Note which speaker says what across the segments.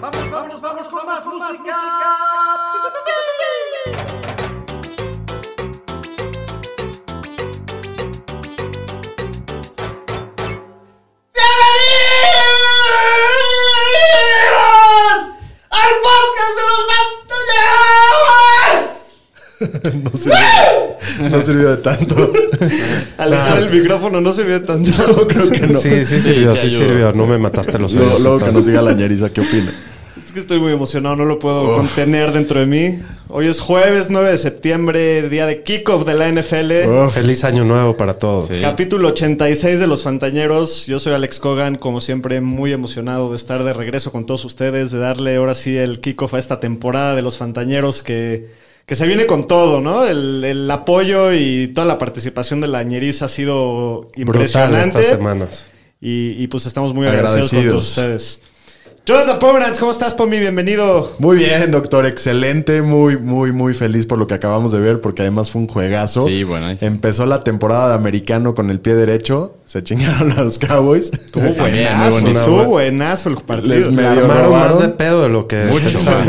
Speaker 1: Vamos, vamos, vamos con más música. ¡Bienvenidos al podcast de los Fantañeros!
Speaker 2: No sirvió, no sirvió de tanto.
Speaker 3: Alejar el micrófono no sirvió de tanto.
Speaker 2: Creo que no.
Speaker 4: Sí, sí sirvió, sí,
Speaker 3: ayudó.
Speaker 4: sirvió. No me mataste los
Speaker 2: Luego,
Speaker 4: oídos.
Speaker 2: luego que nos diga la ñeriza qué opina.
Speaker 3: Es que estoy muy emocionado, no lo puedo contener dentro de mí. Hoy es jueves 9 de septiembre, día de kickoff de la NFL.
Speaker 2: Uf,
Speaker 4: Pues, Feliz año nuevo para todos.
Speaker 3: Capítulo 86 de Los Fantañeros. Yo soy Alex Cogan, como siempre, muy emocionado de estar de regreso con todos ustedes, de darle ahora sí el kickoff a esta temporada de Los Fantañeros que, que se viene con todo, ¿no? El, el apoyo y toda la participación de la ñeriza ha sido
Speaker 4: Brutal
Speaker 3: impresionante.
Speaker 4: estas semanas.
Speaker 3: Y, y, pues estamos muy agradecidos, con todos
Speaker 2: Agradecidos.
Speaker 3: ustedes. Jonathan Pomerantz, ¿cómo estás, Pomi? Bienvenido.
Speaker 2: Muy bien, doctor. Excelente. Muy, muy, muy feliz por lo que acabamos de ver, porque además fue un juegazo.
Speaker 5: Sí, bueno.
Speaker 2: Empezó la temporada de americano con el pie derecho. Se chingaron a los Cowboys.
Speaker 3: Estuvo buenazo,
Speaker 5: muy bonito.
Speaker 3: estuvo buenazo el partido.
Speaker 2: Les me-
Speaker 4: Me
Speaker 2: Medio
Speaker 4: armaron
Speaker 2: robaron.
Speaker 4: más de pedo de lo que pensaba.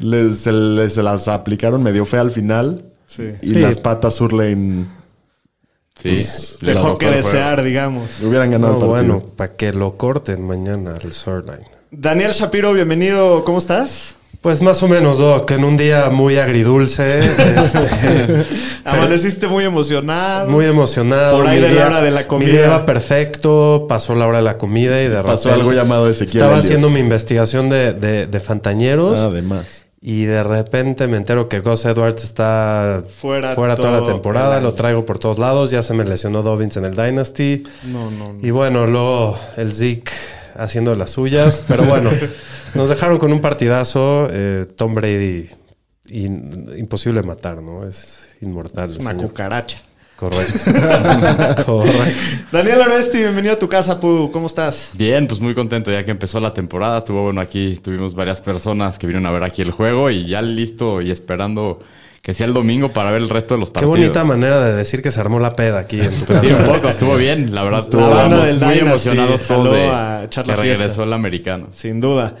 Speaker 2: Les, se, les- se las aplicaron medio fea al final.
Speaker 3: Sí.
Speaker 2: Y las patas pues, Surlane
Speaker 5: Sí. Le
Speaker 3: Dejó
Speaker 5: costó
Speaker 3: que
Speaker 5: el juego.
Speaker 3: desear, digamos.
Speaker 2: hubieran ganado
Speaker 4: No,
Speaker 2: el partido.
Speaker 4: bueno, para que lo corten mañana al Surline.
Speaker 3: Daniel Shapiro, bienvenido. ¿Cómo estás?
Speaker 4: Pues más o menos, Doc, en un día muy agridulce, este,
Speaker 3: Amaneciste muy emocionado.
Speaker 4: muy emocionado.
Speaker 3: Por ahí
Speaker 4: Mi
Speaker 3: de la
Speaker 4: día-
Speaker 3: hora de la comida.
Speaker 4: Mi día iba perfecto, pasó la hora de la comida y de
Speaker 2: Pasó
Speaker 4: repente
Speaker 2: algo llamado Ezequiel
Speaker 4: Estaba
Speaker 2: Elliott. Ah,
Speaker 4: haciendo mi investigación de, de, de fantañeros.
Speaker 2: Además.
Speaker 4: Y de repente me entero que Gus Edwards está
Speaker 3: Fuera
Speaker 4: fuera, toda
Speaker 3: todo
Speaker 4: la temporada,
Speaker 3: el año.
Speaker 4: lo traigo por todos lados, ya se me lesionó Dobbins en el Dynasty.
Speaker 3: No, no, no.
Speaker 4: Y bueno, luego el Zeke haciendo las suyas, pero bueno, nos dejaron con un partidazo, eh, Tom Brady, in- imposible matar, ¿no? Es inmortal. el
Speaker 3: Una
Speaker 4: señor.
Speaker 3: cucaracha.
Speaker 4: Correcto. Correcto.
Speaker 3: Daniel Oresti, bienvenido a tu casa, Pudu. ¿Cómo estás?
Speaker 5: Bien, pues muy contento ya que empezó la temporada. Estuvo bueno aquí. Tuvimos varias personas que vinieron a ver aquí el juego y ya listo y esperando que sea el domingo para ver el resto de los
Speaker 4: Qué
Speaker 5: partidos. Pues
Speaker 4: bonita manera de decir que se armó la peda aquí en tu
Speaker 5: Sí, un
Speaker 4: casa.
Speaker 5: poco, estuvo bien, la verdad.
Speaker 3: la banda
Speaker 5: estábamos
Speaker 3: del
Speaker 5: muy
Speaker 3: Dynasty
Speaker 5: emocionados todos
Speaker 3: jaló
Speaker 5: de
Speaker 3: a echar la
Speaker 5: que
Speaker 3: fiesta.
Speaker 5: regresó el americano.
Speaker 3: Sin duda.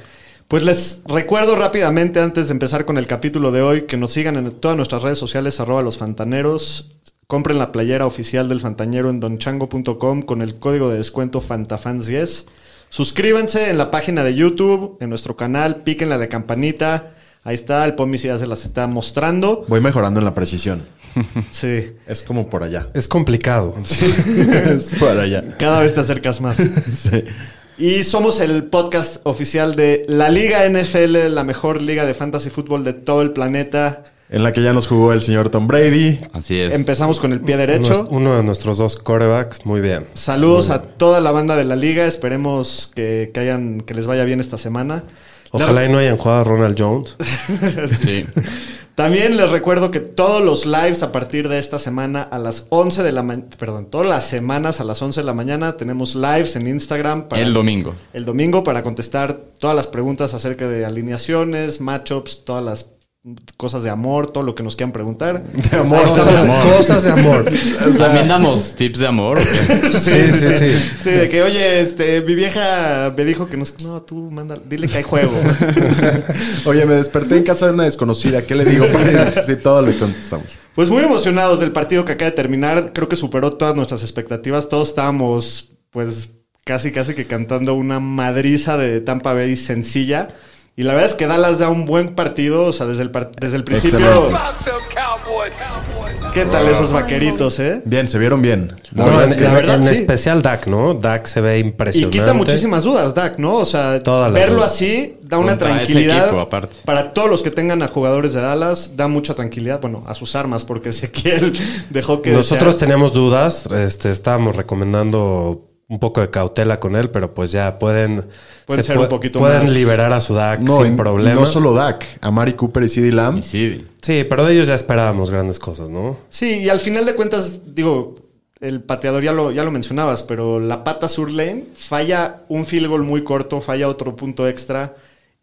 Speaker 3: Pues les recuerdo rápidamente, antes de empezar con el capítulo de hoy, que nos sigan en todas nuestras redes sociales, arroba los fantaneros. Compren la playera oficial del Fantañero en donchango.com con el código de descuento FantaFans10. Suscríbanse en la página de YouTube, en nuestro canal, píquenle a la campanita. Ahí está, el Pomi sí ya se las está mostrando.
Speaker 2: Voy mejorando en la precisión.
Speaker 3: Sí,
Speaker 2: Es como por allá.
Speaker 4: Es complicado.
Speaker 2: es por allá.
Speaker 3: cada vez te acercas más.
Speaker 2: Sí.
Speaker 3: Y somos el podcast oficial de la Liga NFL, la mejor liga de fantasy fútbol de todo el planeta.
Speaker 2: En la que ya nos jugó el señor Tom Brady.
Speaker 5: Así es.
Speaker 3: Empezamos con el pie
Speaker 4: Uno,
Speaker 3: derecho.
Speaker 4: uno de nuestros dos quarterbacks, muy bien.
Speaker 3: Saludos a toda la banda de la liga. Esperemos que, que hayan, que les vaya bien esta semana.
Speaker 4: Ojalá y no hayan jugado a Ronald Jones.
Speaker 5: Sí.
Speaker 3: También les recuerdo que todos los lives a partir de esta semana a las 11 de la mañana, perdón, todas las semanas a las 11 de la mañana tenemos lives en Instagram para
Speaker 5: El domingo.
Speaker 3: el domingo para contestar todas las preguntas acerca de alineaciones, matchups, todas las cosas de amor, todo lo que nos quieran preguntar.
Speaker 2: De amor,
Speaker 4: Cosas, cosas de amor.
Speaker 5: También damos tips de amor. ¿o qué?
Speaker 4: Sí, sí, sí.
Speaker 3: Sí, de que, oye, este, mi vieja me dijo que nos... No, tú manda, dile que hay juego.
Speaker 2: Oye, me desperté en casa de una desconocida. ¿Qué le digo? Para sí, todo lo contestamos.
Speaker 3: Pues muy emocionados del partido que acaba de terminar. Creo que superó todas nuestras expectativas. Todos estábamos, pues, casi, casi que cantando una madriza de Tampa Bay sencilla. Y la verdad es que Dallas da un buen partido, o sea, desde el, par- desde el principio.
Speaker 2: Excelente.
Speaker 3: ¿Qué tal esos vaqueritos, eh?
Speaker 2: Bien, se vieron bien. La
Speaker 4: No,
Speaker 2: verdad
Speaker 4: en,
Speaker 2: es que-
Speaker 4: en-
Speaker 3: verdad,
Speaker 4: en
Speaker 3: sí.
Speaker 4: especial Dak, ¿no? Dak se ve
Speaker 3: Y
Speaker 4: impresionante.
Speaker 3: quita muchísimas dudas, Dak, ¿no? O sea,
Speaker 4: Todas las
Speaker 3: verlo
Speaker 4: dudas.
Speaker 3: así da una
Speaker 5: Contra ese
Speaker 3: tranquilidad
Speaker 5: equipo, aparte.
Speaker 3: para todos los que tengan a jugadores de Dallas, da mucha tranquilidad, bueno, a sus armas, porque Ezequiel dejó que
Speaker 4: Nosotros
Speaker 3: desear.
Speaker 4: teníamos dudas, este, estábamos recomendando un poco de cautela con él, pero pues ya pueden,
Speaker 3: Pueden
Speaker 4: se
Speaker 3: ser un
Speaker 4: pue-
Speaker 3: poquito
Speaker 4: pueden
Speaker 3: más-
Speaker 4: liberar a su Dak
Speaker 2: no, y-
Speaker 4: sin problemas.
Speaker 2: no solo Dak, a Mari Cooper y CD Lamb.
Speaker 5: Y sí.
Speaker 4: Sí, pero de ellos ya esperábamos grandes cosas, ¿no?
Speaker 3: Sí, y al final de cuentas, digo, el pateador ya lo, ya lo mencionabas, pero la pata sur lane falla un field goal muy corto, falla otro punto extra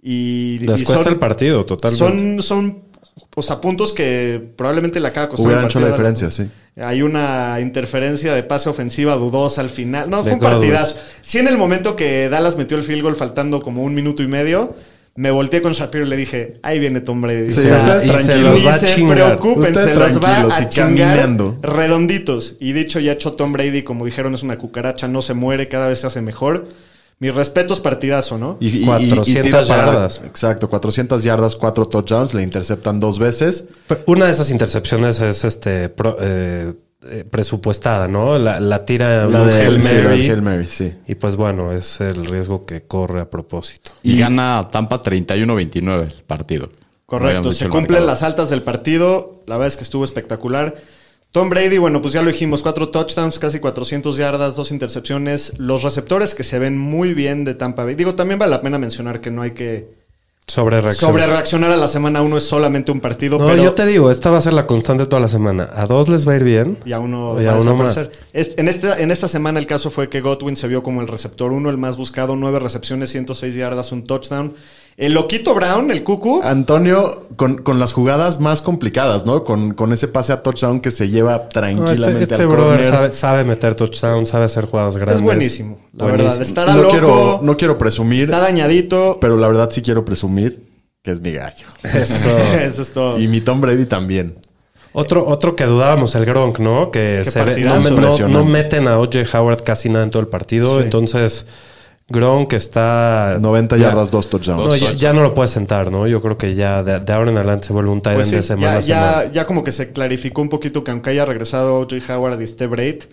Speaker 3: y,
Speaker 4: Les
Speaker 3: y
Speaker 4: cuesta
Speaker 3: son-
Speaker 4: el partido totalmente.
Speaker 3: son, son o sea, puntos que probablemente le acaba costando.
Speaker 2: Hubieran
Speaker 3: el
Speaker 2: hecho la
Speaker 3: partido a las-
Speaker 2: diferencia, sí.
Speaker 3: Hay una interferencia de pase ofensiva dudosa al final. No,
Speaker 4: De
Speaker 3: fue un
Speaker 4: acuerdo.
Speaker 3: partidazo. Sí, en el momento que Dallas metió el field goal faltando como un minuto y medio, me volteé con Shapiro y le dije, ahí viene Tom Brady.
Speaker 2: Sí,
Speaker 3: O sea,
Speaker 2: ustedes
Speaker 3: y se
Speaker 4: tranquilos.
Speaker 3: los va
Speaker 4: a
Speaker 3: se
Speaker 4: chingar.
Speaker 3: preocupen,
Speaker 2: Ustedes
Speaker 3: se los va
Speaker 2: tranquilos
Speaker 3: a
Speaker 2: y
Speaker 3: chingar
Speaker 2: caminando.
Speaker 3: redonditos. Y de hecho ya echó Tom Brady, como dijeron, es una cucaracha, no se muere, cada vez se hace mejor. Mis respetos, partidazo, ¿no?
Speaker 2: Y- y- y-
Speaker 4: 400
Speaker 2: y tira para-
Speaker 4: yardas.
Speaker 2: exacto, 400 yardas, 4 touchdowns, le interceptan dos veces.
Speaker 4: Pero Una de esas intercepciones es este pro- eh, eh, presupuestada, ¿no? La, la tira
Speaker 2: La
Speaker 4: un
Speaker 2: de
Speaker 4: Hail
Speaker 2: sí, la de
Speaker 4: Mary.
Speaker 2: Hail Mary, sí.
Speaker 4: Y pues bueno, es el riesgo que corre a propósito.
Speaker 5: Y,
Speaker 2: Y-
Speaker 5: gana Tampa 31-29 el partido.
Speaker 3: Correcto, se cumplen las altas del partido. La verdad es que estuvo espectacular. Tom Brady, bueno, pues ya lo dijimos, cuatro touchdowns, casi 400 yardas, dos intercepciones. Los receptores que se ven muy bien de Tampa Bay. Digo, también vale la pena mencionar que no hay que
Speaker 4: Sobre reacción.
Speaker 3: sobre reaccionar a la semana uno es solamente un partido,
Speaker 4: No,
Speaker 3: pero
Speaker 4: yo te digo, esta va a ser la constante toda la semana. A dos les va a ir bien.
Speaker 3: y a uno
Speaker 4: Y a
Speaker 3: va a
Speaker 4: uno más.
Speaker 3: desaparecer. Es- en, esta, en esta semana el caso fue que Godwin se vio como el receptor uno, el más buscado, nueve recepciones, 106 yardas, un touchdown. El loquito Brown, el cucu,
Speaker 4: Ah,
Speaker 2: Antonio, con, con las jugadas más complicadas, ¿no? Con, con ese pase a touchdown que se lleva
Speaker 4: No,
Speaker 2: tranquilamente
Speaker 4: este este
Speaker 2: al
Speaker 4: brother
Speaker 2: córner.
Speaker 4: sabe, sabe meter touchdown, sabe hacer jugadas grandes.
Speaker 3: es buenísimo, la
Speaker 4: Buenísimo.
Speaker 3: verdad. Estará
Speaker 2: no,
Speaker 3: loco,
Speaker 2: quiero, no quiero presumir,
Speaker 3: está dañadito.
Speaker 2: pero la verdad sí quiero presumir que es mi gallo.
Speaker 4: Eso.
Speaker 3: Eso es todo.
Speaker 2: Y mi Tom Brady también.
Speaker 4: Otro, otro que dudábamos, el Gronk, ¿no? Que
Speaker 3: Qué
Speaker 4: se ve- no,
Speaker 3: partidazo.
Speaker 4: no-
Speaker 2: Impresionante.
Speaker 4: no meten a O.J. Howard casi nada en todo el partido.
Speaker 3: Sí.
Speaker 4: Entonces, Gronk está.
Speaker 2: 90
Speaker 4: ya-
Speaker 2: yardas, dos touchdowns.
Speaker 4: No, ya, ya no lo puedes sentar, ¿no? Yo creo que ya de, de ahora en adelante se vuelve un tight
Speaker 3: Pues
Speaker 4: end
Speaker 3: sí,
Speaker 4: de
Speaker 3: ya,
Speaker 4: semana a semana.
Speaker 3: ya, ya como que se clarificó un poquito que aunque haya regresado O.J. Howard y Steve Braid,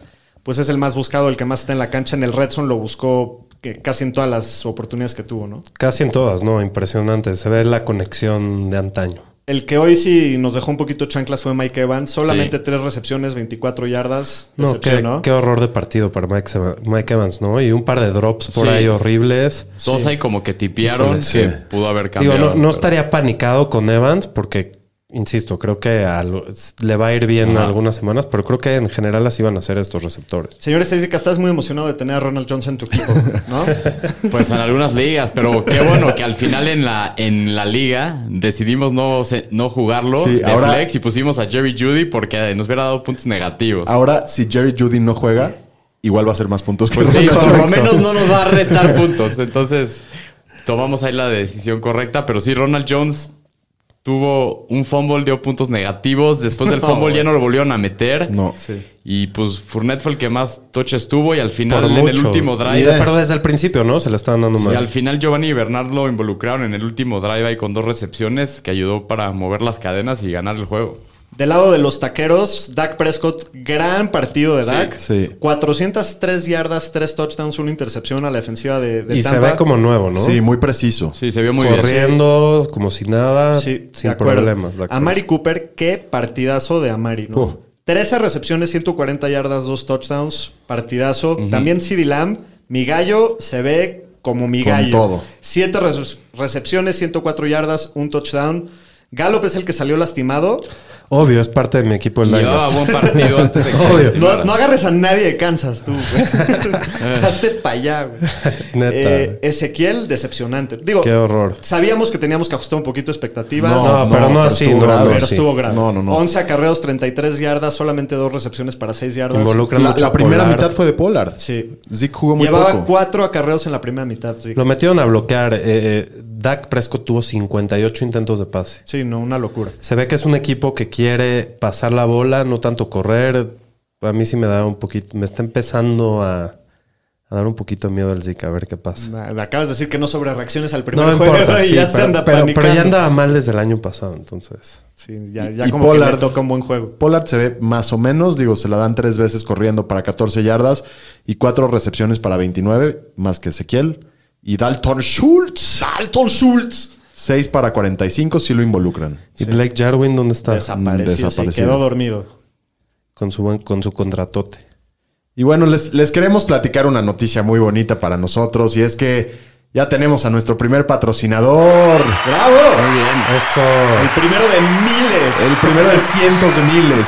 Speaker 3: pues es el más buscado, el que más está en la cancha. En el Red Zone lo buscó que casi en todas las oportunidades que tuvo, ¿no?
Speaker 4: Casi en todas, ¿no? Impresionante. Se ve la conexión de antaño.
Speaker 3: El que hoy sí nos dejó un poquito chanclas fue Mike Evans. Solamente
Speaker 5: Sí.
Speaker 3: tres recepciones, 24 yardas.
Speaker 4: No, qué,
Speaker 3: Decepción, ¿no?
Speaker 4: qué horror de partido para Mike, Eva- Mike Evans, ¿no? Y un par de drops por
Speaker 5: Sí.
Speaker 4: ahí horribles.
Speaker 5: Dos ahí como que tipearon
Speaker 4: Híjole,
Speaker 5: que
Speaker 4: sí.
Speaker 5: pudo haber
Speaker 4: Digo,
Speaker 5: cambiado.
Speaker 4: no, no
Speaker 5: pero-
Speaker 4: estaría panicado con Evans porque, insisto, creo que a lo- le va a ir bien
Speaker 5: Ajá.
Speaker 4: algunas semanas, pero creo que en general así van a ser estos receptores.
Speaker 3: Señor Estadística, estás muy emocionado de tener a Ronald Johnson en tu equipo, ¿no?
Speaker 5: Pues en algunas ligas, pero qué bueno que al final en la, en la liga decidimos no, se- no jugarlo
Speaker 2: Sí,
Speaker 5: de
Speaker 2: ahora-
Speaker 5: flex y pusimos a Jerry Judy porque nos hubiera dado puntos negativos.
Speaker 2: Ahora, si Jerry Judy no juega, igual va a ser más puntos. que
Speaker 5: Pues sí,
Speaker 2: Ronald
Speaker 5: por lo
Speaker 2: Johnson.
Speaker 5: menos no nos va a restar puntos. Entonces, tomamos ahí la decisión correcta. Pero sí, Ronald Jones tuvo un fumble, dio puntos negativos. Después del fumble ya no lo volvieron a meter.
Speaker 2: No.
Speaker 5: Y pues Fournette fue el que más touches tuvo. Y al final,
Speaker 4: Por
Speaker 5: en el
Speaker 4: mucho.
Speaker 5: último drive.
Speaker 4: Y de- pero desde el principio, ¿no? Se le estaban dando
Speaker 5: Y
Speaker 4: más.
Speaker 5: al final Giovanni y Bernard lo involucraron en el último drive ahí con dos recepciones que ayudó para mover las cadenas y ganar el juego.
Speaker 3: Del lado de los taqueros, Dak Prescott, gran partido de Dak.
Speaker 2: sí.
Speaker 3: 403 yardas, 3 touchdowns, una intercepción a la defensiva de, de
Speaker 4: y se
Speaker 3: Tampa.
Speaker 4: ve como nuevo, ¿no?
Speaker 2: Sí, muy preciso.
Speaker 5: Sí, se vio muy bien.
Speaker 4: Corriendo, como si nada,
Speaker 3: Sí, de
Speaker 4: sin
Speaker 3: acuerdo.
Speaker 4: problemas. de acuerdo.
Speaker 3: Amari Cooper, qué partidazo de Amari, ¿no?
Speaker 2: Uf.
Speaker 3: 13 recepciones, 140 yardas, 2 touchdowns, partidazo. También CD Lamb, mi gallo se ve como mi
Speaker 2: Con
Speaker 3: gallo.
Speaker 2: todo.
Speaker 3: 7 recepciones, 104 yardas, un touchdown. Gallup es el que salió lastimado.
Speaker 4: Obvio, es parte de mi equipo el
Speaker 5: Y Llevaba
Speaker 4: Dynasty.
Speaker 5: buen partido antes de que se
Speaker 4: Obvio.
Speaker 5: lastimara.
Speaker 3: No, no agarres a nadie de Kansas, tú. güey. Hazte para allá, güey.
Speaker 4: Neta.
Speaker 3: Eh, Ezequiel, decepcionante. Digo,
Speaker 4: Qué horror.
Speaker 3: sabíamos que teníamos que ajustar un poquito expectativas.
Speaker 4: No, pero no así,
Speaker 2: estuvo
Speaker 4: no,
Speaker 2: grave.
Speaker 4: no,
Speaker 3: pero
Speaker 4: sí.
Speaker 3: estuvo grave.
Speaker 2: No, no, no.
Speaker 3: 11 acarreos, 33 yardas, solamente dos recepciones para 6 yardas.
Speaker 4: Involucra
Speaker 2: La,
Speaker 4: mucho
Speaker 2: la
Speaker 4: a
Speaker 2: primera
Speaker 4: Pollard.
Speaker 2: mitad fue de Pollard.
Speaker 3: Sí.
Speaker 2: Zeke jugó muy
Speaker 3: Llevaba
Speaker 2: poco.
Speaker 3: 4 acarreos en la primera mitad. Sí,
Speaker 4: Lo metieron a bloquear. Eh, eh, Dak Prescott tuvo 58 intentos de pase.
Speaker 3: Sí, no, una locura.
Speaker 4: Se ve que es un equipo que quiere pasar la bola, no tanto correr. A mí sí me da un poquito, me está empezando a, a dar un poquito de miedo al Zika, a ver qué pasa.
Speaker 3: Nah, Acabas de decir que no sobre reacciones al primer
Speaker 4: No me
Speaker 3: juego
Speaker 4: importa,
Speaker 3: y
Speaker 4: sí,
Speaker 3: ya se
Speaker 4: pero,
Speaker 3: anda
Speaker 4: pero- pero
Speaker 3: panicando.
Speaker 4: ya andaba mal desde el año pasado, entonces.
Speaker 3: Sí, ya, ya
Speaker 2: Y
Speaker 3: como que le
Speaker 2: Pollard.
Speaker 3: toca un buen juego.
Speaker 2: Pollard se ve más o menos, digo, se la dan tres veces corriendo para 14 yardas y cuatro recepciones para 29, más que Ezequiel. Y Dalton Schultz. Dalton Schultz. 6 para 45 si lo involucran.
Speaker 4: ¿Y Blake Jarwin dónde está?
Speaker 3: Desapareció, sí,
Speaker 2: desaparecido.
Speaker 3: quedó dormido.
Speaker 4: Con su, buen- con su contratote.
Speaker 2: Y bueno, les, les queremos platicar una noticia muy bonita para nosotros y es que ya tenemos a nuestro primer patrocinador.
Speaker 3: ¡Bravo!
Speaker 5: Muy bien.
Speaker 4: Eso.
Speaker 3: El primero de miles.
Speaker 2: El primero de cientos de miles.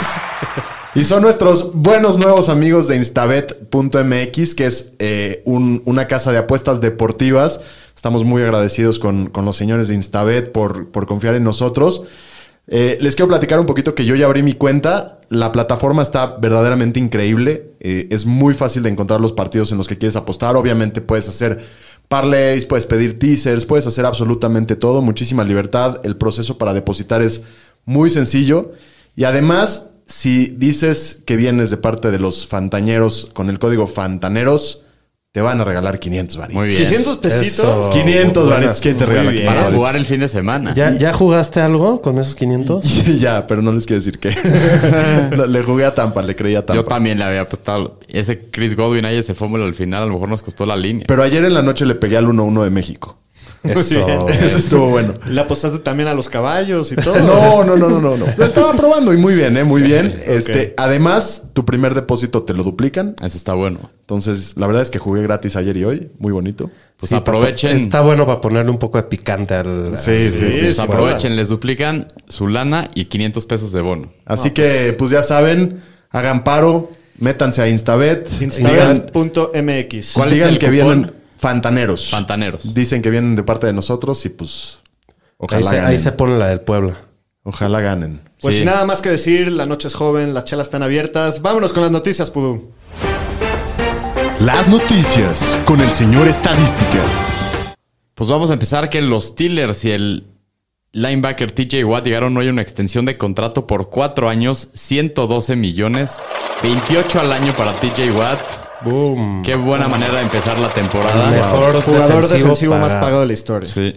Speaker 2: Y son nuestros buenos nuevos amigos de instabet.mx, que es eh, un- una casa de apuestas deportivas. Estamos muy agradecidos con, con los señores de Instabet por, por confiar en nosotros. Eh, les quiero platicar un poquito que yo ya abrí mi cuenta. La plataforma está verdaderamente increíble. Eh, es muy fácil de encontrar los partidos en los que quieres apostar. Obviamente puedes hacer parlays, puedes pedir teasers, puedes hacer absolutamente todo. Muchísima libertad. El proceso para depositar es muy sencillo. Y además, si dices que vienes de parte de los Fantañeros con el código Fantaneros, te van a regalar 500 varitos.
Speaker 5: Muy bien. Oh,
Speaker 3: 600 pesitos.
Speaker 4: Eso.
Speaker 2: 500
Speaker 4: Buena.
Speaker 2: varitos. ¿Quién te regala
Speaker 3: bien.
Speaker 2: 500
Speaker 5: Para
Speaker 2: varitos?
Speaker 5: jugar el fin de semana.
Speaker 4: ¿Ya, ¿Ya jugaste algo con esos 500?
Speaker 2: ya, pero no les quiero decir que. le jugué a Tampa, le creía a Tampa.
Speaker 5: Yo también le había apostado. Ese Chris Godwin ahí, ese fórmula al final, a lo mejor nos costó la línea.
Speaker 2: Pero ayer en la noche le pegué al 1-1 de México.
Speaker 4: Eso.
Speaker 2: Eso estuvo bueno.
Speaker 3: Le apostaste también a los caballos y todo.
Speaker 2: No, no, no, no, no, no. Lo estaba probando y muy bien, ¿eh? Muy bien. Este, Además, tu primer depósito te lo duplican.
Speaker 5: Eso está bueno.
Speaker 2: Entonces, la verdad es que jugué gratis ayer y hoy. Muy bonito.
Speaker 5: Pues
Speaker 4: Sí,
Speaker 5: aprovechen.
Speaker 4: Está bueno para ponerle un poco de picante al.
Speaker 2: Sí, sí, sí.
Speaker 5: Pues
Speaker 3: sí,
Speaker 5: aprovechen, les duplican su lana y 500 pesos de bono.
Speaker 2: Así que, pues ya saben, hagan paro, métanse a Instabet. Digan-
Speaker 3: Instagram.mx.
Speaker 5: ¿Cuál es
Speaker 2: digan
Speaker 5: el
Speaker 2: que
Speaker 5: cupón?
Speaker 2: vienen fantaneros.
Speaker 5: Pantaneros.
Speaker 2: Dicen que vienen de parte de nosotros y pues
Speaker 4: Ahí
Speaker 2: ojalá
Speaker 4: se,
Speaker 2: ganen.
Speaker 4: ahí se pone la del Puebla.
Speaker 2: Ojalá ganen.
Speaker 3: Pues
Speaker 5: Sí.
Speaker 3: sin nada más que decir, la noche es joven, las chelas están abiertas. Vámonos con las noticias, Pudú.
Speaker 2: Las noticias con el señor estadística.
Speaker 5: Pues vamos a empezar que los Steelers y el linebacker TJ Watt llegaron hoy a una extensión de contrato por cuatro años, 112 millones, 28 al año para TJ Watt.
Speaker 4: Boom.
Speaker 5: Qué buena manera de empezar la
Speaker 4: El
Speaker 5: temporada.
Speaker 4: mejor
Speaker 3: Jugador defensivo, más
Speaker 4: pagado.
Speaker 3: pagado de la historia.
Speaker 5: Sí,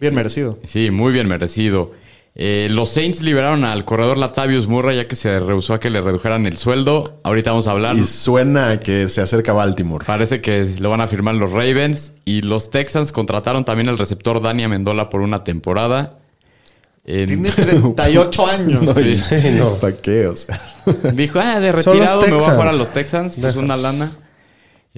Speaker 3: Bien merecido.
Speaker 5: sí, muy bien merecido. Eh, los Saints liberaron al corredor Latavius Murray ya que se rehusó a que le redujeran el sueldo. Ahorita vamos a hablar.
Speaker 2: Y suena que se acerca Baltimore.
Speaker 5: Parece que lo van a firmar los Ravens. Y los Texans contrataron también al receptor Dani Amendola por una temporada. En-
Speaker 3: Tiene 38 años.
Speaker 5: Sí.
Speaker 4: Sí, no.
Speaker 2: ¿Para qué? O sea,
Speaker 5: Dijo, ah, de
Speaker 4: Son los
Speaker 5: retirado me voy a jugar a
Speaker 4: Texans.
Speaker 5: los Texans. Pues
Speaker 4: Deja.
Speaker 5: una lana.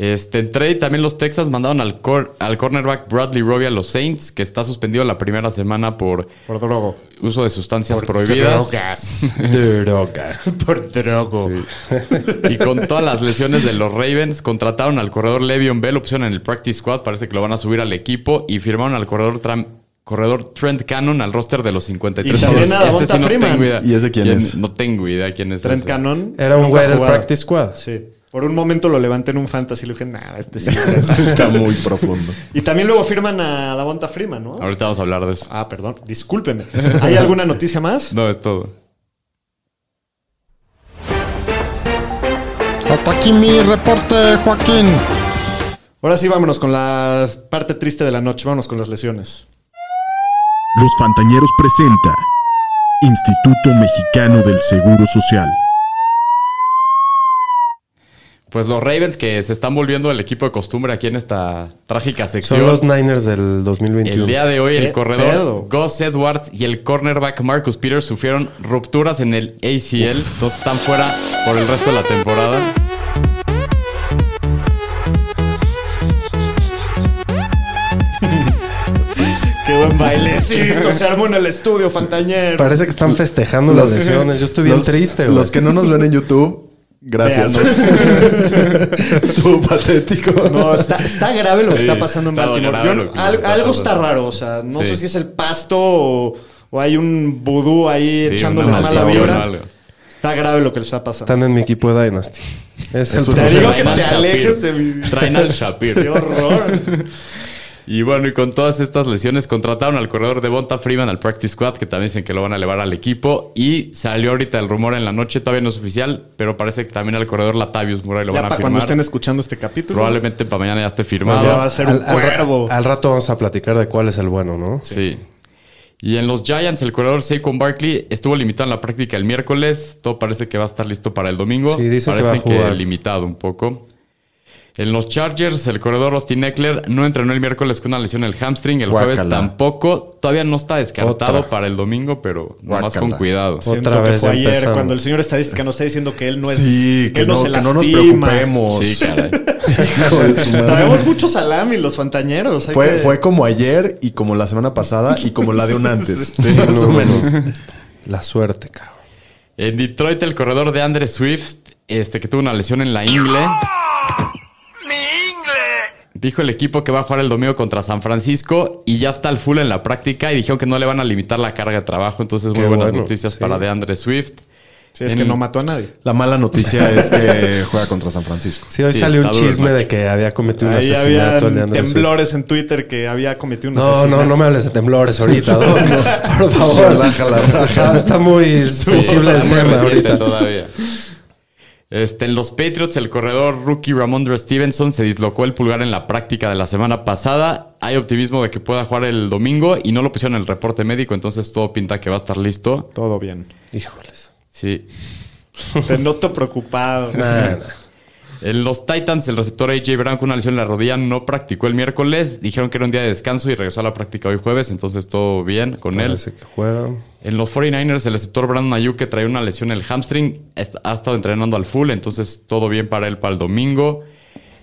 Speaker 5: Este, en trade también los Texans mandaron al, cor- al cornerback Bradley Roby a los Saints, que está suspendido la primera semana por
Speaker 3: Por drogo.
Speaker 5: uso de sustancias prohibidas.
Speaker 4: Droga.
Speaker 3: Por drogo.
Speaker 5: Y con todas las lesiones de los Ravens, contrataron al corredor Le'Veon Bell, opción en el practice squad, parece que lo van a subir al equipo, y firmaron al corredor, Tram- corredor Trent Cannon al roster de los 53.
Speaker 3: Y también
Speaker 5: Este
Speaker 3: a Devonta Freeman.
Speaker 2: ¿Y ese quién es?
Speaker 5: No tengo idea quién es.
Speaker 3: Trent
Speaker 5: ese.
Speaker 3: Cannon.
Speaker 4: Era un
Speaker 3: nunca
Speaker 4: güey del
Speaker 3: jugado.
Speaker 4: practice squad.
Speaker 3: Sí. Por un momento lo levanté en un fantasy y le dije, nada, este sí.
Speaker 2: está muy profundo.
Speaker 3: y también luego firman a Davonta Freeman, ¿no?
Speaker 5: Ahorita vamos a hablar de eso.
Speaker 3: Ah, perdón. Discúlpeme. ¿Hay alguna noticia más?
Speaker 5: No, es todo.
Speaker 2: Hasta aquí mi reporte, Joaquín.
Speaker 3: Ahora sí, vámonos con la parte triste de la noche. Vámonos con las lesiones.
Speaker 6: Los Fantañeros presenta Instituto Mexicano del Seguro Social.
Speaker 5: Pues los Ravens que se están volviendo el equipo de costumbre aquí en esta trágica sección.
Speaker 4: Son los Niners del 2021.
Speaker 5: El día de hoy,
Speaker 3: ¿Qué
Speaker 5: el corredor
Speaker 3: pedo?
Speaker 5: Gus Edwards y el cornerback Marcus Peters sufrieron rupturas en el ACL. Entonces están fuera por el resto de la temporada.
Speaker 3: Qué buen bailecito se armó en el estudio, Fantañero.
Speaker 4: Parece que están festejando las lesiones. Yo estoy bien
Speaker 2: los-
Speaker 4: triste, güey.
Speaker 2: Los que no nos ven en YouTube, gracias. Estuvo patético.
Speaker 3: No, está, está grave lo que
Speaker 5: Sí,
Speaker 3: está pasando en
Speaker 5: está
Speaker 3: Baltimore.
Speaker 5: grave
Speaker 3: Yo-
Speaker 5: lo que
Speaker 3: al-
Speaker 5: está
Speaker 3: algo
Speaker 5: pasando.
Speaker 3: está raro, o sea, no
Speaker 5: Sí.
Speaker 3: sé si es el pasto o, o hay un vudú ahí
Speaker 5: Sí,
Speaker 3: echándoles
Speaker 5: una
Speaker 3: mala
Speaker 5: maldición o
Speaker 3: vibra.
Speaker 5: algo.
Speaker 3: Está grave lo que le está pasando.
Speaker 4: Están en mi equipo de Dynasty. Es el
Speaker 3: Te digo
Speaker 4: problema.
Speaker 3: que
Speaker 5: Traen
Speaker 3: te
Speaker 5: al
Speaker 3: alejes de
Speaker 5: Shapiro.
Speaker 3: mi...
Speaker 5: Traen al
Speaker 3: ¡Qué
Speaker 5: Shapiro.
Speaker 3: horror!
Speaker 5: Y bueno, y con todas estas lesiones contrataron al corredor de Bonta Freeman al Practice Squad, que también dicen que lo van a elevar al equipo. Y salió ahorita el rumor en la noche, todavía no es oficial, pero parece que también al corredor Latavius Murray lo
Speaker 3: ya
Speaker 5: van a
Speaker 3: para
Speaker 5: firmar.
Speaker 3: cuando estén escuchando este capítulo,
Speaker 5: Probablemente para mañana ya esté
Speaker 3: ya
Speaker 5: firmado.
Speaker 4: Pues
Speaker 3: va a ser un
Speaker 4: al,
Speaker 3: cuervo.
Speaker 4: al rato vamos a platicar de cuál es el bueno, ¿no?
Speaker 5: Sí. Y en los Giants, el corredor Saquon Barkley estuvo limitado en la práctica el miércoles. Todo parece que va a estar listo para el domingo.
Speaker 4: Sí, dicen que
Speaker 5: parece
Speaker 4: va a jugar.
Speaker 5: limitado un poco. En los Chargers, el corredor Austin Eckler no entrenó el miércoles con una lesión en el hamstring. El jueves
Speaker 2: Guácala.
Speaker 5: tampoco. Todavía no está descartado
Speaker 4: Otra.
Speaker 5: para el domingo, pero nomás
Speaker 2: Guácala.
Speaker 5: con cuidado.
Speaker 3: Siento
Speaker 4: Otra
Speaker 3: que
Speaker 4: vez
Speaker 3: fue
Speaker 4: ya
Speaker 3: ayer
Speaker 4: empezamos.
Speaker 3: cuando el señor estadística nos está diciendo que él no es...
Speaker 2: Sí, que,
Speaker 3: él
Speaker 2: no,
Speaker 3: se
Speaker 2: que no nos
Speaker 3: lastima.
Speaker 2: preocupemos.
Speaker 5: Sí, caray.
Speaker 2: Hijo de su madre.
Speaker 3: Traemos mucho salami los fantañeros. hay
Speaker 2: Fue,
Speaker 3: que-
Speaker 2: fue como ayer y como la semana pasada y como la de un antes. más o menos.
Speaker 4: La suerte, cabrón.
Speaker 5: En Detroit, el corredor de Andre Swift, este, que tuvo una lesión en la ingle. Dijo el equipo que va a jugar el domingo contra San Francisco y ya está al full en la práctica y dijeron que no le van a limitar la carga de trabajo. Entonces, muy
Speaker 4: Qué
Speaker 5: buenas
Speaker 4: bueno,
Speaker 5: noticias
Speaker 4: sí.
Speaker 5: para DeAndre Swift.
Speaker 3: Sí, es
Speaker 5: En-
Speaker 3: que no mató a nadie.
Speaker 2: La mala noticia es que juega contra San Francisco.
Speaker 4: Sí, hoy
Speaker 5: Sí,
Speaker 4: salió un
Speaker 5: está duro el
Speaker 4: chisme
Speaker 5: match.
Speaker 4: de que había cometido un
Speaker 3: Ahí había
Speaker 4: asesinato. el de Andrew Swift.
Speaker 3: temblores en Twitter que había cometido un
Speaker 4: No,
Speaker 3: asesinato.
Speaker 4: no, no me hables de temblores ahorita. Doc. Por favor.
Speaker 2: Relájala.
Speaker 4: Está, está muy sensible
Speaker 5: Sí,
Speaker 4: el
Speaker 5: está muy
Speaker 4: tema
Speaker 5: reciente
Speaker 4: ahorita.
Speaker 5: todavía. Este, en los Patriots, el corredor rookie Ramondre Stevenson se dislocó el pulgar en la práctica de la semana pasada. Hay optimismo de que pueda jugar el domingo y no lo pusieron en el reporte médico, entonces todo pinta que va a estar listo.
Speaker 3: Todo bien.
Speaker 4: Híjoles.
Speaker 5: Sí.
Speaker 3: Te noto preocupado.
Speaker 4: Nah, nah.
Speaker 5: En los Titans, el receptor AJ Brown con una lesión en la rodilla no practicó el miércoles. Dijeron que era un día de descanso y regresó a la práctica hoy jueves, entonces todo bien con él.
Speaker 4: Parece que juega.
Speaker 5: En los 49ers, el receptor Brandon Ayuk, que trae una lesión en el hamstring, est- ha estado entrenando al full, entonces todo bien para él para el domingo.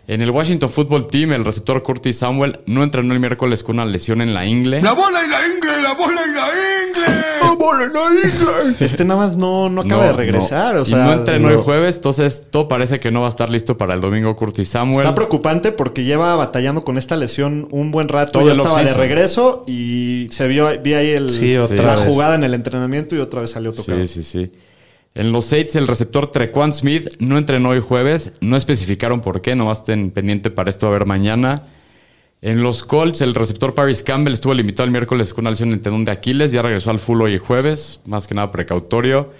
Speaker 5: En el Washington Football Team, el receptor Curtis Samuel no entrenó el miércoles con una lesión en la ingle.
Speaker 3: Este nada más no, no acaba de regresar.
Speaker 5: no.
Speaker 3: O sea,
Speaker 5: y no entrenó el
Speaker 3: no.
Speaker 5: jueves, entonces todo parece que no va a estar listo para el domingo Curtis Samuel.
Speaker 3: Está preocupante porque lleva batallando con esta lesión un buen rato.
Speaker 5: Todo
Speaker 3: ya
Speaker 5: el
Speaker 3: estaba de
Speaker 5: offseason.
Speaker 3: regreso y se vio vi ahí el,
Speaker 4: Sí,
Speaker 3: la
Speaker 4: otra vez.
Speaker 3: jugada en el entrenamiento y otra vez salió tocado.
Speaker 5: Sí, sí, sí. En los Saints, el receptor Trequan Smith no entrenó hoy jueves. No especificaron por qué, nomás estén pendiente para esto a ver mañana. En los Colts, el receptor Paris Campbell estuvo limitado el miércoles con una lesión en el tendón de Aquiles. Ya regresó al full hoy jueves, más que nada precautorio.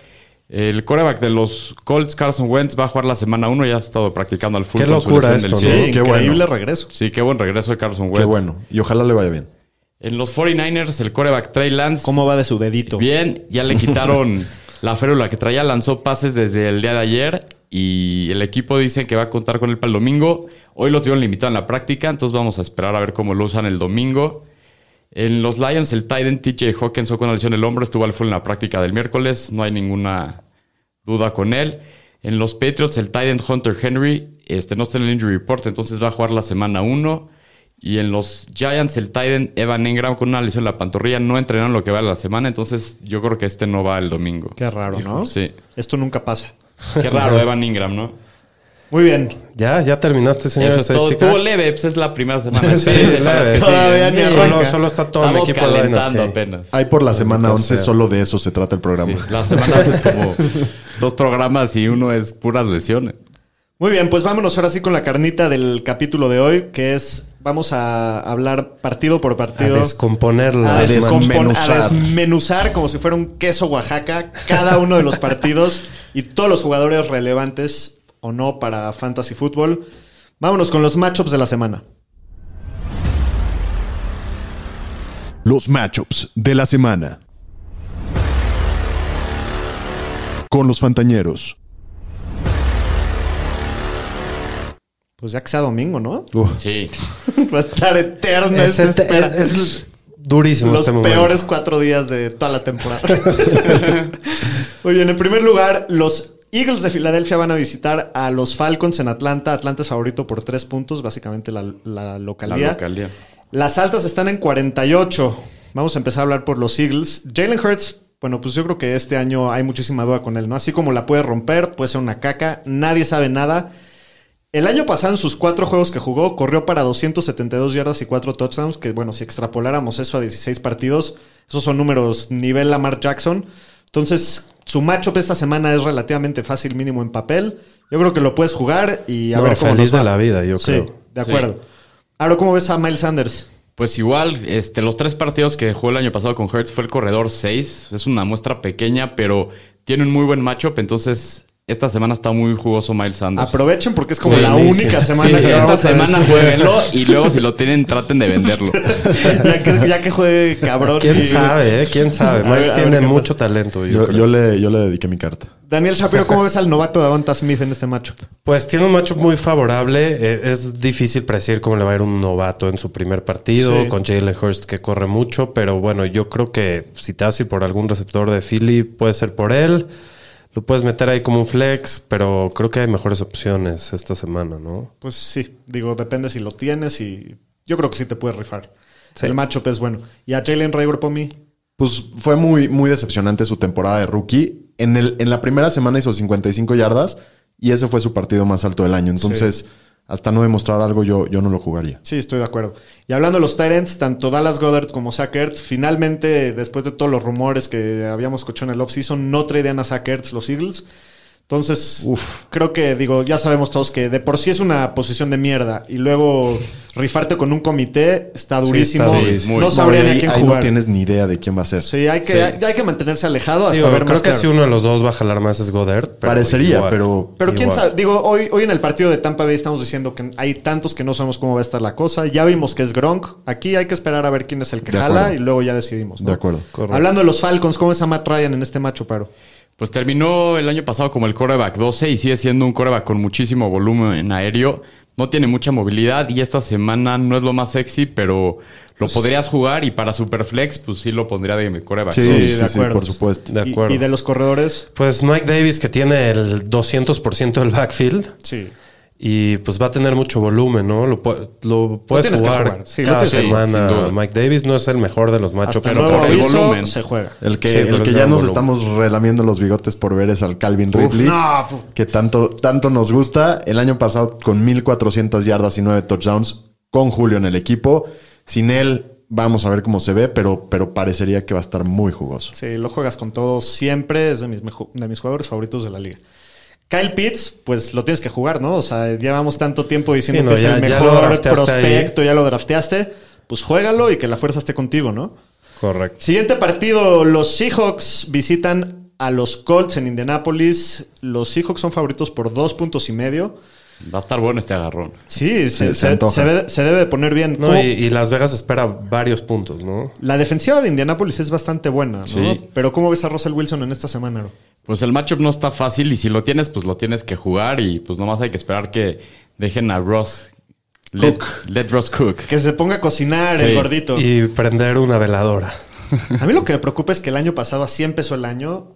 Speaker 5: El coreback de los Colts, Carson Wentz, va a jugar la semana 1. Ya ha estado practicando al full.
Speaker 4: Oh, Qué
Speaker 5: con su
Speaker 4: locura
Speaker 5: lesión
Speaker 4: esto,
Speaker 5: del
Speaker 3: Sí,
Speaker 4: ¿no?
Speaker 5: codo.
Speaker 3: increíble
Speaker 2: Qué bueno.
Speaker 3: regreso.
Speaker 5: Sí, qué buen regreso de Carson Wentz.
Speaker 2: Qué bueno. Y ojalá le vaya bien.
Speaker 5: En los 49ers, el coreback Trey Lance.
Speaker 3: ¿Cómo va de su dedito?
Speaker 5: Bien, ya le quitaron la férula que traía, lanzó pases desde el día de ayer y el equipo dice que va a contar con él para el domingo. Hoy lo tuvieron limitado en la práctica, entonces vamos a esperar a ver cómo lo usan el domingo. En los Lions, el Titan TJ Hawkins fue con una lesión en el hombro, estuvo al full en la práctica del miércoles, no hay ninguna duda con él. En los Patriots, el Titan Hunter Henry este, no está en el injury report, entonces va a jugar la semana 1. Y en los Giants, el Titan Evan Engram con una lesión en la pantorrilla no entrenaron lo que va la semana, entonces yo creo que este no va el domingo.
Speaker 3: Qué raro, ¿no?
Speaker 5: Sí.
Speaker 3: Esto nunca pasa.
Speaker 5: Qué raro, Evan Ingram, ¿no?
Speaker 3: Muy bien.
Speaker 4: Ya, ya terminaste, señor
Speaker 5: Eso es todo.
Speaker 4: estadística.
Speaker 5: Estuvo leve, pues es la primera semana.
Speaker 4: Sí,
Speaker 5: Espérense para
Speaker 4: leve.
Speaker 5: las que
Speaker 3: Todavía
Speaker 5: siguen.
Speaker 3: ni
Speaker 5: Sí.
Speaker 4: solo, solo está todo
Speaker 5: Estamos
Speaker 4: el equipo de Dynasty.
Speaker 5: calentando
Speaker 4: ahí.
Speaker 5: apenas.
Speaker 2: Hay por la semana
Speaker 4: Maldita
Speaker 2: 11,
Speaker 4: sea.
Speaker 2: solo de eso se trata el programa.
Speaker 5: Sí, La semana es como dos programas y uno es puras lesiones.
Speaker 3: Muy bien, pues vámonos ahora sí con la carnita del capítulo de hoy, que es vamos a hablar partido por
Speaker 4: A
Speaker 3: partido.
Speaker 4: descomponerla.
Speaker 3: a,
Speaker 2: A
Speaker 3: descompon- a
Speaker 2: desmenuzar.
Speaker 3: desmenuzar como si fuera un queso Oaxaca cada uno de los partidos y todos los jugadores relevantes o no para fantasy fútbol. Vámonos con los matchups de la semana.
Speaker 6: Los matchups de la semana. Con los Fantañeros.
Speaker 3: Pues ya que sea domingo, ¿no?
Speaker 5: Sí.
Speaker 3: Va a estar eterna
Speaker 4: Es,
Speaker 3: esta
Speaker 4: ente-
Speaker 3: espera.
Speaker 4: es- es durísimo
Speaker 3: los
Speaker 4: este momento.
Speaker 3: peores cuatro días de toda la temporada. Muy bien, en primer lugar, los Eagles de Filadelfia van a visitar a los Falcons en Atlanta. Atlanta es favorito por tres puntos, básicamente la, la
Speaker 5: La
Speaker 3: localidad.
Speaker 5: localidad.
Speaker 3: Las altas están en 48. Vamos a empezar a hablar por los Eagles. Jalen Hurts, bueno, pues yo creo que este año hay muchísima duda con él, ¿no? Así como la puede romper, puede ser una caca, nadie sabe nada. El año pasado, en sus cuatro juegos que jugó, corrió para 272 yardas y cuatro touchdowns, que bueno, si extrapoláramos eso a 16 partidos, esos son números nivel Lamar Jackson. Entonces, su matchup esta semana es relativamente fácil, mínimo en papel. Yo creo que lo puedes jugar y a
Speaker 4: No,
Speaker 3: ver cómo
Speaker 4: feliz
Speaker 3: nos va.
Speaker 4: de la vida, yo
Speaker 3: Sí,
Speaker 4: creo.
Speaker 3: de acuerdo. Ahora, ¿cómo ves a Miles Sanders?
Speaker 5: Pues igual, este, los tres partidos que jugó el año pasado con Hertz fue el corredor 6. Es una muestra pequeña, pero tiene un muy buen matchup. Entonces, esta semana está muy jugoso Miles Sanders.
Speaker 3: Aprovechen porque es como
Speaker 5: Sí,
Speaker 3: la
Speaker 4: buenísimo.
Speaker 3: única
Speaker 5: Sí,
Speaker 3: semana que
Speaker 5: esta
Speaker 3: vamos a
Speaker 5: semana
Speaker 3: decir.
Speaker 5: jueguenlo y luego si lo tienen traten de venderlo.
Speaker 3: ya, que, ya que juegue cabrón.
Speaker 4: ¿Quién
Speaker 3: y-
Speaker 4: sabe? eh? ¿Quién sabe?
Speaker 3: A ver,
Speaker 4: Miles
Speaker 3: a ver
Speaker 4: tiene
Speaker 3: qué
Speaker 4: mucho talento. Yo,
Speaker 2: Yo,
Speaker 4: creo.
Speaker 2: yo le, yo le dediqué mi carta.
Speaker 3: Daniel Shapiro, ¿cómo ves al novato de Avanta Smith en este matchup?
Speaker 4: Pues tiene un matchup muy favorable. Eh, es difícil predecir cómo le va a ir un novato en su primer partido
Speaker 3: Sí.
Speaker 4: con Jalen Hurst que corre mucho, pero bueno, yo creo que si te hace por algún receptor de Philly puede ser por él. Lo puedes meter ahí como un flex, pero creo que hay mejores opciones esta semana, ¿no?
Speaker 3: Pues sí, digo, depende si lo tienes y yo creo que sí te puedes rifar.
Speaker 4: Sí.
Speaker 3: El matchup es bueno. ¿Y a Jalen Rager por mí?
Speaker 2: Pues fue muy, muy decepcionante su temporada de rookie. en, el, en la primera semana hizo 55 yardas y ese fue su partido más alto del año. Entonces, hasta no demostrar algo, yo, yo no lo jugaría.
Speaker 3: Sí, estoy de acuerdo. Y hablando de los Tyrants, tanto Dallas Goddard como Zach Ertz, finalmente, después de todos los rumores que habíamos escuchado en el offseason, no tradean a Zach Ertz los Eagles. Entonces, creo que, digo, ya sabemos todos que de por sí es una posición de mierda. Y luego rifarte con un comité está durísimo.
Speaker 4: está durísimo.
Speaker 3: No sabrían
Speaker 2: No,
Speaker 3: a
Speaker 2: ahí-
Speaker 3: quién
Speaker 2: ahí
Speaker 3: jugar.
Speaker 2: no tienes ni idea de quién va a ser.
Speaker 3: Sí, hay que, Hay, hay que mantenerse alejado hasta
Speaker 4: Digo,
Speaker 3: ver
Speaker 4: creo
Speaker 3: más
Speaker 4: que
Speaker 3: claro.
Speaker 4: si uno de los dos va a jalar más es Goddard. pero
Speaker 2: Parecería,
Speaker 4: igual.
Speaker 2: pero...
Speaker 3: Pero quién
Speaker 4: Igual.
Speaker 3: sabe, digo, hoy, hoy en el partido de Tampa Bay estamos diciendo que hay tantos que no sabemos cómo va a estar la cosa. Ya vimos que es Gronk. Aquí hay que esperar a ver quién es el que
Speaker 2: De
Speaker 3: jala
Speaker 2: acuerdo.
Speaker 3: y luego ya decidimos. ¿no?
Speaker 2: De acuerdo.
Speaker 4: Correcto.
Speaker 3: Hablando de los Falcons, ¿cómo es a Matt Ryan en este macho paro?
Speaker 5: Pues terminó el año pasado como el coreback 12 y sigue siendo un coreback con muchísimo volumen en aéreo. No tiene mucha movilidad y esta semana no es lo más sexy, pero lo podrías jugar y para Superflex, pues sí lo pondría de coreback.
Speaker 2: Sí,
Speaker 3: de
Speaker 2: sí, sí,
Speaker 3: acuerdo.
Speaker 2: por supuesto.
Speaker 4: De
Speaker 3: Y-
Speaker 4: acuerdo.
Speaker 3: Y, de los corredores,
Speaker 4: Pues Mike Davis, que tiene el 200% del backfield.
Speaker 3: sí.
Speaker 4: Y pues va a tener mucho volumen, ¿no? Lo, pu- lo puedes
Speaker 3: tienes que
Speaker 4: jugar,
Speaker 3: jugar. Sí, lo
Speaker 4: cada
Speaker 3: tienes que
Speaker 5: jugar,
Speaker 4: semana.
Speaker 5: sin duda.
Speaker 4: Mike Davis no es el mejor de los machos,
Speaker 3: Hasta
Speaker 5: pero
Speaker 3: pero
Speaker 4: pero
Speaker 3: nuevo
Speaker 5: por el
Speaker 3: aviso,
Speaker 5: volumen.
Speaker 3: se juega.
Speaker 2: El que,
Speaker 4: Sí,
Speaker 2: el
Speaker 4: pero
Speaker 2: que
Speaker 4: es
Speaker 2: ya
Speaker 4: gran
Speaker 2: nos
Speaker 4: volumen.
Speaker 2: estamos relamiendo los bigotes por ver es al Calvin Ridley.
Speaker 3: no, pues. puf.
Speaker 2: que tanto, tanto nos gusta. El año pasado con 1.400 yardas y 9 touchdowns con Julio en el equipo. Sin él vamos a ver cómo se ve, pero, pero parecería que va a estar muy jugoso.
Speaker 3: Sí, lo juegas con todos siempre. Es de mis, mejo- de mis jugadores favoritos de la liga. Kyle Pitts, pues lo tienes que jugar, ¿no? O sea, llevamos tanto tiempo diciendo
Speaker 4: Sí, no,
Speaker 3: que
Speaker 4: ya-
Speaker 3: es el
Speaker 4: ya lo
Speaker 3: mejor
Speaker 4: drafteaste
Speaker 3: prospecto, ya lo drafteaste. Pues juégalo y que la fuerza esté contigo, ¿no?
Speaker 4: Correcto.
Speaker 3: Siguiente partido, los Seahawks visitan a los Colts en Indianápolis. Los Seahawks son favoritos por dos puntos y medio.
Speaker 5: Va a estar bueno este agarrón.
Speaker 3: Sí,
Speaker 2: se
Speaker 3: se, se,
Speaker 2: antoja.
Speaker 3: se ve- se debe de poner bien.
Speaker 4: No,
Speaker 3: ¿Cómo-
Speaker 4: y, y Las Vegas espera varios puntos, ¿no?
Speaker 3: La defensiva de Indianápolis es bastante buena, ¿no?
Speaker 5: Sí.
Speaker 3: Pero ¿cómo ves a Russell Wilson en esta semana? Ro?
Speaker 5: Pues el matchup no está fácil y si lo tienes, pues lo tienes que jugar y pues nomás hay que esperar que dejen a Ross. Let, let Ross cook.
Speaker 3: Que se ponga a cocinar
Speaker 5: Sí.
Speaker 3: el gordito.
Speaker 4: Y prender una veladora.
Speaker 3: A mí lo que me preocupa es que el año pasado así empezó el año.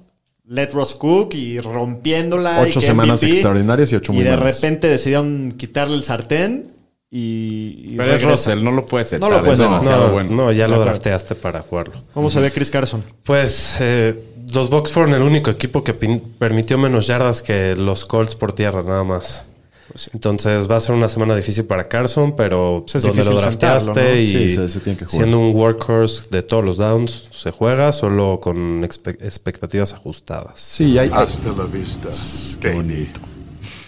Speaker 3: Let Ross Cook y rompiéndola. y
Speaker 2: Ocho
Speaker 3: que
Speaker 2: semanas
Speaker 3: MVP,
Speaker 2: extraordinarias y ocho muy
Speaker 3: Y de
Speaker 2: malas.
Speaker 3: repente decidieron quitarle el sartén y. y
Speaker 5: Pero es
Speaker 3: regresa.
Speaker 5: Russell, no lo puedes setar,
Speaker 3: No lo puedes
Speaker 5: es
Speaker 3: setar.
Speaker 5: demasiado
Speaker 4: No,
Speaker 5: bueno.
Speaker 4: no, ya
Speaker 3: De
Speaker 4: lo
Speaker 3: acuerdo.
Speaker 4: drafteaste para jugarlo.
Speaker 3: ¿Cómo se ve Chris Carson?
Speaker 4: Pues eh, los Bucks fueron el único equipo que pin- permitió menos yardas que los Colts por tierra, nada más. Entonces va a ser una semana difícil para Carson, pero
Speaker 3: Pues es
Speaker 4: donde lo
Speaker 3: difícil
Speaker 4: drafteaste
Speaker 3: sentarlo, ¿no?
Speaker 4: y
Speaker 2: Sí, se- se tiene que jugar.
Speaker 4: siendo un workhorse de todos los downs, se juega solo con expe- expectativas ajustadas.
Speaker 2: Sí, hay, hay-
Speaker 7: Hasta la vista,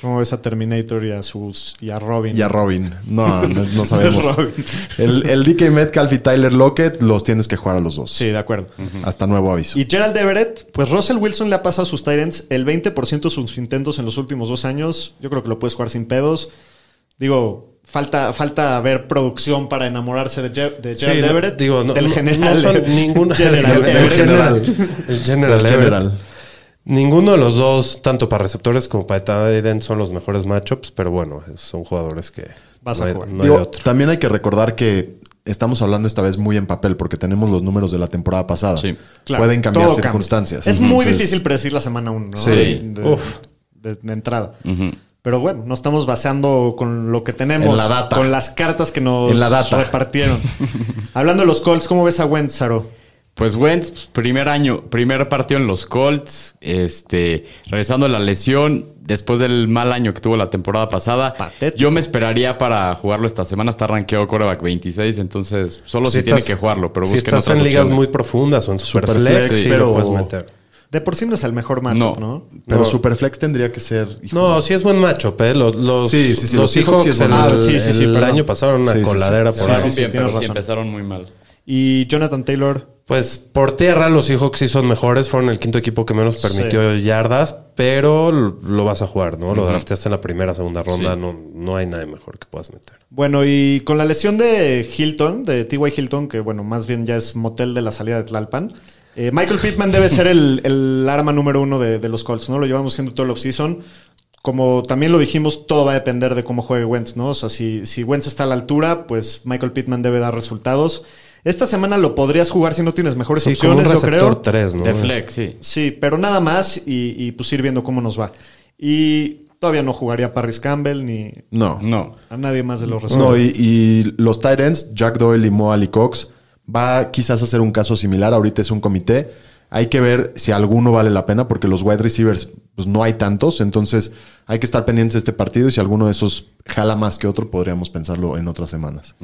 Speaker 3: ¿Cómo ves a Terminator y a, sus, y a Robin?
Speaker 2: y a Robin. No, no, no sabemos.
Speaker 3: Robin.
Speaker 2: El, el DK Metcalf y Tyler Lockett los tienes que jugar a los dos.
Speaker 3: Sí, de acuerdo.
Speaker 2: Hasta nuevo aviso.
Speaker 3: Y Gerald Everett, pues Russell Wilson le ha pasado a sus Tyrants el 20% de sus intentos en los últimos dos años. Yo creo que lo puedes jugar sin pedos. Digo, falta, falta ver producción para enamorarse de, Ge- de
Speaker 4: Sí,
Speaker 3: Gerald
Speaker 4: no-
Speaker 3: Everett.
Speaker 4: digo, no,
Speaker 3: del
Speaker 4: no-
Speaker 3: general.
Speaker 4: no son ninguna
Speaker 3: General
Speaker 4: del- del
Speaker 3: Everett.
Speaker 4: general.
Speaker 2: Everett.
Speaker 4: El general
Speaker 2: El
Speaker 4: Everett.
Speaker 2: general.
Speaker 4: Ninguno de los dos, tanto para receptores como para tight end, son los mejores matchups, pero bueno, son jugadores que
Speaker 3: Vas
Speaker 4: no
Speaker 3: a
Speaker 4: hay-
Speaker 3: jugar.
Speaker 4: no hay
Speaker 2: Digo,
Speaker 4: otro.
Speaker 2: También hay que recordar que estamos hablando esta vez muy en papel porque tenemos los números de la temporada pasada.
Speaker 5: Sí,
Speaker 3: Claro,
Speaker 2: Pueden cambiar
Speaker 3: todo cambia.
Speaker 2: circunstancias.
Speaker 3: Es muy
Speaker 2: Entonces,
Speaker 3: difícil predecir la semana 1, ¿no?
Speaker 2: Sí.
Speaker 3: De,
Speaker 4: Uf.
Speaker 3: de- de entrada. Pero bueno, nos estamos baseando con lo que tenemos.
Speaker 2: En la data.
Speaker 3: Con las cartas que nos
Speaker 2: En la data.
Speaker 3: repartieron. Hablando de los Colts, ¿cómo ves a Wentz, Saro?
Speaker 5: Pues Wentz, pues, primer año, primer partido en los Colts, este, regresando de la lesión después del mal año que tuvo la temporada pasada.
Speaker 3: Patético.
Speaker 5: Yo me esperaría para jugarlo esta semana, está rankeado coreback 26, entonces solo si,
Speaker 4: estás-
Speaker 5: tiene que jugarlo, pero
Speaker 4: si
Speaker 5: busquen
Speaker 4: estás
Speaker 5: otras
Speaker 4: en ligas
Speaker 5: opciones.
Speaker 4: muy profundas o en superflex,
Speaker 2: Superflex,
Speaker 4: sí,
Speaker 2: pero-
Speaker 4: lo puedes meter.
Speaker 3: De por sí no es el mejor matchup,
Speaker 5: No.
Speaker 3: ¿no?
Speaker 2: Pero
Speaker 4: No.
Speaker 2: Superflex tendría que ser. hijo,
Speaker 4: No, sí es buen matchup, ¿eh? Los, los,
Speaker 2: Sí, sí, sí,
Speaker 4: los
Speaker 2: los Seahawks sí
Speaker 4: Seahawks
Speaker 2: es
Speaker 4: el,
Speaker 2: buen matchup.
Speaker 4: el-
Speaker 2: Ah, sí, sí, sí,
Speaker 4: el
Speaker 2: perdón.
Speaker 4: año pasado era una
Speaker 2: Sí, sí, sí.
Speaker 4: coladera por
Speaker 5: Jugaron
Speaker 4: ahí.
Speaker 3: Sí, sí,
Speaker 5: bien,
Speaker 3: tienes
Speaker 5: pero sí
Speaker 3: razón.
Speaker 5: empezaron muy mal.
Speaker 3: Y Jonathan Taylor.
Speaker 4: Pues por tierra los Seahawks sí son mejores, fueron el quinto equipo que menos permitió yardas, pero l- lo vas a jugar, ¿no? Lo drafteaste en la primera, segunda ronda, no, no hay nadie mejor que puedas meter.
Speaker 3: Bueno, y con la lesión de Hilton, de T.Y. Hilton, que bueno, más bien ya es motel de la salida de Tlalpan, eh, Michael Pittman debe ser el, el arma número uno de, de los Colts, ¿no? Lo llevamos haciendo todo el offseason. Como también lo dijimos, todo va a depender de cómo juegue Wentz, ¿no? O sea, si, si Wentz está a la altura, pues Michael Pittman debe dar resultados. Esta semana lo podrías jugar si no tienes mejores
Speaker 4: Sí, como un
Speaker 3: opciones, yo creo.
Speaker 4: receptor 3, ¿no?
Speaker 5: De flex, sí.
Speaker 3: Sí, pero nada más y, y pues ir viendo cómo nos va. Y todavía no jugaría Paris Campbell ni
Speaker 2: No.
Speaker 5: No.
Speaker 3: a nadie más de los
Speaker 2: No,
Speaker 3: resultados.
Speaker 2: y, y los Titans, Jack Doyle y Moali Cox, va quizás a ser un caso similar. Ahorita es un comité. Hay que ver si alguno vale la pena, porque los wide receivers pues, no hay tantos. Entonces hay que estar pendientes de este partido y si alguno de esos jala más que otro, podríamos pensarlo en otras semanas.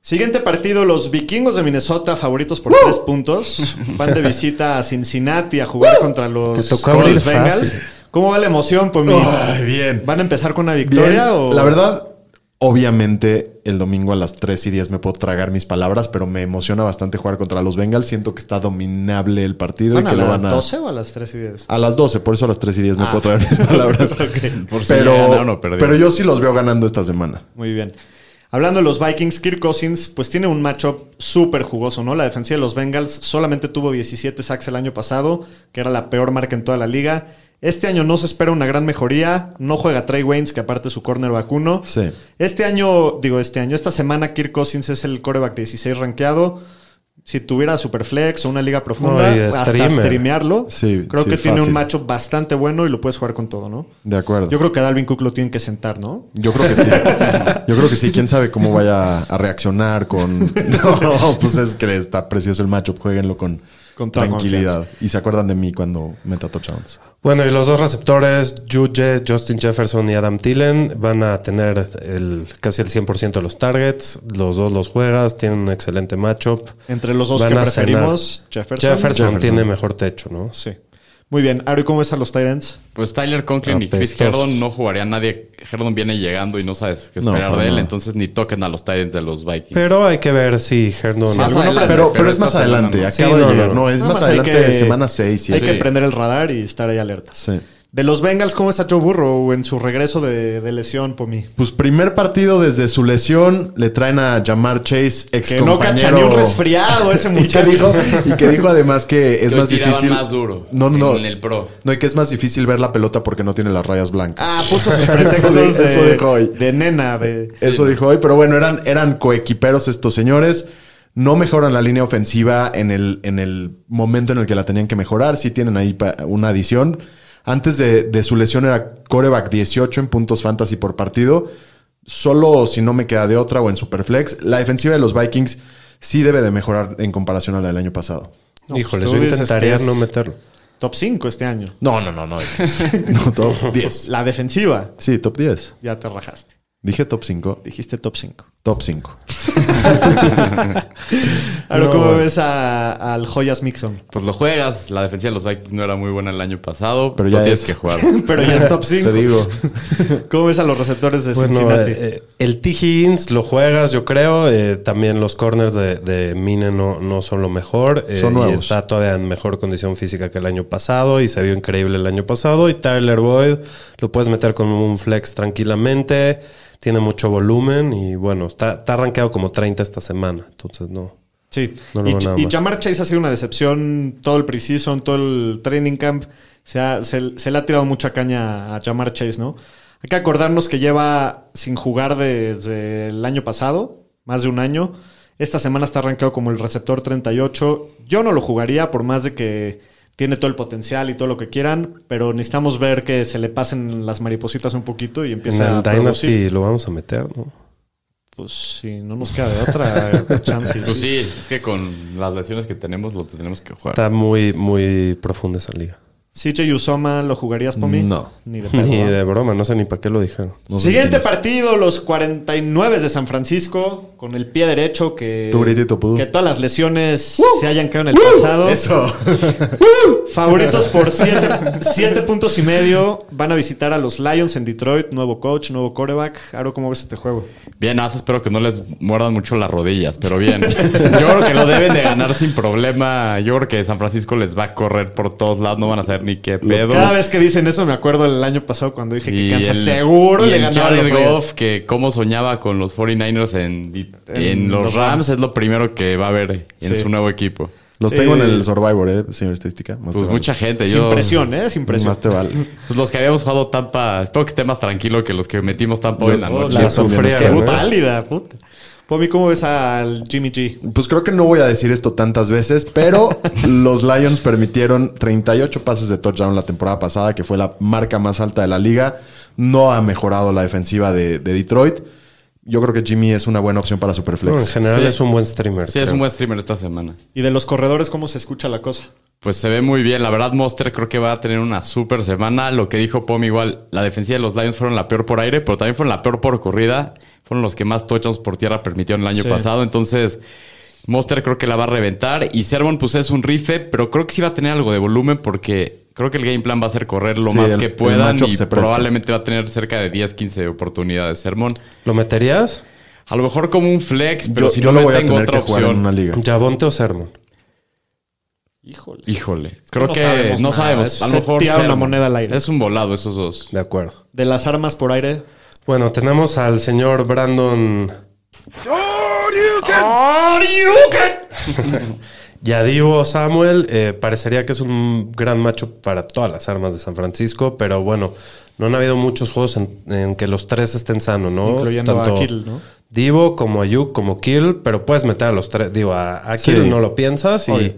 Speaker 3: Siguiente partido, los vikingos de Minnesota, favoritos por tres puntos. Van de visita a Cincinnati a jugar contra los
Speaker 4: Te tocó
Speaker 3: Colts
Speaker 4: abrir
Speaker 3: Bengals.
Speaker 4: fácil.
Speaker 3: ¿Cómo va la emoción, por mí?
Speaker 2: Ay, bien.
Speaker 3: ¿Van a empezar con una
Speaker 2: Bien,
Speaker 3: victoria o...?
Speaker 2: La verdad, obviamente el domingo a las 3 y 10 me puedo tragar mis palabras, pero me emociona bastante jugar contra los Bengals. Siento que está dominable el partido
Speaker 3: ¿Van
Speaker 2: y
Speaker 3: a
Speaker 2: que lo
Speaker 3: las
Speaker 2: van a...
Speaker 3: 12 o a las 3 y 10?
Speaker 2: A las 12, por eso a las 3 y 10 me
Speaker 3: Ah.
Speaker 2: puedo traer mis palabras.
Speaker 5: Por si ya ganaron
Speaker 2: pero,
Speaker 5: o perdieron.
Speaker 2: pero yo sí los veo ganando esta semana.
Speaker 3: Muy bien. Hablando de los Vikings, Kirk Cousins pues tiene un matchup súper jugoso, ¿no? La defensiva de los Bengals solamente tuvo 17 sacks el año pasado, que era la peor marca en toda la liga. Este año no se espera una gran mejoría, no juega Trey Waynes, que aparte es su corner vacuno.
Speaker 2: Sí.
Speaker 3: Este año, digo este año, esta semana Kirk Cousins es el coreback 16 rankeado. Si tuviera Superflex o una liga profunda,
Speaker 4: No, y de
Speaker 3: hasta
Speaker 4: streamer.
Speaker 3: streamearlo,
Speaker 2: Sí,
Speaker 3: creo
Speaker 2: sí,
Speaker 3: que tiene un
Speaker 2: fácil.
Speaker 3: matchup bastante bueno y lo puedes jugar con todo, ¿no?
Speaker 2: De acuerdo.
Speaker 3: Yo creo que a Dalvin Cook lo tienen que sentar, ¿no?
Speaker 2: Yo creo que sí. Yo creo que sí. Quién sabe cómo vaya a reaccionar con. No, pues es que está precioso el matchup. Jueguenlo con,
Speaker 3: Con toda
Speaker 2: tranquilidad. Y se acuerdan de mí cuando meta touchdowns.
Speaker 4: Bueno, y los dos receptores, Juju, Justin Jefferson y Adam Thielen, van a tener el, casi el 100% de los targets. Los dos los juegas, tienen un excelente matchup.
Speaker 3: Entre los dos
Speaker 4: Van
Speaker 3: que
Speaker 4: a
Speaker 3: preferimos,
Speaker 4: cenar.
Speaker 3: Jefferson.
Speaker 4: Jefferson, tiene mejor techo, ¿no?
Speaker 3: Sí. Muy bien. Ari, ¿cómo ves a los Tyrants?
Speaker 5: Pues Tyler Conklin y Chris
Speaker 4: Apestosos.
Speaker 5: Herdon no jugaría a nadie. Herdon viene llegando y no sabes qué
Speaker 2: No,
Speaker 5: esperar
Speaker 2: para
Speaker 5: de él.
Speaker 2: nada.
Speaker 5: Entonces ni toquen a los Titans de los Vikings.
Speaker 4: Pero hay que ver si Hernón...
Speaker 5: Sí, Más
Speaker 2: Alguno,
Speaker 5: adelante,
Speaker 2: pero, pero
Speaker 5: pero
Speaker 2: es más
Speaker 5: esta semana
Speaker 2: adelante.
Speaker 5: no.
Speaker 2: Acaba
Speaker 4: Sí,
Speaker 2: de
Speaker 4: no,
Speaker 2: llegar.
Speaker 4: no.
Speaker 2: No,
Speaker 3: Nada
Speaker 2: es Pues más
Speaker 3: más hay
Speaker 2: adelante,
Speaker 3: que-
Speaker 2: semana 6.
Speaker 3: Hay que
Speaker 5: Sí.
Speaker 3: prender el radar y estar ahí alertas.
Speaker 2: Sí.
Speaker 3: De los Bengals, ¿cómo está Joe Burrow en su regreso de, de lesión, Pomi?
Speaker 2: Pues primer partido desde su lesión le traen a llamar Chase ex
Speaker 3: Que no cacha ni un resfriado ese
Speaker 2: y que
Speaker 3: muchacho.
Speaker 2: dijo y que dijo además que es
Speaker 5: Lo
Speaker 2: más
Speaker 5: tiraban
Speaker 2: difícil
Speaker 5: más duro
Speaker 2: no no
Speaker 5: en el pro.
Speaker 2: no y que es más difícil ver la pelota porque no tiene las rayas blancas
Speaker 3: Ah, puso sus
Speaker 2: Eso
Speaker 3: pretextos
Speaker 2: di-
Speaker 3: de,
Speaker 2: eso dijo hoy.
Speaker 3: de nena. De,
Speaker 2: Eso dijo hoy, pero bueno, eran, eran coequiperos estos señores. No mejoran la línea ofensiva en el, en el momento en el que la tenían que mejorar. Sí tienen ahí pa- una adición. Antes de, de su lesión era coreback 18 en puntos fantasy por partido. Solo si no me queda de otra o en Superflex. La defensiva de los Vikings sí debe de mejorar en comparación a la del año pasado.
Speaker 4: Híjole,
Speaker 3: Tú
Speaker 4: yo
Speaker 3: dices que
Speaker 4: intentaría
Speaker 3: es
Speaker 4: no meterlo.
Speaker 3: Top 5 este año.
Speaker 2: No, no, no, no. no top 10.
Speaker 3: La defensiva,
Speaker 2: Sí, top 10.
Speaker 3: ya te rajaste.
Speaker 2: Dije top 5.
Speaker 3: Dijiste top 5.
Speaker 2: Top 5.
Speaker 3: Ahora,
Speaker 4: No,
Speaker 3: ¿cómo
Speaker 4: bueno.
Speaker 3: ves a- al Joyas Mixon?
Speaker 5: Pues lo juegas. La defensa de los Vikings no era muy buena el año pasado.
Speaker 2: Pero
Speaker 5: Pero
Speaker 2: ya
Speaker 5: ya tienes
Speaker 2: es.
Speaker 5: que jugar.
Speaker 3: Pero ya es top 5.
Speaker 2: Te digo.
Speaker 3: ¿Cómo ves a los receptores de
Speaker 4: Bueno,
Speaker 3: Cincinnati?
Speaker 4: eh, eh, el T. Higgins lo juegas, yo creo. Eh, también los corners de, de Mine no, no son lo mejor. Eh,
Speaker 2: Son nuevos.
Speaker 4: Y está todavía en mejor condición física que el año pasado y se vio increíble el año pasado. Y Tyler Boyd lo puedes meter con un flex tranquilamente. Tiene mucho volumen y bueno, está, está rankeado como 30 esta semana. Entonces no.
Speaker 3: Sí.
Speaker 4: No lo
Speaker 3: y
Speaker 4: veo nada
Speaker 3: y
Speaker 4: mal.
Speaker 3: Jamar Chase ha sido una decepción todo el preseason, todo el training camp. Se, ha- se- se le ha tirado mucha caña a Jamar Chase, ¿no? Hay que acordarnos que lleva sin jugar desde el año pasado, más de un año. Esta semana está arrancado como el receptor 38. Yo no lo jugaría por más de que tiene todo el potencial y todo lo que quieran, pero necesitamos ver que se le pasen las maripositas un poquito y
Speaker 4: En
Speaker 3: empiece a
Speaker 4: el
Speaker 3: producir.
Speaker 4: Dynasty lo vamos a meter, ¿no?
Speaker 3: Pues sí, no nos queda de otra chance.
Speaker 5: Pues sí, es que con las lesiones que tenemos lo tenemos que jugar.
Speaker 4: Está muy, muy profunda esa liga.
Speaker 3: CJ Usoma, ¿lo jugarías por mí?
Speaker 2: No.
Speaker 3: Ni de pedo,
Speaker 4: Ni
Speaker 3: ¿no?
Speaker 4: de broma, no sé ni para qué lo dijeron.
Speaker 2: No sé
Speaker 3: Siguiente
Speaker 2: quién es.
Speaker 3: partido, los 49 de San Francisco, con el pie derecho que.
Speaker 2: Tu gritito, Pudú.
Speaker 3: Que todas las lesiones se hayan quedado en el pasado.
Speaker 2: Eso.
Speaker 3: Favoritos por 7 puntos y medio. Van a visitar a los Lions en Detroit. Nuevo coach, nuevo coreback. Aro, ¿cómo ves este juego?
Speaker 5: Bien, nada más espero que no les muerdan mucho las rodillas, pero bien. Yo creo que lo deben de ganar sin problema. Yo creo que San Francisco les va a correr por todos lados, no van a saber ni qué pedo.
Speaker 3: Cada vez que dicen eso, me acuerdo el año pasado cuando dije que
Speaker 5: Y
Speaker 3: Kansas
Speaker 5: el-
Speaker 3: seguro
Speaker 5: y
Speaker 3: le
Speaker 5: el
Speaker 3: ganaba a los
Speaker 5: Jared
Speaker 3: Raiders.
Speaker 5: Goff, que como soñaba con los 49ers en, en
Speaker 3: En
Speaker 5: los
Speaker 3: los
Speaker 5: Rams, es lo primero que va a ver en
Speaker 3: Sí.
Speaker 5: su nuevo equipo.
Speaker 2: Los tengo en
Speaker 3: Eh,
Speaker 2: el Survivor, ¿eh, señor Estadística? Más te
Speaker 5: Pues
Speaker 2: vale.
Speaker 5: mucha gente.
Speaker 3: Sin
Speaker 5: yo,
Speaker 3: presión, ¿eh? Sin presión.
Speaker 2: Más te vale.
Speaker 5: Pues los que habíamos jugado Tampa, espero que esté más tranquilo que los que metimos Tampa hoy en la
Speaker 2: Yo-
Speaker 5: noche.
Speaker 2: la
Speaker 4: La
Speaker 2: también,
Speaker 4: sufrieron.
Speaker 3: Oh, Qué
Speaker 4: ¿eh?
Speaker 3: pálida, puta. Pomi, ¿cómo ves al Jimmy G?
Speaker 2: Pues creo que no voy a decir esto tantas veces, pero los Lions permitieron 38 pases de touchdown la temporada pasada, que fue la marca más alta de la liga. No ha mejorado la defensiva de, de Detroit. Yo creo que Jimmy es una buena opción para
Speaker 4: No, en
Speaker 2: Superflex.
Speaker 4: general
Speaker 5: Sí.
Speaker 4: es un buen streamer.
Speaker 5: Sí, es
Speaker 4: creo.
Speaker 5: un buen streamer esta semana.
Speaker 3: Y de los corredores, ¿cómo se escucha la cosa?
Speaker 5: Pues se ve muy bien. La verdad, Monster creo que va a tener una super semana. Lo que dijo Pom igual, la defensiva de los Lions fueron la peor por aire, pero también fueron la peor por corrida. Fueron los que más touchdowns por tierra permitieron el año
Speaker 3: Sí.
Speaker 5: pasado. Entonces, Monster creo que la va a reventar. Y Sermon, pues es un rife, pero creo que sí va a tener algo de volumen porque creo que el game plan va a ser correr lo
Speaker 2: Sí,
Speaker 5: más
Speaker 2: el-
Speaker 5: que
Speaker 2: el
Speaker 5: puedan
Speaker 2: matchup
Speaker 5: y
Speaker 2: se presta.
Speaker 5: probablemente va a tener cerca de 10, 15 oportunidades. Sermon,
Speaker 4: ¿Lo meterías?
Speaker 5: a lo mejor como un flex, pero
Speaker 2: Yo,
Speaker 5: si
Speaker 2: yo
Speaker 5: no
Speaker 2: lo
Speaker 5: le
Speaker 2: voy a
Speaker 5: tengo
Speaker 2: tener
Speaker 5: otra
Speaker 2: que jugar en
Speaker 5: opción.
Speaker 2: una liga.
Speaker 4: ¿Yavonte o Sermon?
Speaker 3: Híjole.
Speaker 5: Híjole, creo
Speaker 3: no
Speaker 5: que
Speaker 3: sabemos
Speaker 5: no
Speaker 3: nada.
Speaker 5: sabemos.
Speaker 3: Eso
Speaker 5: A lo
Speaker 3: se
Speaker 5: mejor
Speaker 3: tira una
Speaker 5: Sermon.
Speaker 3: moneda al aire.
Speaker 5: Es un volado esos dos.
Speaker 4: De acuerdo.
Speaker 3: De las armas por aire,
Speaker 4: Bueno, tenemos al señor Brandon. Yadivo Samuel, eh, parecería que es un gran macho para todas las armas de San Francisco, pero bueno, no han habido muchos juegos en, en que los tres estén sanos, ¿no?
Speaker 3: Incluyendo a Kittle, ¿no?
Speaker 4: Divo como Ayuk como Kill, pero puedes meter a los tres. Digo, a, a Kittle no lo piensas y
Speaker 3: Obvio.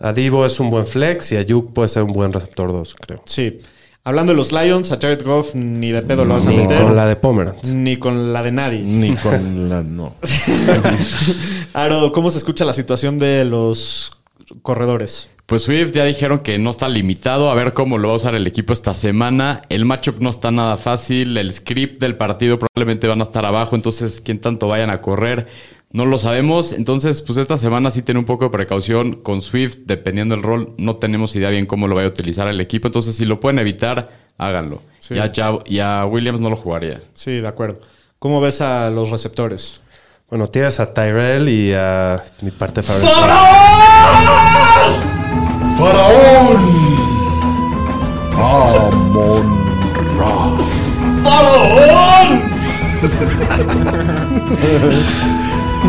Speaker 4: a Divo es un buen flex y Ayuk puede ser un buen receptor 2, creo.
Speaker 3: sí. Hablando de los Lions, a Jared Goff ni de pedo lo vas a
Speaker 4: Ni
Speaker 3: meter.
Speaker 4: con la de Pomerantz.
Speaker 3: Ni con la de nadie.
Speaker 2: Ni con la. No.
Speaker 3: Aro, ¿cómo se escucha la situación de los corredores?
Speaker 5: Pues Swift ya dijeron que no está limitado, a ver cómo lo va a usar el equipo esta semana. El matchup no está nada fácil, el script del partido probablemente van a estar abajo, entonces quién tanto vayan a correr, no lo sabemos. Entonces, pues esta semana sí tiene un poco de precaución con Swift, dependiendo del rol, no tenemos idea bien cómo lo va a utilizar el equipo, entonces si lo pueden evitar, háganlo.
Speaker 3: Sí.
Speaker 5: Y, a Chao- y a Williams no lo jugaría.
Speaker 3: Sí, de acuerdo. ¿Cómo ves a los receptores?
Speaker 4: Bueno, tienes a Tyrell y a mi parte favorita.
Speaker 6: ¡Faraón! ¡Amon!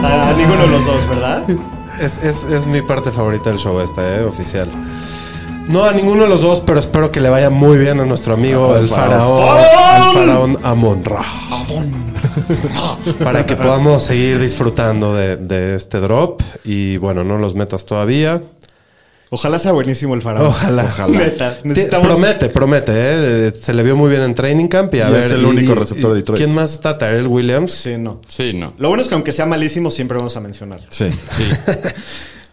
Speaker 3: A ninguno de los dos, ¿verdad?
Speaker 4: Es, es- es mi parte favorita del show esta, ¿eh? oficial. No a ninguno de los dos, pero espero que le vaya muy bien a nuestro
Speaker 2: Ah,
Speaker 4: amigo el faraón, al faraón Amon-Ra. Para que podamos seguir disfrutando de, de este drop. Y bueno, no los metas todavía.
Speaker 3: Ojalá sea buenísimo el faraón.
Speaker 4: Ojalá.
Speaker 3: Neta,
Speaker 4: Te-
Speaker 3: necesitamos-
Speaker 4: Promete, promete. ¿eh? Se le vio muy bien en Training Camp y a
Speaker 2: Y
Speaker 4: ver.
Speaker 2: es el
Speaker 4: y-
Speaker 2: único
Speaker 4: y-
Speaker 2: receptor de Detroit.
Speaker 4: ¿Quién más está? Tyrell Williams.
Speaker 3: Sí, no.
Speaker 5: Sí, no.
Speaker 3: Lo bueno es que aunque sea malísimo, siempre vamos a mencionarlo.
Speaker 2: Sí.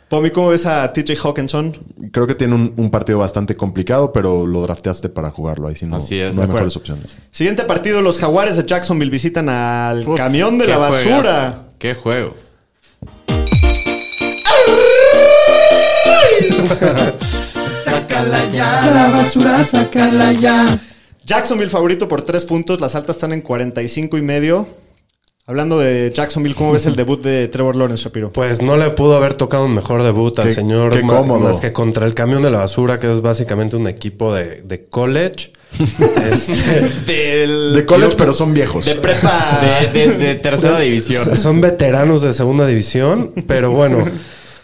Speaker 3: Pomi, ¿cómo ves a TJ Hawkinson?
Speaker 2: Creo que tiene un, un partido bastante complicado, pero lo drafteaste para jugarlo. Ahí sí no,
Speaker 5: Así es,
Speaker 2: no hay
Speaker 5: de acuerdo.
Speaker 2: mejores opciones.
Speaker 3: Siguiente partido, los jaguares de Jacksonville visitan al
Speaker 5: Putz,
Speaker 3: camión de
Speaker 5: qué
Speaker 3: la
Speaker 5: juegazo,
Speaker 3: basura.
Speaker 5: Qué juego.
Speaker 3: Jacksonville favorito por tres puntos, las altas están en 45 y medio. Hablando de Jacksonville, ¿cómo ves el debut de Trevor Lawrence, Shapiro?
Speaker 4: Pues no le pudo haber tocado un mejor debut al
Speaker 2: Qué-
Speaker 4: señor.
Speaker 2: qué
Speaker 4: Ma-
Speaker 2: cómodo.
Speaker 4: Más que contra el camión de la basura, que es básicamente un equipo de, de college. Este,
Speaker 3: Del-
Speaker 2: De college, pero son viejos.
Speaker 3: de prepa.
Speaker 5: De, de- de tercera división.
Speaker 4: son- son veteranos de segunda división, pero bueno.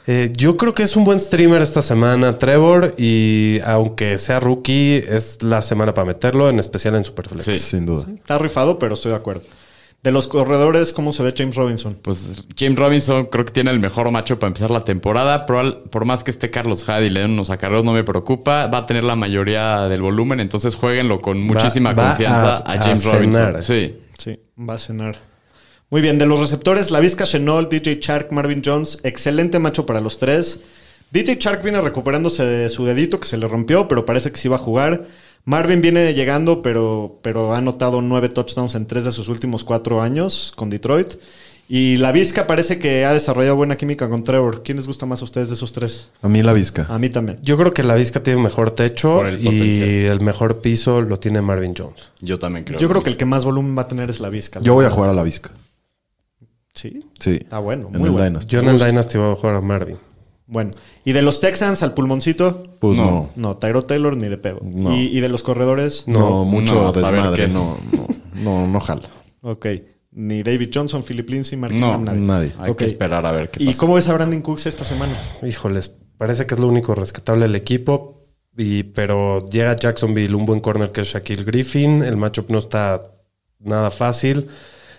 Speaker 4: eh, yo creo que es un buen streamer esta semana, Trevor, y aunque sea rookie, es la semana para meterlo, en especial en Superflex.
Speaker 5: Sí.
Speaker 2: Sin duda.
Speaker 3: Está rifado, pero estoy de acuerdo. De los corredores, ¿cómo se ve James Robinson?
Speaker 5: Pues James Robinson creo que tiene el mejor macho para empezar la temporada. Probal- por más que esté Carlos Hyde y le den unos acarreos, no me preocupa. Va a tener la mayoría del volumen, entonces jueguenlo con muchísima
Speaker 4: va
Speaker 5: confianza
Speaker 4: a-
Speaker 5: a, James
Speaker 4: a
Speaker 5: Robinson.
Speaker 4: cenar.
Speaker 5: Sí.
Speaker 3: Sí, va a cenar. Muy bien, de los receptores, la Vizca Chenol, DJ Shark, Marvin Jones, excelente macho para los tres. DJ Shark viene recuperándose de su dedito que se le rompió, pero parece que sí va a jugar. Marvin viene llegando, pero, pero ha anotado nueve touchdowns en tres de sus últimos cuatro años con Detroit. Y la Vizca parece que ha desarrollado buena química con Trevor. ¿Quién les gusta más a ustedes de esos tres?
Speaker 2: A mí la visca.
Speaker 3: A mí también.
Speaker 4: Yo creo que la Vizca tiene un mejor techo
Speaker 5: Por el potencial.
Speaker 4: y el mejor piso lo tiene Marvin Jones.
Speaker 5: Yo también creo.
Speaker 3: Yo creo que el que más volumen va a tener es la Vizca.
Speaker 2: Yo voy a jugar a la visca.
Speaker 3: Sí.
Speaker 2: Sí.
Speaker 3: Está bueno,
Speaker 2: En
Speaker 3: muy
Speaker 2: el
Speaker 3: bueno.
Speaker 2: Dynasty.
Speaker 4: Yo en el Dynasty voy a jugar a Marvin.
Speaker 3: Bueno, y de los Texans al pulmoncito,
Speaker 2: Pues no.
Speaker 3: no, Tyro Taylor ni de pedo.
Speaker 2: No.
Speaker 3: ¿Y, y de los corredores,
Speaker 2: No, mucho
Speaker 5: no, a ver
Speaker 2: desmadre.
Speaker 5: qué.
Speaker 2: No, no, no, no jala.
Speaker 3: ok. Ni David Johnson, Philip Lindsay, Mark
Speaker 5: No,
Speaker 3: Ingram, nadie.
Speaker 2: nadie.
Speaker 5: Hay
Speaker 3: Ok.
Speaker 5: que esperar a ver qué
Speaker 3: ¿Y
Speaker 5: pasa.
Speaker 3: cómo ves a Brandon Cooks esta semana?
Speaker 4: Híjoles, parece que es lo único rescatable del equipo. Y, pero llega a Jacksonville un buen corner que es Shaquille Griffin. El matchup no está nada fácil.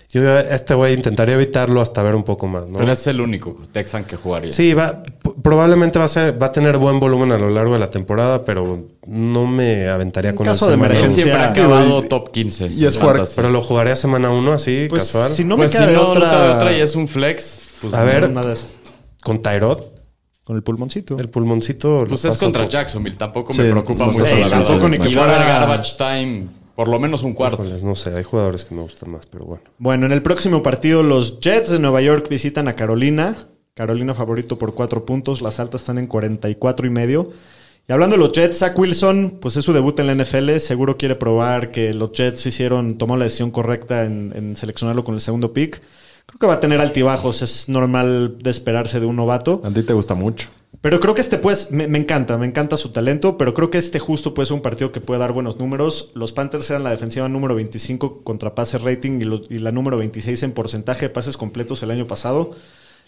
Speaker 4: Yo a este güey intentaría evitarlo hasta ver un poco más, ¿no?
Speaker 5: Pero es el único Texan que jugaría.
Speaker 4: Sí, va, p- probablemente va a, ser, va a tener buen volumen a lo largo de la temporada, pero no me aventaría con
Speaker 3: caso
Speaker 4: él
Speaker 3: de
Speaker 4: semana
Speaker 5: Él
Speaker 3: emergencia.
Speaker 4: uno.
Speaker 5: siempre ha
Speaker 3: Digo,
Speaker 5: acabado top 15.
Speaker 2: y es
Speaker 5: en
Speaker 2: jugar-
Speaker 5: fantasy.
Speaker 4: Pero lo jugaría semana uno así,
Speaker 3: Pues
Speaker 4: casual.
Speaker 3: si no me
Speaker 5: Pues
Speaker 3: queda
Speaker 5: si
Speaker 3: de
Speaker 5: no, no
Speaker 3: otra...
Speaker 5: te da otra y es un flex. Pues
Speaker 4: A ver.
Speaker 3: Una de esas.
Speaker 4: Con Tyrod.
Speaker 3: Con el pulmoncito.
Speaker 4: El pulmoncito. lo
Speaker 5: Pues es
Speaker 4: pasa
Speaker 5: contra
Speaker 4: por-
Speaker 5: Jacksonville, tampoco
Speaker 2: Sí,
Speaker 5: me preocupa
Speaker 2: no
Speaker 5: mucho.
Speaker 2: estás a la
Speaker 5: tampoco
Speaker 2: verga,
Speaker 5: ni que
Speaker 3: Mike.
Speaker 5: fuera
Speaker 3: Fuera-
Speaker 5: garbage time, por lo menos un cuarto.
Speaker 4: Híjoles, no sé, hay jugadores que me gustan más, pero bueno.
Speaker 3: Bueno, en el próximo partido los Jets de Nueva York visitan a Carolina. Carolina favorito por cuatro puntos. Las altas están en 44 y medio. Y hablando de los Jets, Zach Wilson, pues es su debut en la NFL. Seguro quiere probar que los Jets hicieron, tomaron la decisión correcta en, en seleccionarlo con el segundo pick. Creo que va a tener altibajos. Es normal de esperarse de un novato.
Speaker 2: A ti te gusta mucho.
Speaker 3: Pero creo que este, pues, me, me encanta, me encanta su talento, pero creo que este justo puede ser un partido que puede dar buenos números. Los Panthers eran la defensiva número 25 contra pase rating y, los- y la número 26 en porcentaje de pases completos el año pasado.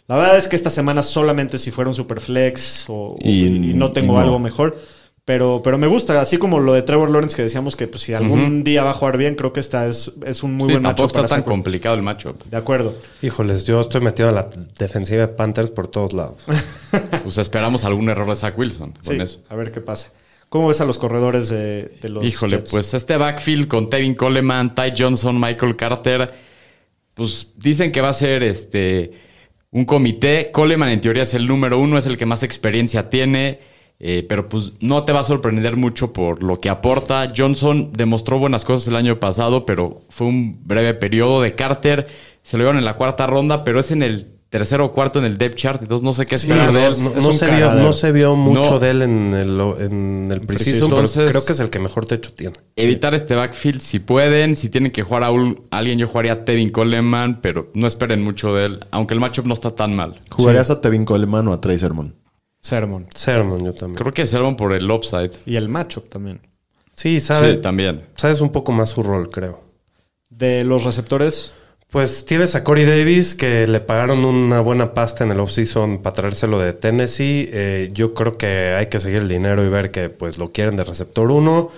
Speaker 3: La verdad es que esta semana solamente si fuera un superflex o, o-
Speaker 2: Y-
Speaker 3: y, no tengo
Speaker 2: y no.
Speaker 3: algo mejor. Pero, pero me gusta, así como lo de Trevor Lawrence que decíamos que pues, si algún día va a jugar bien, creo que esta es, es un muy
Speaker 5: Sí,
Speaker 3: buen
Speaker 5: tampoco
Speaker 3: matchup
Speaker 5: está
Speaker 3: para
Speaker 5: tan
Speaker 3: Zach Wilson.
Speaker 5: complicado el matchup.
Speaker 3: De acuerdo.
Speaker 4: Híjoles, yo estoy metido a la defensiva de Panthers por todos lados.
Speaker 5: Pues esperamos algún error de Zach Wilson con
Speaker 3: Sí,
Speaker 5: eso.
Speaker 3: a ver qué pasa. ¿Cómo ves a los corredores de, de los
Speaker 5: Híjole,
Speaker 3: Jets?
Speaker 5: pues este backfield con Tevin Coleman, Ty Johnson, Michael Carter, pues dicen que va a ser este un comité. Coleman en teoría es el número uno, es el que más experiencia tiene, eh, pero pues no te va a sorprender mucho por lo que aporta. Johnson demostró buenas cosas el año pasado, pero fue un breve periodo de Carter. Se lo dieron en la cuarta ronda, pero es en el tercero o cuarto en el depth chart, entonces no sé qué esperar de él.
Speaker 4: no,
Speaker 3: es
Speaker 4: no
Speaker 3: un
Speaker 4: se vio,
Speaker 3: cagadero.
Speaker 4: no se vio mucho
Speaker 5: No.
Speaker 4: de él en el, en el preseason, pero
Speaker 5: Entonces-
Speaker 4: creo que es el que mejor techo tiene.
Speaker 5: Evitar este backfield si pueden. Si tienen que jugar a un- alguien, yo jugaría a Tevin Coleman, pero no esperen mucho de él. Aunque el matchup no está tan mal.
Speaker 2: ¿Jugarías a Tevin Coleman o a Trey Sermon?
Speaker 3: Sermon.
Speaker 4: Sermon, yo también.
Speaker 5: Creo que se van por el upside.
Speaker 3: Y el matchup también.
Speaker 4: Sí, sabe,
Speaker 5: Sí, también.
Speaker 4: sabes un poco más su rol, creo.
Speaker 3: De los receptores.
Speaker 4: Pues tienes a Corey Davis, que le pagaron una buena pasta en el offseason para traérselo de Tennessee. Eh, yo creo que hay que seguir el dinero y ver que pues lo quieren de receptor 1.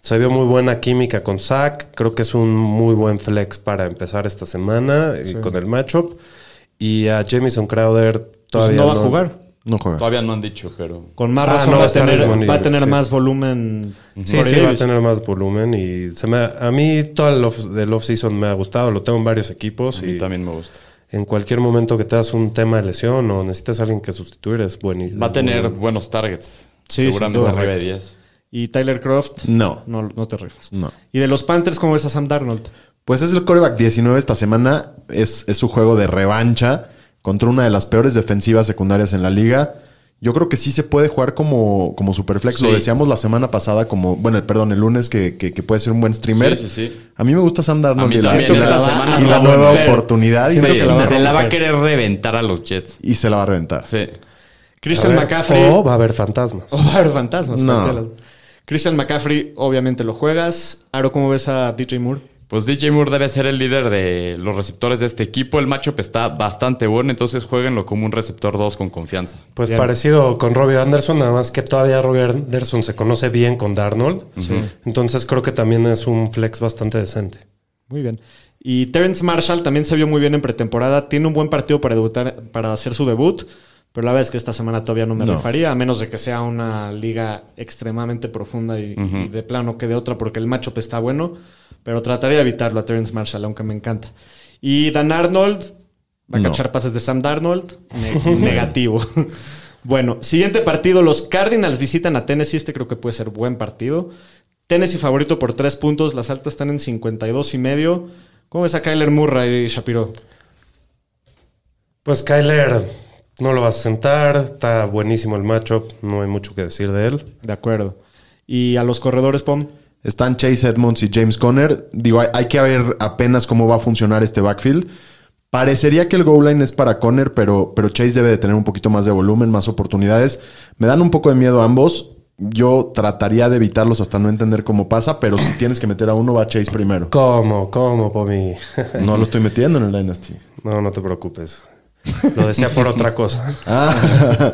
Speaker 4: Se vio muy buena química con Zach. Creo que es un muy buen flex para empezar esta semana eh, con el matchup. Y a Jamison Crowder todavía
Speaker 3: Pues no va a jugar.
Speaker 2: No juega.
Speaker 5: Todavía no han dicho, pero.
Speaker 3: Con más
Speaker 4: Ah,
Speaker 3: razón
Speaker 4: no va
Speaker 3: va,
Speaker 4: a
Speaker 3: a
Speaker 4: estar
Speaker 3: tener,
Speaker 4: disponible,
Speaker 3: va a tener
Speaker 4: sí.
Speaker 3: más volumen.
Speaker 4: Sí,
Speaker 3: Corey
Speaker 4: sí, va a
Speaker 3: Davis.
Speaker 4: tener más volumen. Y se me, ha- a mí todo el off, del offseason me ha gustado. Lo tengo en varios equipos.
Speaker 5: A mí
Speaker 4: y
Speaker 5: también me gusta.
Speaker 4: en cualquier momento que te das un tema de lesión o necesitas a alguien que sustituir, es buenísimo.
Speaker 5: Va a tener buenos targets.
Speaker 3: Sí,
Speaker 5: Seguramente
Speaker 3: sin duda.
Speaker 5: arriba de 10.
Speaker 3: Y Tyler Croft.
Speaker 2: No.
Speaker 3: No, no te rifas.
Speaker 2: No.
Speaker 3: Y de los Panthers, ¿cómo ves a Sam Darnold?
Speaker 2: Pues es el coreback 19 esta semana. Es, es su juego de revancha contra una de las peores defensivas secundarias en la liga. Yo creo que sí se puede jugar como, como superflex. Lo
Speaker 5: Sí.
Speaker 2: decíamos la semana pasada, como, bueno, perdón, el lunes, que, que- que puede ser un buen streamer.
Speaker 5: Sí, sí, sí.
Speaker 2: A mí me gusta Sam Darnold
Speaker 5: A mí
Speaker 2: y la,
Speaker 5: también,
Speaker 2: siento que
Speaker 5: esta
Speaker 2: la-
Speaker 5: semana
Speaker 2: y la
Speaker 5: está
Speaker 2: nueva
Speaker 5: bueno.
Speaker 2: oportunidad.
Speaker 5: Sí,
Speaker 2: Siento que la va a
Speaker 5: se
Speaker 2: romper.
Speaker 5: la va a querer reventar a los Jets.
Speaker 2: y se la va a reventar.
Speaker 5: Sí.
Speaker 3: Christian
Speaker 4: A ver,
Speaker 3: McCaffrey.
Speaker 4: O va a haber fantasmas.
Speaker 3: Oh, va a haber fantasmas.
Speaker 2: No.
Speaker 3: cualquiera. Christian McCaffrey, obviamente lo juegas. Aro, ¿cómo ves a DJ Moore?
Speaker 5: Pues DJ Moore debe ser el líder de los receptores de este equipo. El matchup está bastante bueno, entonces jueguenlo como un receptor 2 con confianza.
Speaker 4: Pues
Speaker 3: Bien.
Speaker 4: parecido con Robbie Anderson, nada más que todavía Robbie Anderson se conoce bien con Darnold. Entonces creo que también es un flex bastante decente.
Speaker 3: Muy bien. Y Terrence Marshall también se vio muy bien en pretemporada. Tiene un buen partido para debutar, para hacer su debut. Pero la verdad es que esta semana todavía no me
Speaker 2: No.
Speaker 3: rifaría, a menos de que sea una liga extremadamente profunda y, y de plano que de otra, porque el matchup está bueno. Pero trataría de evitarlo a Terrence Marshall, aunque me encanta. Y Dan Arnold va a
Speaker 2: No.
Speaker 3: cachar pases de Sam Darnold. Ne- negativo. bueno, siguiente partido. Los Cardinals visitan a Tennessee. Este creo que puede ser buen partido. Tennessee favorito por tres puntos. Las altas están en 52 y medio. ¿Cómo ves a Kyler Murray y Shapiro?
Speaker 4: Pues Kyler no lo vas a sentar, está buenísimo el matchup, no hay mucho que decir de él.
Speaker 3: De acuerdo. Y a los corredores, Pom.
Speaker 2: Están Chase Edmonds y James Conner. Digo, hay, hay que ver apenas cómo va a funcionar este backfield. Parecería que el goal line es para Conner, pero, pero Chase debe de tener un poquito más de volumen, más oportunidades. Me dan un poco de miedo ambos. Yo trataría de evitarlos hasta no entender cómo pasa, pero si tienes que meter a uno, va Chase primero.
Speaker 4: ¿Cómo? ¿Cómo, Pomi?
Speaker 2: No lo estoy metiendo en el Dynasty.
Speaker 4: no, no te preocupes. Lo decía por otra cosa.
Speaker 2: Ah,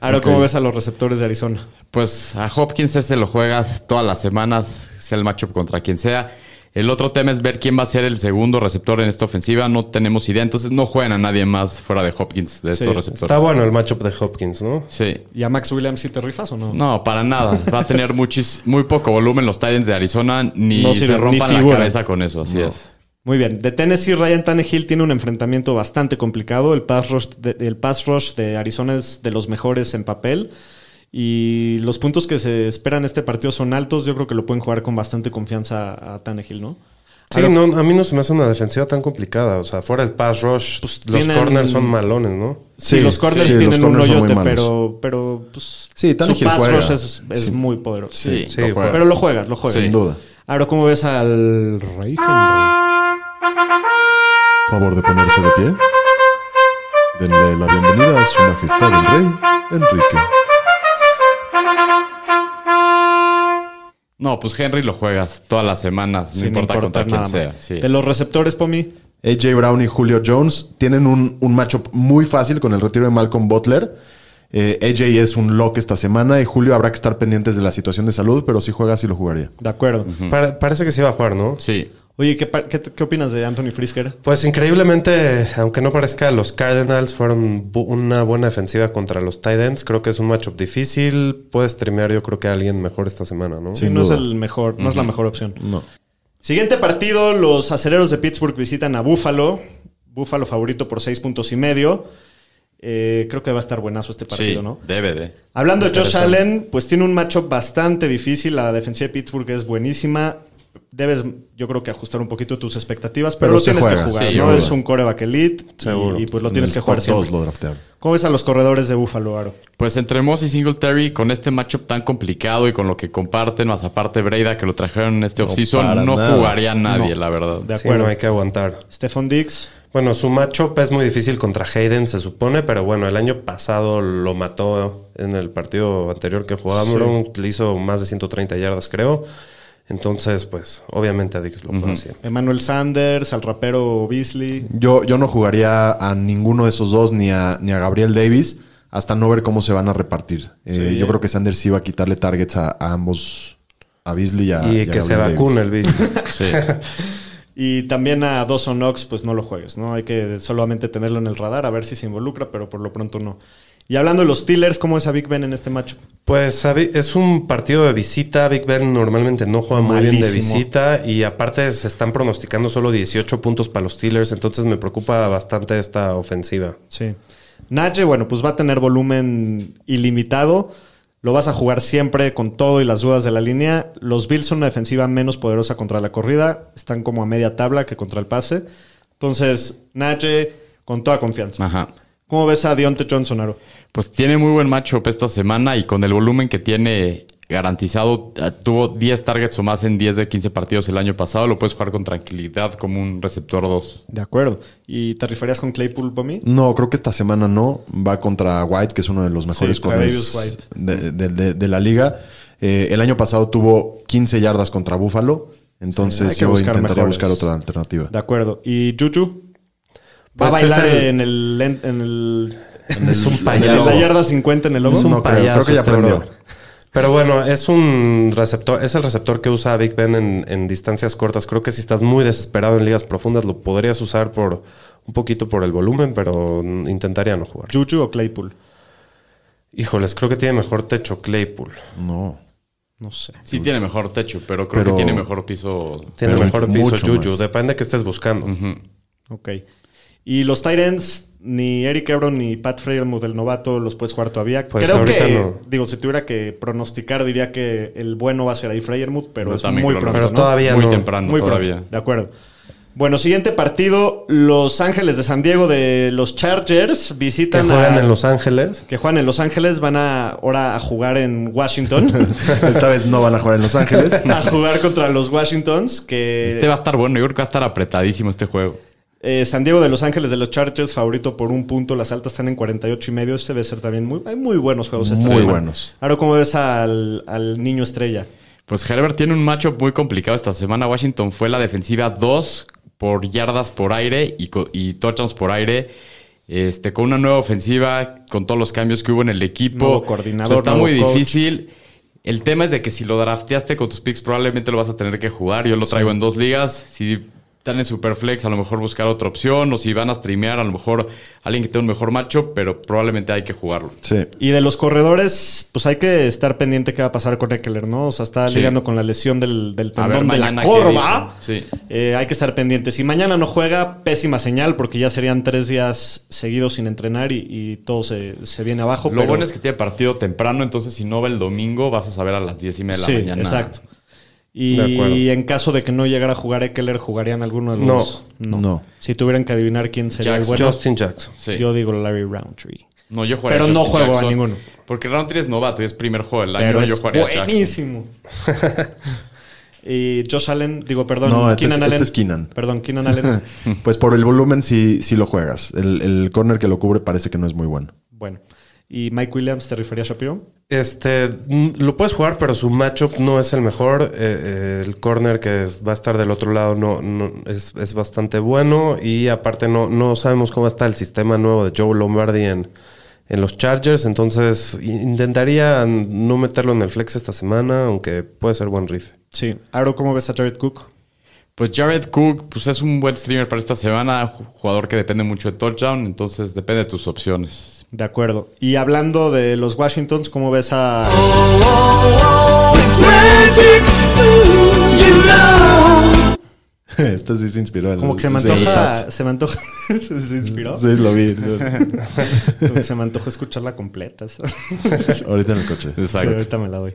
Speaker 3: Ahora, ¿cómo ves a los receptores de Arizona?
Speaker 5: Pues a Hopkins ese lo juegas todas las semanas, sea el matchup contra quien sea. El otro tema es ver quién va a ser el segundo receptor en esta ofensiva. No tenemos idea, entonces no juegan a nadie más fuera de Hopkins de estos
Speaker 3: Sí,
Speaker 5: receptores.
Speaker 4: Está bueno el matchup de Hopkins, ¿no?
Speaker 5: Sí.
Speaker 3: ¿Y a Max Williams si te rifas o no?
Speaker 5: No, para nada. Va a tener muchis, muy poco volumen los Titans de Arizona. Ni
Speaker 3: No
Speaker 5: se
Speaker 3: sirve, ni
Speaker 5: rompan la
Speaker 3: figura.
Speaker 5: cabeza con eso, así es.
Speaker 3: Muy bien. De Tennessee, Ryan Tannehill tiene un enfrentamiento bastante complicado. El pass rush de, el pass rush de Arizona es de los mejores en papel. Y los puntos que se esperan en este partido son altos. Yo creo que lo pueden jugar con bastante confianza a- a Tannehill, ¿no?
Speaker 4: Sí,
Speaker 3: Ahora-
Speaker 4: no, a mí no se me hace una defensiva tan complicada. O sea, fuera el pass rush,
Speaker 3: Pues
Speaker 4: los
Speaker 3: tienen-
Speaker 4: corners son malones, ¿no?
Speaker 3: Sí,
Speaker 2: Sí,
Speaker 3: los corners
Speaker 2: sí, los
Speaker 3: tienen
Speaker 2: corners son
Speaker 3: un
Speaker 2: muy
Speaker 3: hoyote,
Speaker 2: malos.
Speaker 3: pero, pero pues,
Speaker 2: Sí,
Speaker 3: su
Speaker 2: Tannehill
Speaker 3: pass
Speaker 2: juega.
Speaker 3: rush es, es
Speaker 2: Sí.
Speaker 3: muy poderoso.
Speaker 5: Sí.
Speaker 4: Sí,
Speaker 2: juega.
Speaker 4: juega.
Speaker 3: Pero lo juegas, lo juegas.
Speaker 5: Sí. Ah.
Speaker 2: Sin duda.
Speaker 3: Ahora, ¿cómo ves al Rey Henry?
Speaker 2: Favor de ponerse de pie. Denle la bienvenida a su majestad el rey Enrique.
Speaker 5: No, pues Henry lo juegas todas las semanas, no
Speaker 3: Sin
Speaker 5: importa contra
Speaker 3: importar
Speaker 5: quién
Speaker 3: nada
Speaker 5: sea.
Speaker 3: más.
Speaker 5: Sí,
Speaker 3: de
Speaker 5: es.
Speaker 3: los receptores, Pomi.
Speaker 2: AJ Brown y Julio Jones tienen un, un matchup muy fácil con el retiro de Malcolm Butler. Eh, AJ es un lock esta semana y Julio habrá que estar pendientes de la situación de salud, pero si juega, sí lo jugaría.
Speaker 3: De acuerdo.
Speaker 4: Pare- parece que sí va a jugar, ¿no?
Speaker 5: Sí.
Speaker 3: Oye, ¿qué, pa- qué, qué opinas de Anthony Frisker?
Speaker 4: Pues increíblemente, aunque no parezca, los Cardinals fueron bu- una buena defensiva contra los Titans. Creo que es un matchup difícil. Puede streamear, yo creo que a alguien mejor esta semana, ¿no?
Speaker 2: Sí. Sin
Speaker 3: no
Speaker 2: duda.
Speaker 3: es el mejor, no es la mejor opción.
Speaker 2: No.
Speaker 3: Siguiente partido, los acereros de Pittsburgh visitan a Buffalo. Buffalo favorito por seis puntos y medio. Eh, creo que va a estar buenazo este partido,
Speaker 5: sí,
Speaker 3: ¿no?
Speaker 5: Debe de.
Speaker 3: Hablando de Josh Allen, pues tiene un matchup bastante difícil. La defensiva de Pittsburgh es buenísima. Debes, yo creo que ajustar un poquito tus expectativas, pero,
Speaker 2: Pero
Speaker 3: lo
Speaker 2: se
Speaker 3: tienes
Speaker 2: juega,
Speaker 3: que jugar.
Speaker 5: sí,
Speaker 3: no
Speaker 5: seguro.
Speaker 3: es un coreback elite y-
Speaker 4: Seguro.
Speaker 3: Y, pues lo tienes que jugar
Speaker 2: Mm, Todos
Speaker 3: siempre.
Speaker 2: lo draftearon.
Speaker 3: ¿Cómo ves a los corredores de Buffalo, Aro?
Speaker 5: Pues entre Moss y Singletary, con este matchup tan complicado y con lo que comparten, más aparte Breida, que lo trajeron en este offseason,
Speaker 2: para
Speaker 5: no,
Speaker 2: nada.
Speaker 5: jugaría a nadie, la verdad.
Speaker 3: De
Speaker 4: Sí,
Speaker 3: acuerdo.
Speaker 4: no hay que aguantar.
Speaker 3: Stephon Diggs.
Speaker 4: Bueno, su matchup es muy difícil contra Hayden, se supone, pero bueno, el año pasado lo mató en el partido anterior que jugaron. Le hizo más de 130 yardas, creo. Entonces, pues, obviamente a Dix lo puede hacer.
Speaker 3: Emmanuel Sanders, al rapero Beasley.
Speaker 2: Yo, yo no jugaría a ninguno de esos dos, ni a, ni a Gabriel Davis, hasta no ver cómo se van a repartir. Eh, Yo creo que Sanders sí va a quitarle targets a, a ambos, a Beasley y
Speaker 3: Ah,
Speaker 2: a.
Speaker 4: y
Speaker 2: a
Speaker 4: que
Speaker 2: Gabriel
Speaker 4: se
Speaker 2: Davis.
Speaker 4: vacune el bicho.
Speaker 3: Y también a Dawson Knox, pues no lo juegues, ¿no? Hay que solamente tenerlo en el radar, a ver si se involucra, pero por lo pronto no. Y hablando de los Steelers, ¿cómo es a Big Ben en este matchup?
Speaker 4: Pues a Vi- es un partido de visita. Big Ben normalmente no juega muy bien de
Speaker 3: Malísimo.
Speaker 4: visita. Y aparte se están pronosticando solo 18 puntos para los Steelers. Entonces me preocupa bastante esta ofensiva.
Speaker 3: Sí. Nache, bueno, pues va a tener volumen ilimitado. Lo vas a jugar siempre con todo y las dudas de la línea. Los Bills son una defensiva menos poderosa contra la corrida. Están como a media tabla que contra el pase. Entonces, Nache, con toda confianza.
Speaker 5: Ajá.
Speaker 3: ¿Cómo ves a Dionte Johnson, Aro?
Speaker 5: Pues tiene muy buen matchup esta semana y con el volumen que tiene garantizado, eh, tuvo 10 targets o más en 10 de 15 partidos el año pasado, lo puedes jugar con tranquilidad como un receptor 2.
Speaker 3: De acuerdo. ¿Y te rifarías con Claypool para mí?
Speaker 2: No, creo que esta semana no. Va contra White, que es uno de los mejores
Speaker 3: Sí,
Speaker 2: corners
Speaker 3: Tredavious
Speaker 2: de, de- de- de la liga. Eh, el año pasado tuvo 15 yardas contra Buffalo.
Speaker 3: Sí,
Speaker 2: Entonces
Speaker 3: hay que
Speaker 2: yo
Speaker 3: buscar
Speaker 2: intentaría
Speaker 3: mejores.
Speaker 2: buscar otra alternativa.
Speaker 3: De acuerdo. ¿Y Juju? ¿Va
Speaker 4: Pues
Speaker 3: a bailar
Speaker 4: es el-
Speaker 3: en el... En, el
Speaker 4: Es un
Speaker 3: en
Speaker 4: payaso.
Speaker 3: la yarda 50 en el logo?
Speaker 4: Es un
Speaker 2: No creo,
Speaker 4: payaso
Speaker 2: creo que ya
Speaker 4: este
Speaker 2: aprendió.
Speaker 4: brother. Pero bueno, es un receptor, es el receptor que usa Big Ben en, en distancias cortas. Creo que si estás muy desesperado en ligas profundas, lo podrías usar por un poquito por el volumen, pero mm, intentaría no jugar.
Speaker 3: ¿Juju o Claypool?
Speaker 4: Híjoles, creo que tiene mejor techo Claypool.
Speaker 2: No.
Speaker 3: No sé.
Speaker 5: Sí tiene mejor techo, pero creo
Speaker 2: Pero-
Speaker 5: que tiene mejor piso.
Speaker 4: Tiene
Speaker 2: Pero
Speaker 4: mejor piso
Speaker 2: mucho
Speaker 4: Juju,
Speaker 2: más.
Speaker 4: depende de qué estés buscando.
Speaker 3: Ok. Y los Titans, ni Eric Ebron ni Pat Freiermuth, el novato, los puedes jugar todavía.
Speaker 4: Pues
Speaker 3: Creo
Speaker 4: ahorita
Speaker 3: que,
Speaker 4: no.
Speaker 3: digo, si tuviera que pronosticar, diría que el bueno va a ser ahí Freiermuth, pero
Speaker 5: Yo
Speaker 3: es
Speaker 5: también
Speaker 3: muy
Speaker 5: creo lo
Speaker 3: pronto.
Speaker 4: Pero
Speaker 3: ¿no?
Speaker 4: todavía
Speaker 5: muy
Speaker 4: no.
Speaker 5: temprano,
Speaker 3: Muy pronto.
Speaker 5: todavía.
Speaker 3: De acuerdo. Bueno, siguiente partido: Los Ángeles de San Diego de los Chargers
Speaker 4: Que
Speaker 3: visitan
Speaker 4: juegan
Speaker 3: a.
Speaker 4: en Los Ángeles.
Speaker 3: que juegan en Los Ángeles, van a ahora a jugar en Washington,
Speaker 2: Esta vez no van a jugar en Los Ángeles.
Speaker 3: a jugar contra los Washingtons, que
Speaker 5: Este va a estar bueno, yo creo que va a estar apretadísimo este juego.
Speaker 3: Eh, San Diego de Los Ángeles de los Chargers, favorito por un punto. Las altas están en 48 y medio. Este debe ser también muy... Hay muy buenos juegos esta
Speaker 2: Muy
Speaker 3: semana.
Speaker 2: buenos.
Speaker 3: Ahora, ¿cómo ves al, al niño estrella?
Speaker 5: Pues Herbert tiene un matchup muy complicado esta semana. Washington fue la defensiva 2 por yardas por aire y, co- y touchdowns por aire. Este, con una nueva ofensiva, con todos los cambios que hubo en el equipo.
Speaker 3: Nuevo coordinador,
Speaker 5: O sea, está
Speaker 3: nuevo
Speaker 5: muy
Speaker 3: coach.
Speaker 5: difícil. El tema es de que si lo drafteaste con tus picks, probablemente lo vas a tener que jugar. Yo lo traigo en dos ligas. Si están en Superflex, a lo mejor buscar otra opción, o si van a streamear, a lo mejor alguien que tenga un mejor macho, pero probablemente hay que jugarlo.
Speaker 2: Sí.
Speaker 3: Y de los corredores, pues hay que estar pendiente qué va a pasar con Eckler, ¿no? O sea, está
Speaker 5: Sí.
Speaker 3: ligando con la lesión del, del
Speaker 5: A ver,
Speaker 3: tendón de la
Speaker 5: mañana qué
Speaker 3: corva.
Speaker 5: dicen. Sí.
Speaker 3: Eh, hay que estar pendiente. Si mañana no juega, pésima señal, porque ya serían tres días seguidos sin entrenar y, y todo se, se viene abajo.
Speaker 5: Lo bueno es que tiene partido temprano, entonces si no va el domingo, vas a saber a las 10 y media de la
Speaker 3: sí,
Speaker 5: mañana.
Speaker 3: exacto.
Speaker 4: De acuerdo.
Speaker 3: Y en caso de que no llegara a jugar Eckler, ¿jugarían alguno de los
Speaker 4: No.
Speaker 3: dos?
Speaker 2: No.
Speaker 3: Si tuvieran que adivinar quién sería
Speaker 5: Jackson.
Speaker 3: el bueno,
Speaker 4: Justin Jackson.
Speaker 5: Sí.
Speaker 3: yo digo Larry Roundtree.
Speaker 5: no, yo jugaría
Speaker 3: Pero
Speaker 5: a
Speaker 3: no
Speaker 5: Justin
Speaker 3: juego a
Speaker 5: Jackson,
Speaker 3: ninguno.
Speaker 5: Porque Roundtree es novato y es primer juego del año.
Speaker 3: Pero
Speaker 5: yo
Speaker 3: es
Speaker 5: jugaría a Jackson.
Speaker 3: buenísimo. y Josh Allen, digo, perdón,
Speaker 2: No, este es- este es Keenan.
Speaker 3: Perdón, Keenan Allen.
Speaker 2: Pues por el volumen sí, sí lo juegas. El, el corner que lo cubre parece que no es muy bueno.
Speaker 3: bueno. ¿Y Mike Williams te refería a Shapiro?
Speaker 4: Este, mm, lo puedes jugar, pero su matchup no es el mejor. Eh, eh, el corner que es- va a estar del otro lado no, no- es, es bastante bueno. Y aparte no, no sabemos cómo está el sistema nuevo de Joe Lombardi en, en los Chargers. Entonces i- intentaría no meterlo en el flex esta semana, aunque puede ser buen riff.
Speaker 3: Sí. Aro, ¿cómo ves a Jared Cook?
Speaker 5: Pues Jared Cook, pues es un buen streamer para esta semana, ju- jugador que depende mucho de touchdown, entonces depende de tus opciones.
Speaker 3: De acuerdo. Y hablando de los Washingtons, ¿cómo ves a
Speaker 2: Este sí se inspiró. el-
Speaker 3: Como que se me
Speaker 2: sí, el
Speaker 3: antoja.
Speaker 2: stats.
Speaker 3: Se me antoja. se, se inspiró.
Speaker 2: Sí, lo vi.
Speaker 3: Como que se me antoja escucharla completa. eso.
Speaker 2: Ahorita en el coche.
Speaker 3: Sí, ahorita me la doy.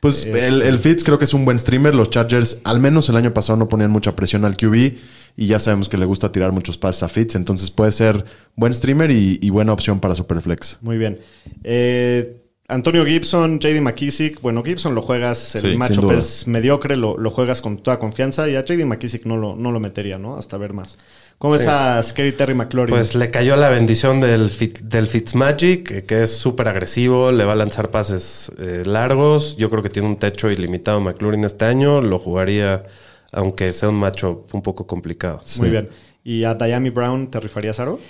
Speaker 2: Pues el, el
Speaker 3: Este.
Speaker 2: Fitz creo que es un buen streamer. Los Chargers, al menos el año pasado, no ponían mucha presión al QB y ya sabemos que le gusta tirar muchos pases a Fitz. Entonces puede ser buen streamer y, y buena opción para Superflex.
Speaker 3: Muy bien. Eh, Antonio Gibson, JD McKissick. Bueno, Gibson lo juegas, el
Speaker 5: Sí, sin
Speaker 3: macho
Speaker 2: duda.
Speaker 3: es mediocre, lo, lo juegas con toda confianza. Y a JD McKissick no lo, no lo metería, ¿no? Hasta ver más. ¿Cómo ves a Scary Terry McLaurin?
Speaker 4: Pues le cayó la bendición del, Fit- del Fitzmagic, que- que es súper agresivo, le va a lanzar pases eh, largos. Yo creo que tiene un techo ilimitado McLaurin este año, lo jugaría aunque sea un macho un poco complicado.
Speaker 3: Muy bien. ¿Y a Diami Brown te rifarías, Aro?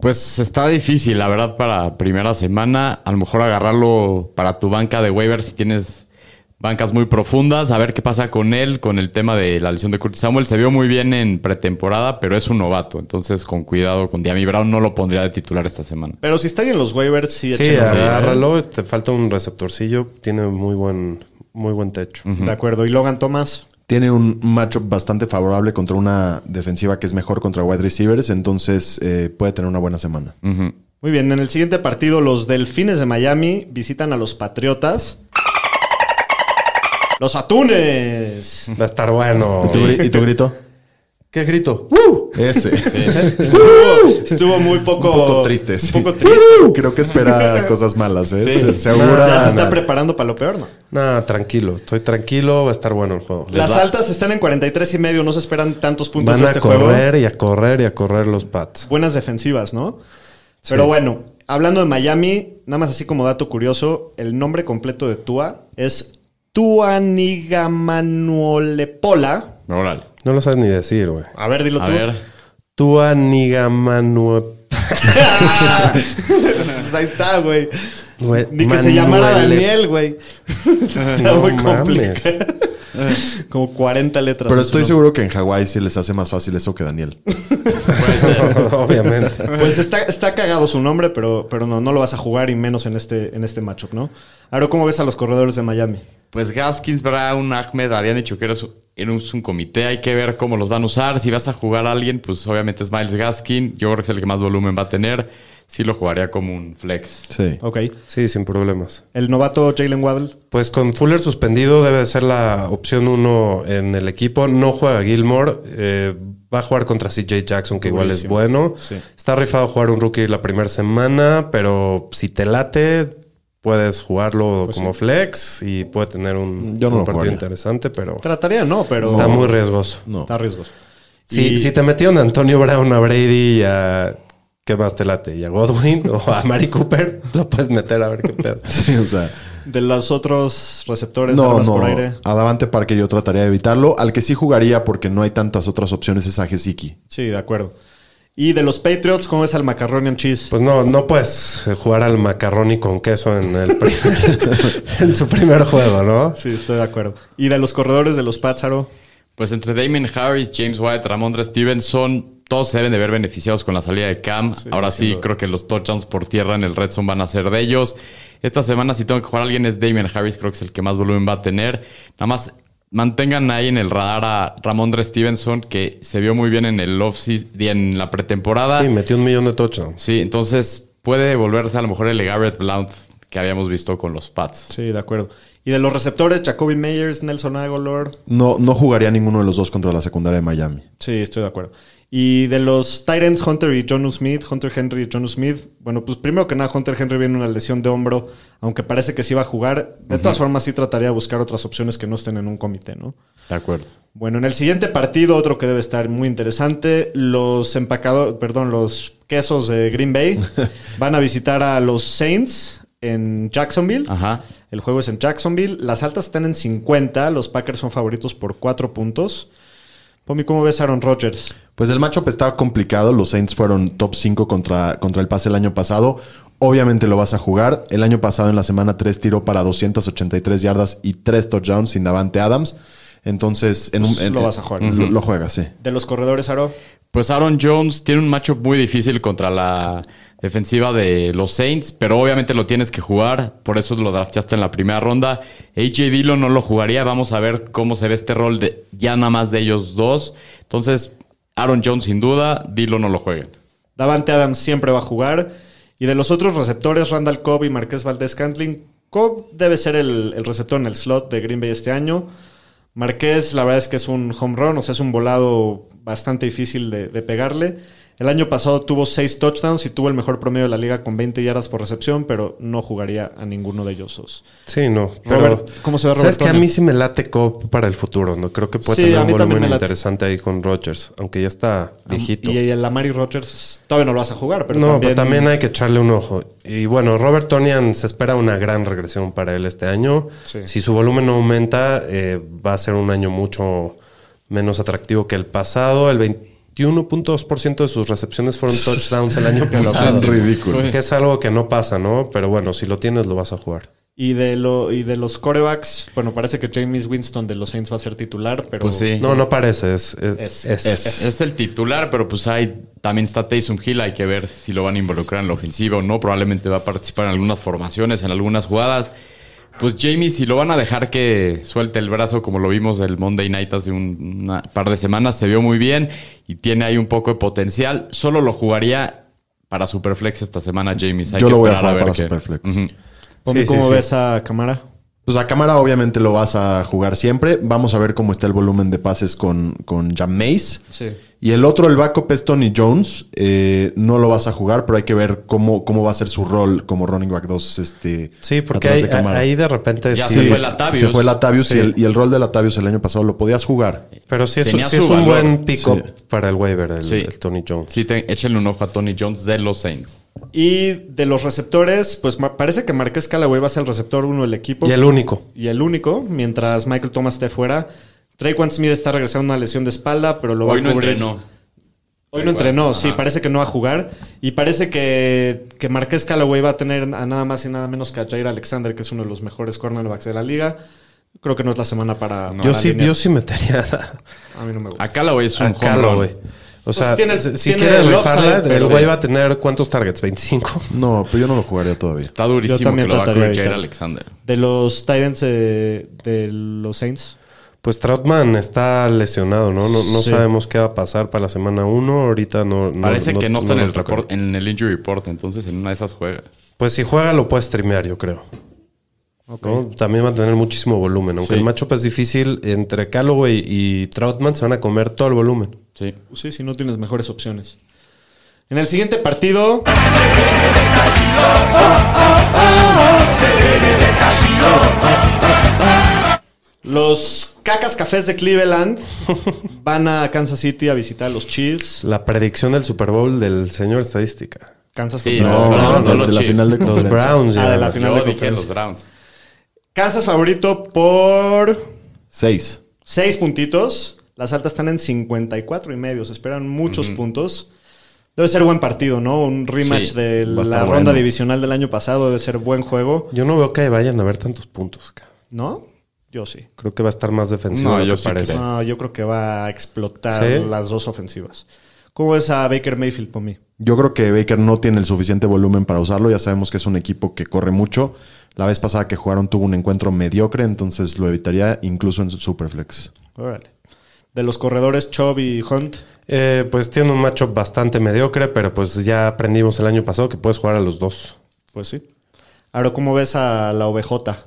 Speaker 5: Pues está difícil, la verdad, para primera semana. A lo mejor agarrarlo para tu banca de waiver si tienes bancas muy profundas. A ver qué pasa con él, con el tema de la lesión de Curtis Samuel. Se vio muy bien en pretemporada, pero es un novato. Entonces, con cuidado con Diami Brown, no lo pondría de titular esta semana.
Speaker 3: Pero si está ahí en los waivers, sí,
Speaker 4: Sí,
Speaker 3: échenos ahí, ¿eh?
Speaker 4: agárralo, te falta un receptorcillo, tiene muy buen, muy buen techo.
Speaker 3: De acuerdo. ¿Y Logan Thomas?
Speaker 2: Tiene un matchup bastante favorable contra una defensiva que es mejor contra wide receivers. Entonces eh, puede tener una buena semana.
Speaker 5: Ujú.
Speaker 3: Muy bien. En el siguiente partido, los Delfines de Miami visitan a los Patriotas. ¡Los Atunes!
Speaker 4: Va a estar bueno.
Speaker 2: ¿Y tu, gri- y tu grito?
Speaker 4: ¿Qué grito?
Speaker 2: Ese.
Speaker 3: Estuvo muy poco,
Speaker 2: Un poco triste. sí. Uh,
Speaker 3: Un poco triste.
Speaker 2: Creo que espera cosas malas. ¿eh?
Speaker 5: Sí.
Speaker 2: Se, se augura-
Speaker 3: Ya se está preparando para lo peor, ¿no?
Speaker 4: Nada, tranquilo, estoy tranquilo, va a estar bueno el juego.
Speaker 3: Las altas están en 43 y medio, no se esperan tantos puntos
Speaker 4: Van
Speaker 3: de
Speaker 4: a
Speaker 3: este
Speaker 4: correr
Speaker 3: juego.
Speaker 4: y a correr y a correr los Pats.
Speaker 3: Buenas defensivas, ¿no? Pero bueno, hablando de Miami, nada más así como dato curioso, el nombre completo de Tua es Tua Nigamanuolepola.
Speaker 5: Órale.
Speaker 4: No lo sabes ni decir, güey.
Speaker 3: A ver, dilo
Speaker 5: A
Speaker 3: tú.
Speaker 5: ver.
Speaker 4: Tua Nigamanue...
Speaker 3: Pues ahí está, güey.
Speaker 4: Güey,
Speaker 3: Ni que se llamara
Speaker 4: Manuele-
Speaker 3: Daniel, güey. está
Speaker 4: No
Speaker 3: muy
Speaker 4: mames.
Speaker 3: complicado. como 40 letras.
Speaker 2: Pero
Speaker 3: en su
Speaker 2: estoy
Speaker 3: nombre.
Speaker 2: seguro que en Hawái sí les hace más fácil eso que Daniel.
Speaker 4: Obviamente.
Speaker 3: Pues está, está cagado su nombre, pero, pero no, no lo vas a jugar y menos en este, en este matchup, ¿no? Ahora, ¿cómo ves a los corredores de Miami?
Speaker 5: Pues Gaskins, Brown, Ahmed, habían dicho que eres un- eres un comité. Hay que ver cómo los van a usar. Si vas a jugar a alguien, pues obviamente es Miles Gaskin. Yo creo que es el que más volumen va a tener. Sí lo jugaría como un flex.
Speaker 2: Sí.
Speaker 3: Ok.
Speaker 4: Sí, sin problemas.
Speaker 3: El novato Jalen Waddle.
Speaker 4: Pues con Fuller suspendido debe de ser la opción uno en el equipo. No juega Gilmore. eh, va a jugar contra CJ Jackson, que igual es
Speaker 3: Durísimo.
Speaker 4: bueno.
Speaker 3: Sí.
Speaker 4: Está rifado jugar un rookie la primera semana, pero si te late, puedes jugarlo
Speaker 3: Pues
Speaker 4: como flex y puede tener un,
Speaker 2: Yo no
Speaker 4: un
Speaker 2: lo
Speaker 4: partido
Speaker 2: jugaría.
Speaker 4: interesante, pero
Speaker 3: Trataría, no, pero
Speaker 4: está muy riesgoso.
Speaker 2: No.
Speaker 3: está riesgoso.
Speaker 4: Si,
Speaker 3: Y-
Speaker 4: si te metieron a Antonio Brown, a Brady y a... ¿Qué más te late? ¿Y a Godwin o a Mari Cooper? Lo puedes meter a ver qué pedo.
Speaker 2: Sí, o sea.
Speaker 3: De los otros receptores,
Speaker 2: No,
Speaker 3: armas
Speaker 2: no.
Speaker 3: por aire.
Speaker 2: A Davante Parque yo trataría de evitarlo. Al que sí jugaría porque no hay tantas otras opciones es a Gesicki.
Speaker 3: Sí, de acuerdo. Y de los Patriots, ¿cómo ves al Macaroni and Cheese?
Speaker 4: Pues no, no puedes jugar al macarroni con queso en, el primer- en su primer juego, ¿no?
Speaker 3: Sí, estoy de acuerdo. Y de los corredores de los Pátzaro.
Speaker 5: Pues entre Damien Harris, James White, Ramondre Stevenson, todos se deben de ver beneficiados con la salida de Cam. Ahora sí, creo que los touchdowns por tierra en el red zone van a ser de ellos. Esta semana, si tengo que jugar a alguien, es Damien Harris, creo que es el que más volumen va a tener. Nada más mantengan ahí en el radar a Ramondre Stevenson, que se vio muy bien en el offseason, en la pretemporada.
Speaker 4: Sí, metió un millón de touchdowns.
Speaker 5: Sí, entonces puede volverse a lo mejor el Garrett Blount que habíamos visto con los Pats.
Speaker 3: Sí, de acuerdo. Y de los receptores, Jacoby Meyers, Nelson Agolor.
Speaker 2: No, no jugaría ninguno de los dos contra la secundaria de Miami.
Speaker 3: Sí, estoy de acuerdo. Y de los Titans, Hunter y John Smith, Hunter Henry y John Smith. Bueno, pues primero que nada, Hunter Henry viene una lesión de hombro, aunque parece que sí va a jugar. De todas formas, sí trataría de buscar otras opciones que no estén en un comité, ¿no?
Speaker 5: De acuerdo.
Speaker 3: Bueno, en el siguiente partido, otro que debe estar muy interesante, los empacadores, perdón, los quesos de Green Bay van a visitar a los Saints en Jacksonville.
Speaker 5: Ajá.
Speaker 3: El juego es en Jacksonville. Las altas están en 50. Los Packers son favoritos por 4 puntos. Pomi, ¿cómo ves a Aaron Rodgers?
Speaker 2: Pues el matchup estaba complicado. Los Saints fueron top 5 contra, contra el pase el año pasado. Obviamente lo vas a jugar. El año pasado en la semana 3 tiró para 283 yardas y 3 touchdowns sin Davante Adams. Entonces, en un,
Speaker 3: Pues
Speaker 2: en-
Speaker 3: lo vas a jugar.
Speaker 2: Lo, lo juegas, sí.
Speaker 3: De los corredores, Aro.
Speaker 5: Pues Aaron Jones tiene un matchup muy difícil contra la defensiva de los Saints, pero obviamente lo tienes que jugar, por eso lo drafteaste en la primera ronda. AJ Dillon no lo jugaría, vamos a ver cómo será este rol de ya nada más de ellos dos. Entonces, Aaron Jones sin duda, Dillon no lo jueguen.
Speaker 3: Davante Adams siempre va a jugar. Y de los otros receptores, Randall Cobb y Marqués Valdés Cantling. Cobb debe ser el, el receptor en el slot de Green Bay este año. Marqués, la verdad es que es un home run, o sea, es un volado bastante difícil de, de pegarle. El año pasado tuvo seis touchdowns y tuvo el mejor promedio de la liga con 20 yardas por recepción, pero no jugaría a ninguno de ellos dos.
Speaker 4: Sí, no.
Speaker 3: Robert,
Speaker 4: pero-
Speaker 3: ¿cómo se ve
Speaker 4: Sabes
Speaker 3: Robert
Speaker 4: que a
Speaker 3: Tonyan?
Speaker 4: mí sí me late Cobb para el futuro, ¿no? Creo que puede
Speaker 3: Sí,
Speaker 4: tener
Speaker 3: a
Speaker 4: un
Speaker 3: mí también
Speaker 4: volumen
Speaker 3: me late.
Speaker 4: interesante ahí con Rodgers, aunque ya está viejito.
Speaker 3: Y el Amari Rogers todavía no lo vas a jugar, pero
Speaker 4: no,
Speaker 3: también,
Speaker 4: pero también hay que echarle un ojo. Y bueno, Robert Tonian se espera una gran regresión para él este año.
Speaker 3: Sí.
Speaker 4: Si su volumen no aumenta, eh, va a ser un año mucho menos atractivo que el pasado. El 21.2% de sus recepciones fueron touchdowns el año pasado.
Speaker 2: Es ridículo.
Speaker 4: Que es algo que no pasa, ¿no? Pero bueno, si lo tienes, lo vas a jugar.
Speaker 3: Y de, lo, y de los corebacks, bueno, parece que James Winston de los Saints va a ser titular, pero...
Speaker 5: Pues sí.
Speaker 4: No, no parece. Es,
Speaker 3: Es-
Speaker 4: es, es-
Speaker 5: Es el titular, pero pues hay, también está Taysom Hill, hay que ver si lo van a involucrar en la ofensiva o no, probablemente va a participar en algunas formaciones, en algunas jugadas. Pues Jamie, si lo van a dejar que suelte el brazo como lo vimos el Monday Night hace un una par de semanas, se vio muy bien y tiene ahí un poco de potencial, solo lo jugaría para Superflex esta semana, Jamie. Hay
Speaker 2: Yo
Speaker 5: que
Speaker 2: lo voy a
Speaker 5: esperar
Speaker 2: jugar
Speaker 5: ver
Speaker 2: para
Speaker 5: qué-
Speaker 2: Superflex.
Speaker 5: Ujú.
Speaker 3: Pomi,
Speaker 4: Sí, sí,
Speaker 3: ¿Cómo
Speaker 4: sí.
Speaker 3: ves a Camara?
Speaker 2: Pues a cámara obviamente lo vas a jugar siempre. Vamos a ver cómo está el volumen de pases con, con Jameis.
Speaker 3: Sí.
Speaker 2: Y el otro, el backup es Tony Jones. Eh, no lo vas a jugar, pero hay que ver cómo, cómo va a ser su rol como running back 2. Este,
Speaker 4: Sí, porque
Speaker 2: atrás
Speaker 4: ahí
Speaker 2: de
Speaker 4: de,
Speaker 2: Camara.
Speaker 4: ahí de repente
Speaker 5: Ya
Speaker 4: sí-
Speaker 5: se fue Latavius.
Speaker 2: Se fue Latavius
Speaker 4: Sí.
Speaker 2: y, el, y el rol de Latavius el año pasado lo podías jugar.
Speaker 4: Pero sí es,
Speaker 5: Tenía
Speaker 4: sí
Speaker 5: su
Speaker 4: es un
Speaker 5: valor.
Speaker 4: buen pick-up para el waiver, el,
Speaker 5: Sí.
Speaker 4: el Tony Jones.
Speaker 5: Sí, te- échenle un ojo a Tony Jones de los Saints.
Speaker 3: Y de los receptores, pues ma- parece que Marqués Callaway va a ser el receptor uno del equipo.
Speaker 4: Y el único.
Speaker 3: y el único, mientras Michael Thomas esté fuera. Traquan Smith está regresando a una lesión de espalda, pero lo va
Speaker 5: Hoy
Speaker 3: a
Speaker 5: no
Speaker 3: cubrir.
Speaker 5: entrenó.
Speaker 3: Hoy no entrenó, sí, parece que no va a jugar. Y parece que, que Marqués Callaway va a tener a nada más y nada menos que a Jair Alexander, que es uno de los mejores cornerbacks de la liga. Creo que no es la semana para.
Speaker 4: yo,
Speaker 3: para
Speaker 4: sí,
Speaker 3: alinear.
Speaker 4: yo sí metería a,
Speaker 3: A mí no me gusta.
Speaker 5: Acá la es un
Speaker 4: a
Speaker 5: home
Speaker 4: Calo,
Speaker 5: run.
Speaker 4: güey. O sea,
Speaker 3: Pues tiene-
Speaker 4: si si
Speaker 3: tiene
Speaker 4: quieres
Speaker 3: el pues
Speaker 4: rifarla,
Speaker 3: upside,
Speaker 4: el
Speaker 3: pero-
Speaker 4: güey va a tener ¿cuántos targets? ¿25?
Speaker 2: No, pero yo no lo jugaría todavía.
Speaker 5: Está durísimo
Speaker 3: Yo también
Speaker 5: que lo va a
Speaker 3: trataría de
Speaker 5: correr Jair
Speaker 3: evitarlo.
Speaker 5: Alexander.
Speaker 3: De los Titans eh, de los Saints.
Speaker 4: Pues Troutman está lesionado, ¿no? No, no
Speaker 3: Sí.
Speaker 4: sabemos qué va a pasar para la semana 1. Ahorita no... no-
Speaker 5: Parece que no está en,
Speaker 4: lo
Speaker 5: el
Speaker 4: toca.
Speaker 5: report, en el injury report, entonces en una de esas juega.
Speaker 4: Pues si juega lo puede streamear, yo creo. ¿no? También va a tener muchísimo volumen. Aunque
Speaker 5: Sí.
Speaker 4: el matchup es difícil, entre Calloway y Troutman se van a comer todo el volumen.
Speaker 5: Sí.
Speaker 3: Sí, si no tienes mejores opciones. En el siguiente partido. Los cacas cafés de Cleveland van a Kansas City a visitar a los Chiefs.
Speaker 4: La predicción del Super Bowl del señor estadística.
Speaker 3: Kansas
Speaker 5: Sí,
Speaker 3: City.
Speaker 2: No,
Speaker 5: No, no,
Speaker 2: de-
Speaker 5: no,
Speaker 2: de,
Speaker 5: los
Speaker 2: la
Speaker 5: Chiefs.
Speaker 2: final de
Speaker 4: Los
Speaker 2: conferencia.
Speaker 4: Browns
Speaker 3: Ah,
Speaker 4: ya.
Speaker 3: de la final
Speaker 5: Yo
Speaker 3: de
Speaker 5: dije los
Speaker 3: conferencia.
Speaker 5: Browns.
Speaker 3: Kansas favorito por
Speaker 2: Seis.
Speaker 3: 6 puntitos. Las altas están en 54 y medio. Se esperan muchos puntos. Debe ser buen partido, ¿no? Un rematch
Speaker 5: Sí,
Speaker 3: de
Speaker 2: va a
Speaker 3: la
Speaker 2: estar
Speaker 3: ronda
Speaker 2: bueno.
Speaker 3: divisional del año pasado. Debe ser buen juego,
Speaker 4: Yo no veo que vayan a ver tantos puntos. cabrón.
Speaker 3: ¿no? Yo sí.
Speaker 4: Creo que va a estar más defensivo
Speaker 5: No,
Speaker 4: de lo
Speaker 5: yo
Speaker 4: que
Speaker 5: sí
Speaker 4: parece.
Speaker 5: creo.
Speaker 3: No, yo creo que va a explotar
Speaker 4: ¿Sí?
Speaker 3: las dos ofensivas. ¿Cómo es a Baker Mayfield por mí?
Speaker 2: Yo creo que Baker no tiene el suficiente volumen para usarlo. Ya sabemos que es un equipo que corre mucho. La vez pasada que jugaron tuvo un encuentro mediocre, entonces lo evitaría incluso en su Superflex.
Speaker 3: Órale. De los corredores Chubb y Hunt.
Speaker 4: Eh, pues tiene un matchup bastante mediocre, pero pues ya aprendimos el año pasado que puedes jugar a los dos.
Speaker 3: Pues sí. Ahora, ¿cómo ves a la ovejota?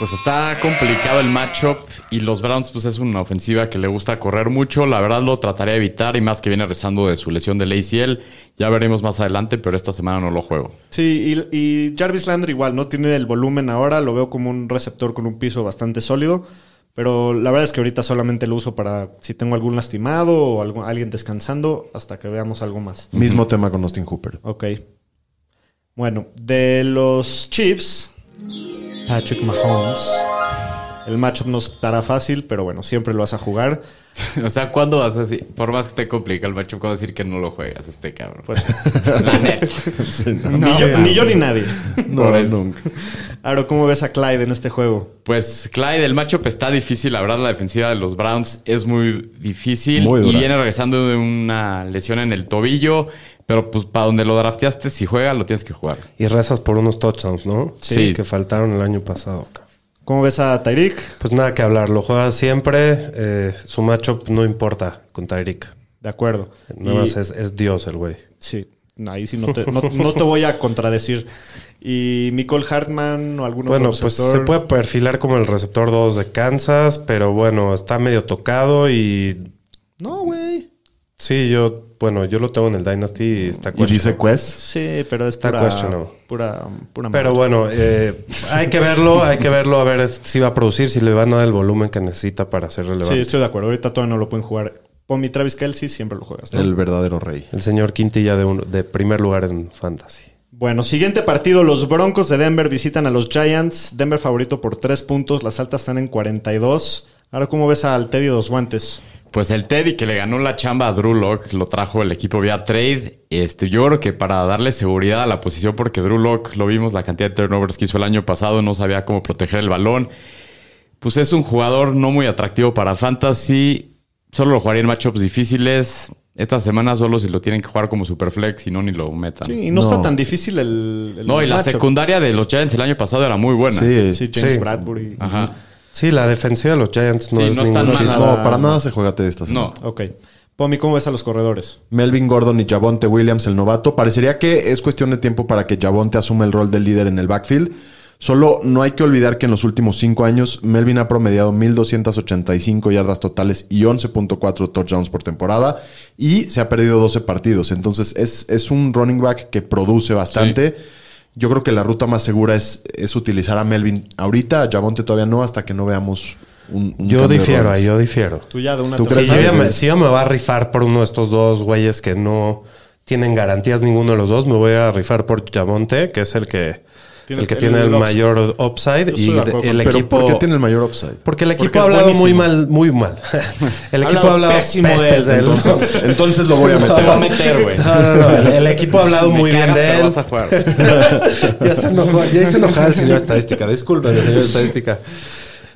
Speaker 5: Pues está complicado el matchup y los Browns pues es una ofensiva que le gusta correr mucho. La verdad lo trataría de evitar y más que viene rezando de su lesión del ACL. Ya veremos más adelante, pero esta semana no lo juego.
Speaker 3: Sí, y, y Jarvis Landry igual, ¿no? Tiene el volumen ahora, lo veo como un receptor con un piso bastante sólido, pero la verdad es que ahorita solamente lo uso para si tengo algún lastimado o algu- alguien descansando hasta que veamos algo más.
Speaker 2: Mismo tema con Austin Hooper.
Speaker 3: Ok. Bueno, de los Chiefs, Patrick Mahomes. El matchup no estará fácil, pero bueno, siempre lo vas a jugar.
Speaker 5: o sea, ¿cuándo vas a decir? Por más que te complica el matchup, ¿cuándo decir que no lo juegas este cabrón?
Speaker 3: Pues,
Speaker 5: la neta.
Speaker 2: Sí, no,
Speaker 3: ni, yo, ni yo ni nadie.
Speaker 2: no,
Speaker 5: por eso.
Speaker 2: nunca.
Speaker 3: Ahora, ¿cómo ves a Clyde en este juego?
Speaker 5: Pues Clyde, el matchup está difícil. La verdad, la defensiva de los Browns es muy difícil.
Speaker 2: Muy dura.
Speaker 5: y viene regresando de una lesión en el tobillo. Pero pues para donde lo drafteaste, si juega, lo tienes que jugar.
Speaker 4: Y rezas por unos touchdowns, ¿no?
Speaker 5: Sí.
Speaker 4: Que faltaron el año pasado. ca-
Speaker 3: ¿Cómo ves a Tyreek?
Speaker 4: Pues nada que hablar, lo juega siempre. eh, su matchup no importa con Tyreek.
Speaker 3: De acuerdo.
Speaker 4: Nada
Speaker 3: Y-
Speaker 4: más es, es Dios el güey.
Speaker 3: Sí, no, ahí sí no te, no, no te voy a contradecir. ¿Y Nicole Hartman o algún
Speaker 4: Bueno,
Speaker 3: otro
Speaker 4: pues se
Speaker 3: receptor?
Speaker 4: puede perfilar como el receptor 2 de Kansas, pero bueno, está medio tocado y
Speaker 3: No, güey.
Speaker 4: sí, yo, bueno, yo lo tengo en el Dynasty y está
Speaker 2: Y dice
Speaker 4: questionable.
Speaker 2: Quest.
Speaker 3: Sí, pero es
Speaker 4: Está
Speaker 3: pura,
Speaker 4: questionable.
Speaker 3: pura, pura
Speaker 4: Pero
Speaker 3: madre.
Speaker 4: bueno, eh, hay que verlo, hay que verlo a ver es- si va a producir, si le van a dar el volumen que necesita para ser relevante.
Speaker 3: Sí, estoy de acuerdo. Ahorita todavía no lo pueden jugar. Pomi Travis Kelsey siempre lo juegas. ¿no?
Speaker 2: El verdadero rey.
Speaker 4: El señor Quintilla de, un- de primer lugar en Fantasy.
Speaker 3: Bueno, siguiente partido. Los Broncos de Denver visitan a los Giants. Denver favorito por tres puntos. Las altas están en 42. Ahora, ¿cómo ves al Teddy dos guantes?
Speaker 5: Pues el Teddy que le ganó la chamba a Drew Lock lo trajo el equipo vía trade. Este, yo creo que para darle seguridad a la posición, porque Drew Lock lo vimos, la cantidad de turnovers que hizo el año pasado, no sabía cómo proteger el balón. Pues es un jugador no muy atractivo para Fantasy. Solo lo jugaría en matchups difíciles. Esta semana solo si lo tienen que jugar como superflex y no ni lo metan.
Speaker 3: Sí, y no,
Speaker 2: No.
Speaker 3: está tan difícil el. el
Speaker 5: no, y la
Speaker 3: matchup.
Speaker 5: secundaria de los Giants el año pasado era muy buena.
Speaker 2: Sí,
Speaker 3: Sí, James
Speaker 4: Sí.
Speaker 3: Bradbury.
Speaker 5: Ajá.
Speaker 4: Sí, la defensiva de los Giants no
Speaker 5: Sí,
Speaker 4: es
Speaker 5: no
Speaker 4: ningún
Speaker 5: están mal.
Speaker 4: chiste.
Speaker 2: No, para nada se juega esta semana.
Speaker 5: No.
Speaker 3: Ok. Pomi, ¿cómo ves a los corredores?
Speaker 2: Melvin Gordon y Javonte Williams, el novato. Parecería que es cuestión de tiempo para que Javonte asuma el rol de líder en el backfield. Solo no hay que olvidar que en los últimos cinco años Melvin ha promediado 1.285 yardas totales y 11.4 touchdowns por temporada y se ha perdido 12 partidos. Entonces es, es un running back que produce bastante. Yo creo que la ruta más segura es, es utilizar a Melvin ahorita, a Javonte todavía no, hasta que no veamos un... un
Speaker 4: Yo
Speaker 2: cambio de
Speaker 4: difiero,
Speaker 2: roles.
Speaker 4: ahí, yo difiero.
Speaker 3: Tú ya de una
Speaker 2: ¿Tú
Speaker 4: Si
Speaker 2: crees
Speaker 4: yo,
Speaker 2: que-
Speaker 4: ya me, si yo me voy a rifar por uno de estos dos güeyes que no tienen garantías ninguno de los dos, me voy a rifar por Jamonte, que es el que,
Speaker 3: Tiene
Speaker 4: el que
Speaker 3: el-
Speaker 4: tiene el,
Speaker 3: el ups-
Speaker 4: mayor upside
Speaker 3: Yo estoy
Speaker 4: y
Speaker 3: de acuerdo
Speaker 4: de- el
Speaker 3: con-
Speaker 2: Pero
Speaker 4: equipo.
Speaker 2: ¿por qué tiene el mayor upside?
Speaker 4: Porque el equipo
Speaker 3: Porque
Speaker 4: ha
Speaker 3: es
Speaker 4: hablado muy
Speaker 3: buenísimo.
Speaker 4: mal, muy mal. El
Speaker 3: Ha
Speaker 4: equipo
Speaker 3: hablado
Speaker 4: ha hablado
Speaker 3: pésimo de
Speaker 4: pestes
Speaker 3: él,
Speaker 4: de él.
Speaker 2: Entonces, entonces lo voy a meter.
Speaker 5: Te voy a meter, güey.
Speaker 4: No, no, no, El, el equipo ha hablado
Speaker 5: Me
Speaker 4: muy bien
Speaker 5: cagas,
Speaker 4: de
Speaker 5: pero
Speaker 4: él.
Speaker 5: vas a jugar.
Speaker 4: ya se enojó, ya hice enojar al señor estadística. Disculpen, señor estadística.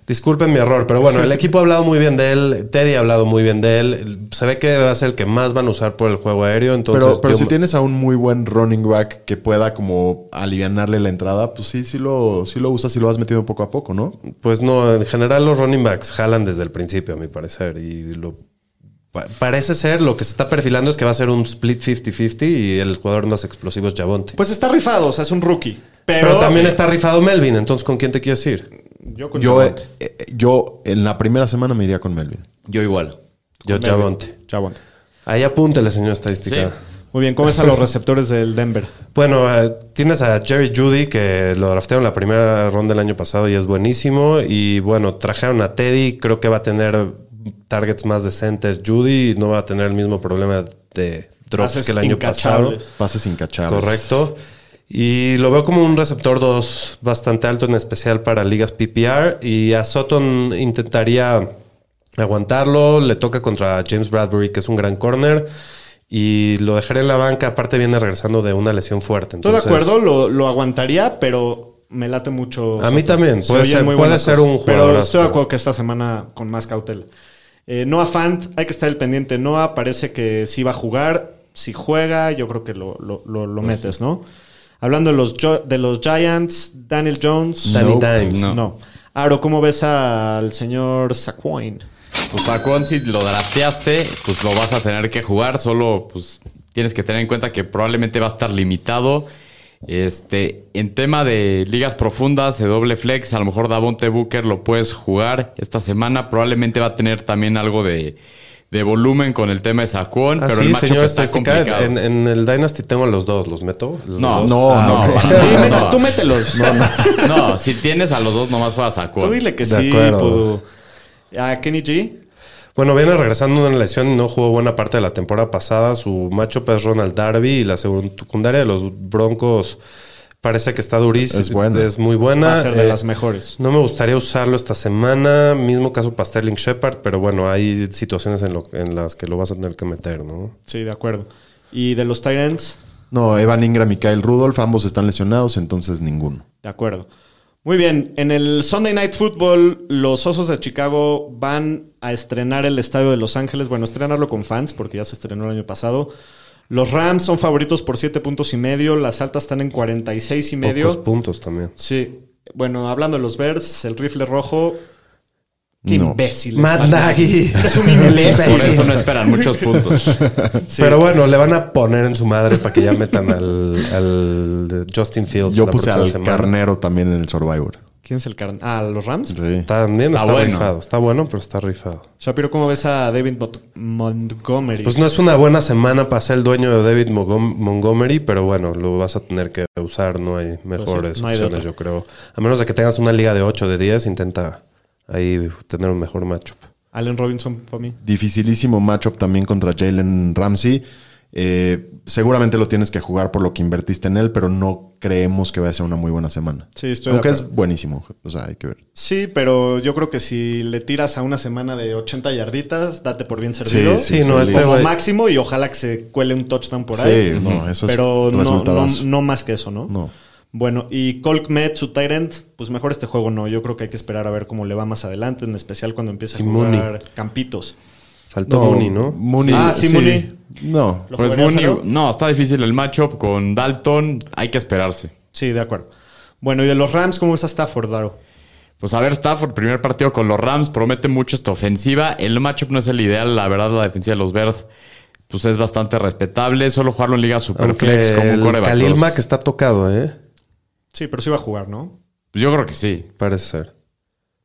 Speaker 4: Disculpen mi error, pero bueno, el equipo ha hablado muy bien de él, Teddy ha hablado muy bien de él, se ve que va a ser el que más van a usar por el juego aéreo, entonces...
Speaker 2: Pero, pero
Speaker 4: yo
Speaker 2: si
Speaker 4: me-
Speaker 2: tienes a un muy buen running back que pueda como alivianarle la entrada, pues sí, sí lo, sí lo usas y lo vas metiendo poco a poco, ¿no?
Speaker 4: Pues no, en general los running backs jalan desde el principio, a mi parecer, y lo... pa- Parece ser, lo que se está perfilando es que va a ser un split 50-50 y el jugador más explosivo es Javonte.
Speaker 3: Pues está rifado, o sea, es un rookie. Pero,
Speaker 4: Pero, también está rifado Melvin, entonces ¿con quién te quieres ir?
Speaker 3: Yo
Speaker 4: Pues
Speaker 3: con
Speaker 2: Yo, eh,
Speaker 3: Javonte.
Speaker 2: eh, yo en la primera semana me iría con Melvin.
Speaker 5: Yo igual.
Speaker 4: Yo Javonte.
Speaker 3: Javonte.
Speaker 4: Ahí apúntele, señor estadística.
Speaker 5: Sí.
Speaker 3: Muy bien, ¿cómo ves a los receptores del Denver?
Speaker 4: Bueno, eh, tienes a Jerry Judy, que lo draftearon la primera ronda del año pasado y es buenísimo. Y bueno, trajeron a Teddy, creo que va a tener targets más decentes. Judy y no va a tener el mismo problema de drops
Speaker 3: Pases
Speaker 4: que el año pasado.
Speaker 3: incachables.
Speaker 2: Pases incachables.
Speaker 4: Correcto. Y lo veo como un receptor 2 bastante alto, en especial para ligas PPR. Y a Sutton intentaría aguantarlo. Le toca contra James Bradbury, que es un gran corner. Y lo dejaré en la banca. Aparte, viene regresando de una lesión fuerte.
Speaker 3: Estoy de
Speaker 4: Entonces,
Speaker 3: acuerdo, lo, lo aguantaría, pero me late mucho.
Speaker 4: A mí también.
Speaker 3: Se
Speaker 4: Puede
Speaker 3: oyen
Speaker 4: ser-
Speaker 3: muy
Speaker 4: puede
Speaker 3: buenas
Speaker 4: ser
Speaker 3: cosas.
Speaker 4: un
Speaker 3: Pero
Speaker 4: jugadorazo,
Speaker 3: estoy de
Speaker 4: pero-
Speaker 3: acuerdo que esta semana con más cautela. Eh, Noah Fant, hay que estar al pendiente. Noah parece que sí va a jugar. Si juega, yo creo que lo, lo- lo- lo
Speaker 4: Pues
Speaker 3: metes, ¿no? Hablando de los, Jo- de los Giants, Daniel Jones.
Speaker 4: Danny
Speaker 3: No.
Speaker 4: Dimes.
Speaker 3: No. Aro, ¿cómo ves al señor Saquon?
Speaker 5: Pues a Kwon, si lo drafteaste, pues lo vas a tener que jugar. Solo pues tienes que tener en cuenta que probablemente va a estar limitado. Este, en tema de ligas profundas, de doble flex, a lo mejor Davonte Booker lo puedes jugar esta semana. Probablemente va a tener también algo de, de volumen con el tema de Saquon, pero el
Speaker 4: Así,
Speaker 5: matchup
Speaker 4: Ah, señor
Speaker 5: está
Speaker 4: estadística,
Speaker 5: complicado.
Speaker 4: en, en el Dynasty tengo a los dos. ¿Los meto? ¿Los
Speaker 5: No,
Speaker 4: dos?
Speaker 5: no,
Speaker 4: Ah,
Speaker 5: no,
Speaker 4: ok.
Speaker 5: para nada,
Speaker 3: mete-
Speaker 5: no.
Speaker 3: tú mételos.
Speaker 5: No, si tienes a los dos, nomás juegas a Kwon.
Speaker 3: Tú dile que
Speaker 4: De
Speaker 3: sí,
Speaker 4: acuerdo.
Speaker 3: Pudu. A Kenny G.
Speaker 4: Bueno, viene regresando de una lesión y no jugó buena parte de la temporada pasada. Su macho es Ronald Darby y la secundaria de los Broncos parece que está durísima.
Speaker 2: Es buena.
Speaker 4: Es muy buena.
Speaker 3: Va a ser de
Speaker 4: Eh,
Speaker 3: las mejores.
Speaker 4: No me gustaría usarlo esta semana. Mismo caso para Sterling Shepard, pero bueno, hay situaciones en, lo- en las que lo vas a tener que meter, ¿no?
Speaker 3: Sí, de acuerdo. Y de los Tyrants,
Speaker 2: No, Evan Ingram y Kyle Rudolph, ambos están lesionados, entonces ninguno.
Speaker 3: de acuerdo. Muy bien, en el Sunday Night Football, los Osos de Chicago van a estrenar el Estadio de Los Ángeles. Bueno, estrenarlo con fans, porque ya se estrenó el año pasado. Los Rams son favoritos por 7 puntos y medio. Las altas están en 46 y
Speaker 4: Pocos
Speaker 3: medio.
Speaker 4: puntos también.
Speaker 3: Sí. Bueno, hablando de los Bears, el rifle rojo. Qué
Speaker 2: No.
Speaker 3: imbécil.
Speaker 4: Matt Nagy.
Speaker 3: Es un
Speaker 5: Por
Speaker 3: imbécil.
Speaker 5: eso no esperan muchos puntos.
Speaker 4: Pero bueno, le van a poner en su madre para que ya metan al, al Justin Fields.
Speaker 2: Yo
Speaker 4: la
Speaker 2: puse
Speaker 4: próxima
Speaker 2: al
Speaker 4: semana.
Speaker 2: carnero también en el Survivor.
Speaker 3: ¿Quién es el carnal? Ah, los Rams.
Speaker 2: Sí.
Speaker 4: También
Speaker 5: Está
Speaker 4: está,
Speaker 5: bueno.
Speaker 4: rifado. Está bueno, pero está rifado.
Speaker 3: Shapiro, ¿cómo ves a David Mont- Montgomery?
Speaker 4: Pues no es una buena semana para ser el dueño de David Mogom- Montgomery, pero bueno, lo vas a tener que usar. No hay mejores
Speaker 3: Pues no hay de
Speaker 4: opciones,
Speaker 3: otra.
Speaker 4: yo creo. A menos de que tengas una liga de 8 de 10, intenta ahí tener un mejor matchup.
Speaker 3: Allen Robinson para mí.
Speaker 2: Dificilísimo matchup también contra Jalen Ramsey. Eh, seguramente lo tienes que jugar por lo que invertiste en él, pero no creemos que vaya a ser una muy buena semana.
Speaker 3: Sí, estoy de
Speaker 2: Aunque
Speaker 3: acuerdo.
Speaker 2: es buenísimo. O sea, hay que ver.
Speaker 3: Sí, pero yo creo que si le tiras a una semana de 80 yarditas, date por bien servido.
Speaker 2: Sí,
Speaker 4: Sí, no,
Speaker 2: feliz.
Speaker 4: este
Speaker 3: Como
Speaker 4: güey-
Speaker 3: máximo y ojalá que se cuele un touchdown por
Speaker 2: Sí,
Speaker 3: ahí.
Speaker 2: no, eso es
Speaker 3: pero no, no,
Speaker 2: resultados.
Speaker 3: no más que eso, ¿no?
Speaker 2: No.
Speaker 3: Bueno, y Colk Met, su Tyrant, pues mejor este juego no. Yo creo que hay que esperar a ver cómo le va más adelante, en especial cuando empiece a
Speaker 4: Y
Speaker 3: jugar
Speaker 4: Mooney.
Speaker 3: campitos.
Speaker 4: Faltó Mooney, ¿no?
Speaker 2: Mooney,
Speaker 3: Ah, sí, Mooney.
Speaker 2: No.
Speaker 3: ¿Lo
Speaker 5: Pues
Speaker 3: jugarías,
Speaker 5: Mooney,
Speaker 3: Aro?
Speaker 5: no, está difícil el matchup con Dalton, hay que esperarse.
Speaker 3: Sí, de acuerdo. Bueno, y de los Rams, ¿cómo está Stafford, Daro?
Speaker 5: Pues a ver, Stafford, primer partido con los Rams, promete mucho esta ofensiva. El matchup no es el ideal, la verdad, la defensa de los Bears pues es bastante respetable. Solo jugarlo en Liga Superflex
Speaker 4: Aunque
Speaker 5: como un
Speaker 4: el
Speaker 5: coreback.
Speaker 4: Khalil
Speaker 5: Los-
Speaker 4: Mack está tocado, ¿eh?
Speaker 3: Sí, pero sí va a jugar, ¿no?
Speaker 5: Pues yo creo que sí.
Speaker 4: Parece ser.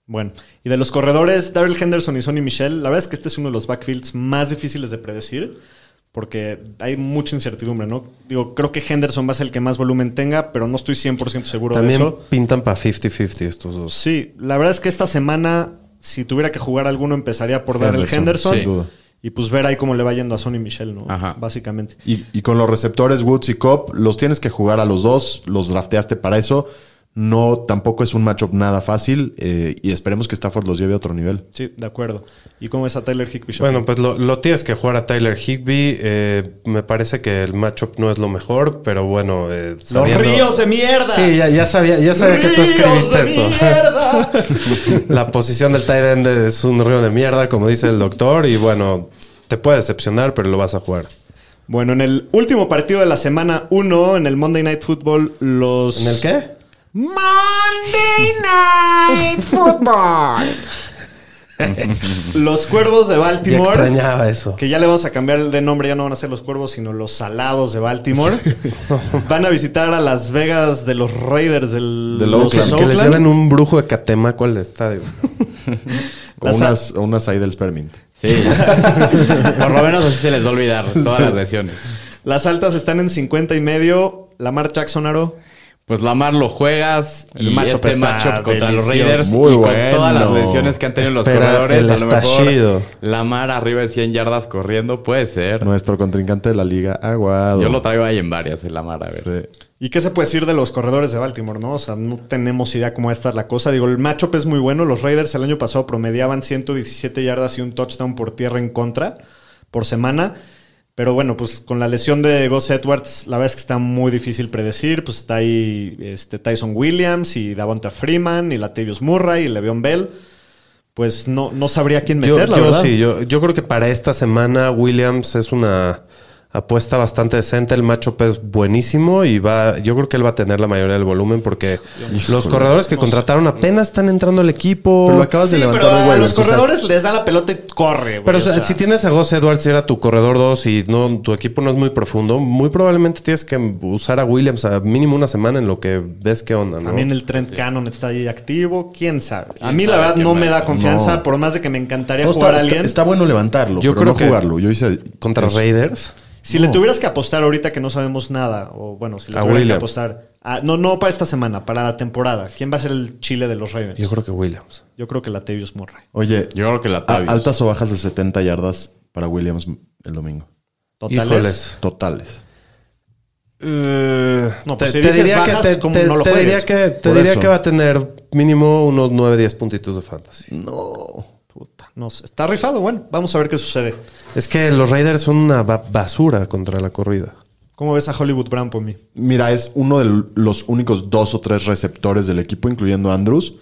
Speaker 3: Bueno, y de los corredores, Daryl Henderson y Sonny Michel, la verdad es que este es uno de los backfields más difíciles de predecir porque hay mucha incertidumbre, ¿no? Digo, creo que Henderson va a ser el que más volumen tenga, pero no estoy 100% seguro
Speaker 4: También
Speaker 3: de eso.
Speaker 4: pintan para 50-50 estos dos.
Speaker 3: Sí, la verdad es que esta semana, si tuviera que jugar alguno, empezaría por Daryl
Speaker 2: Henderson,
Speaker 3: Henderson.
Speaker 2: sin duda.
Speaker 3: Y pues ver ahí cómo le va yendo a Sonny Michel, ¿no?
Speaker 5: Ajá.
Speaker 3: Básicamente.
Speaker 2: Y, y con los receptores Woods y Cobb, los tienes que jugar a los dos, los drafteaste para eso. No, tampoco es un matchup nada fácil eh, y esperemos que Stafford los lleve a otro nivel.
Speaker 3: Sí, de acuerdo. ¿Y cómo es a Tyler Higbee?
Speaker 4: Bueno, pues lo, lo tienes que jugar a Tyler Higby. me parece que el matchup no es lo mejor, pero bueno. eh,
Speaker 3: ¡Los
Speaker 4: sabiendo-
Speaker 3: ríos de mierda!
Speaker 4: Sí, ya, ya sabía, ya sabía que tú
Speaker 3: ¡Ríos
Speaker 4: escribiste
Speaker 3: de
Speaker 4: esto.
Speaker 3: mierda!
Speaker 4: La posición del tight end es un río de mierda, como dice el doctor, y bueno, te puede decepcionar, pero lo vas a jugar.
Speaker 3: Bueno, en el último partido de la semana 1, en el Monday Night Football, los.
Speaker 4: ¿En el qué?
Speaker 3: Los cuervos de
Speaker 4: Ya
Speaker 3: Baltimore.
Speaker 4: extrañaba eso.
Speaker 3: Que ya le vamos a cambiar de nombre, ya no van a ser los cuervos, sino los salados de Baltimore. van a visitar a Las Vegas de los Raiders del,
Speaker 2: Del
Speaker 3: los
Speaker 2: Oakland.
Speaker 4: Que les
Speaker 3: Oakland.
Speaker 4: lleven un brujo de catemaco al estadio.
Speaker 2: O
Speaker 3: Las-
Speaker 2: unas, o unas ahí del Spermint.
Speaker 5: Sí. Por lo menos así se les va a olvidar todas las lesiones.
Speaker 3: Las altas están en 50 y medio. Lamar Jackson Aro.
Speaker 5: Pues Lamar lo juegas
Speaker 3: El
Speaker 5: y
Speaker 3: matchup
Speaker 5: este
Speaker 3: está
Speaker 5: matchup contra los
Speaker 3: delicioso.
Speaker 5: Raiders
Speaker 2: Muy
Speaker 5: y con
Speaker 2: bueno.
Speaker 5: todas las lesiones que han tenido los
Speaker 4: Espera,
Speaker 5: corredores,
Speaker 4: el
Speaker 5: a lo mejor
Speaker 4: estallido.
Speaker 5: Lamar arriba de 100 yardas corriendo puede ser.
Speaker 2: Nuestro contrincante de la liga, aguado.
Speaker 5: Yo lo traigo ahí en varias el Lamar, a ver.
Speaker 2: Sí.
Speaker 3: ¿Y qué se puede decir de los corredores de Baltimore, no? O sea, no tenemos idea cómo va a estar la cosa. Digo, el matchup es muy bueno. Los Raiders el año pasado promediaban 117 yardas y un touchdown por tierra en contra por semana. Pero bueno, pues con la lesión de Gus Edwards, la verdad es que está muy difícil predecir. Pues está ahí este, Tyson Williams y Davonta Freeman y Latavius Murray y Le'Veon Bell. Pues no, no sabría quién
Speaker 4: Yo,
Speaker 3: meter, la
Speaker 4: yo
Speaker 3: verdad.
Speaker 4: sí, yo, yo creo que para esta semana Williams es una apuesta bastante decente. El matchup es buenísimo y va. Yo creo que él va a tener la mayoría del volumen porque los corredores que contrataron apenas están entrando al equipo.
Speaker 2: Pero lo acabas de
Speaker 3: Oh, Sí,
Speaker 2: levantar
Speaker 3: pero
Speaker 2: de
Speaker 3: a
Speaker 2: huevos,
Speaker 3: los
Speaker 2: o sea,
Speaker 3: corredores les da la pelota y corre. güey,
Speaker 4: Pero
Speaker 3: o
Speaker 4: o sea,
Speaker 3: sea.
Speaker 4: si tienes a Gus Edwards y era tu corredor 2 y no, tu equipo no es muy profundo, muy probablemente tienes que usar a Williams a mínimo una semana en lo que ves qué onda, ¿no?
Speaker 3: También el Trent Cannon está ahí activo. ¿Quién sabe? a
Speaker 5: ¿Quién
Speaker 3: mí, la
Speaker 5: sabe
Speaker 3: verdad,
Speaker 5: quién
Speaker 3: no
Speaker 5: va a
Speaker 3: me da
Speaker 5: estar?
Speaker 3: confianza.
Speaker 2: No.
Speaker 3: Por más de que me encantaría
Speaker 2: No,
Speaker 3: jugar
Speaker 2: está,
Speaker 3: a alguien.
Speaker 2: está- está bueno levantarlo,
Speaker 4: Yo
Speaker 2: pero
Speaker 4: creo
Speaker 2: no
Speaker 4: que
Speaker 2: jugarlo. Yo hice
Speaker 4: Contra
Speaker 2: eso.
Speaker 4: Raiders.
Speaker 3: Si le tuvieras que apostar ahorita que no sabemos nada, o bueno, si le
Speaker 4: A
Speaker 3: tuvieras que
Speaker 4: Williams.
Speaker 3: apostar. a- no, no para esta semana, para la temporada. ¿Quién va a ser el Chile de los Ravens?
Speaker 4: Yo creo que Williams.
Speaker 3: Yo creo que la Tevius Murray.
Speaker 2: Oye,
Speaker 5: Yo creo que la
Speaker 2: a-
Speaker 5: Tavius.
Speaker 2: Ah, altas o bajas de 70 yardas para Williams el domingo.
Speaker 3: Totales.
Speaker 4: Híjoles.
Speaker 2: Totales.
Speaker 4: Eh,
Speaker 3: No, pues si dices bajas,
Speaker 4: te,
Speaker 3: ¿cómo
Speaker 4: te-
Speaker 3: no lo
Speaker 4: te
Speaker 3: juegues?
Speaker 4: diría que te
Speaker 2: Por
Speaker 4: diría
Speaker 2: eso.
Speaker 4: que va a tener mínimo unos 9 10 puntitos de fantasy.
Speaker 3: Puta, no sé. Está rifado. Bueno, vamos a ver qué sucede.
Speaker 4: Es que los Raiders son una ba- basura contra la corrida.
Speaker 3: ¿Cómo ves a Hollywood Brown por mí?
Speaker 2: Mira, es uno de los únicos dos o tres receptores del equipo, incluyendo Andrews,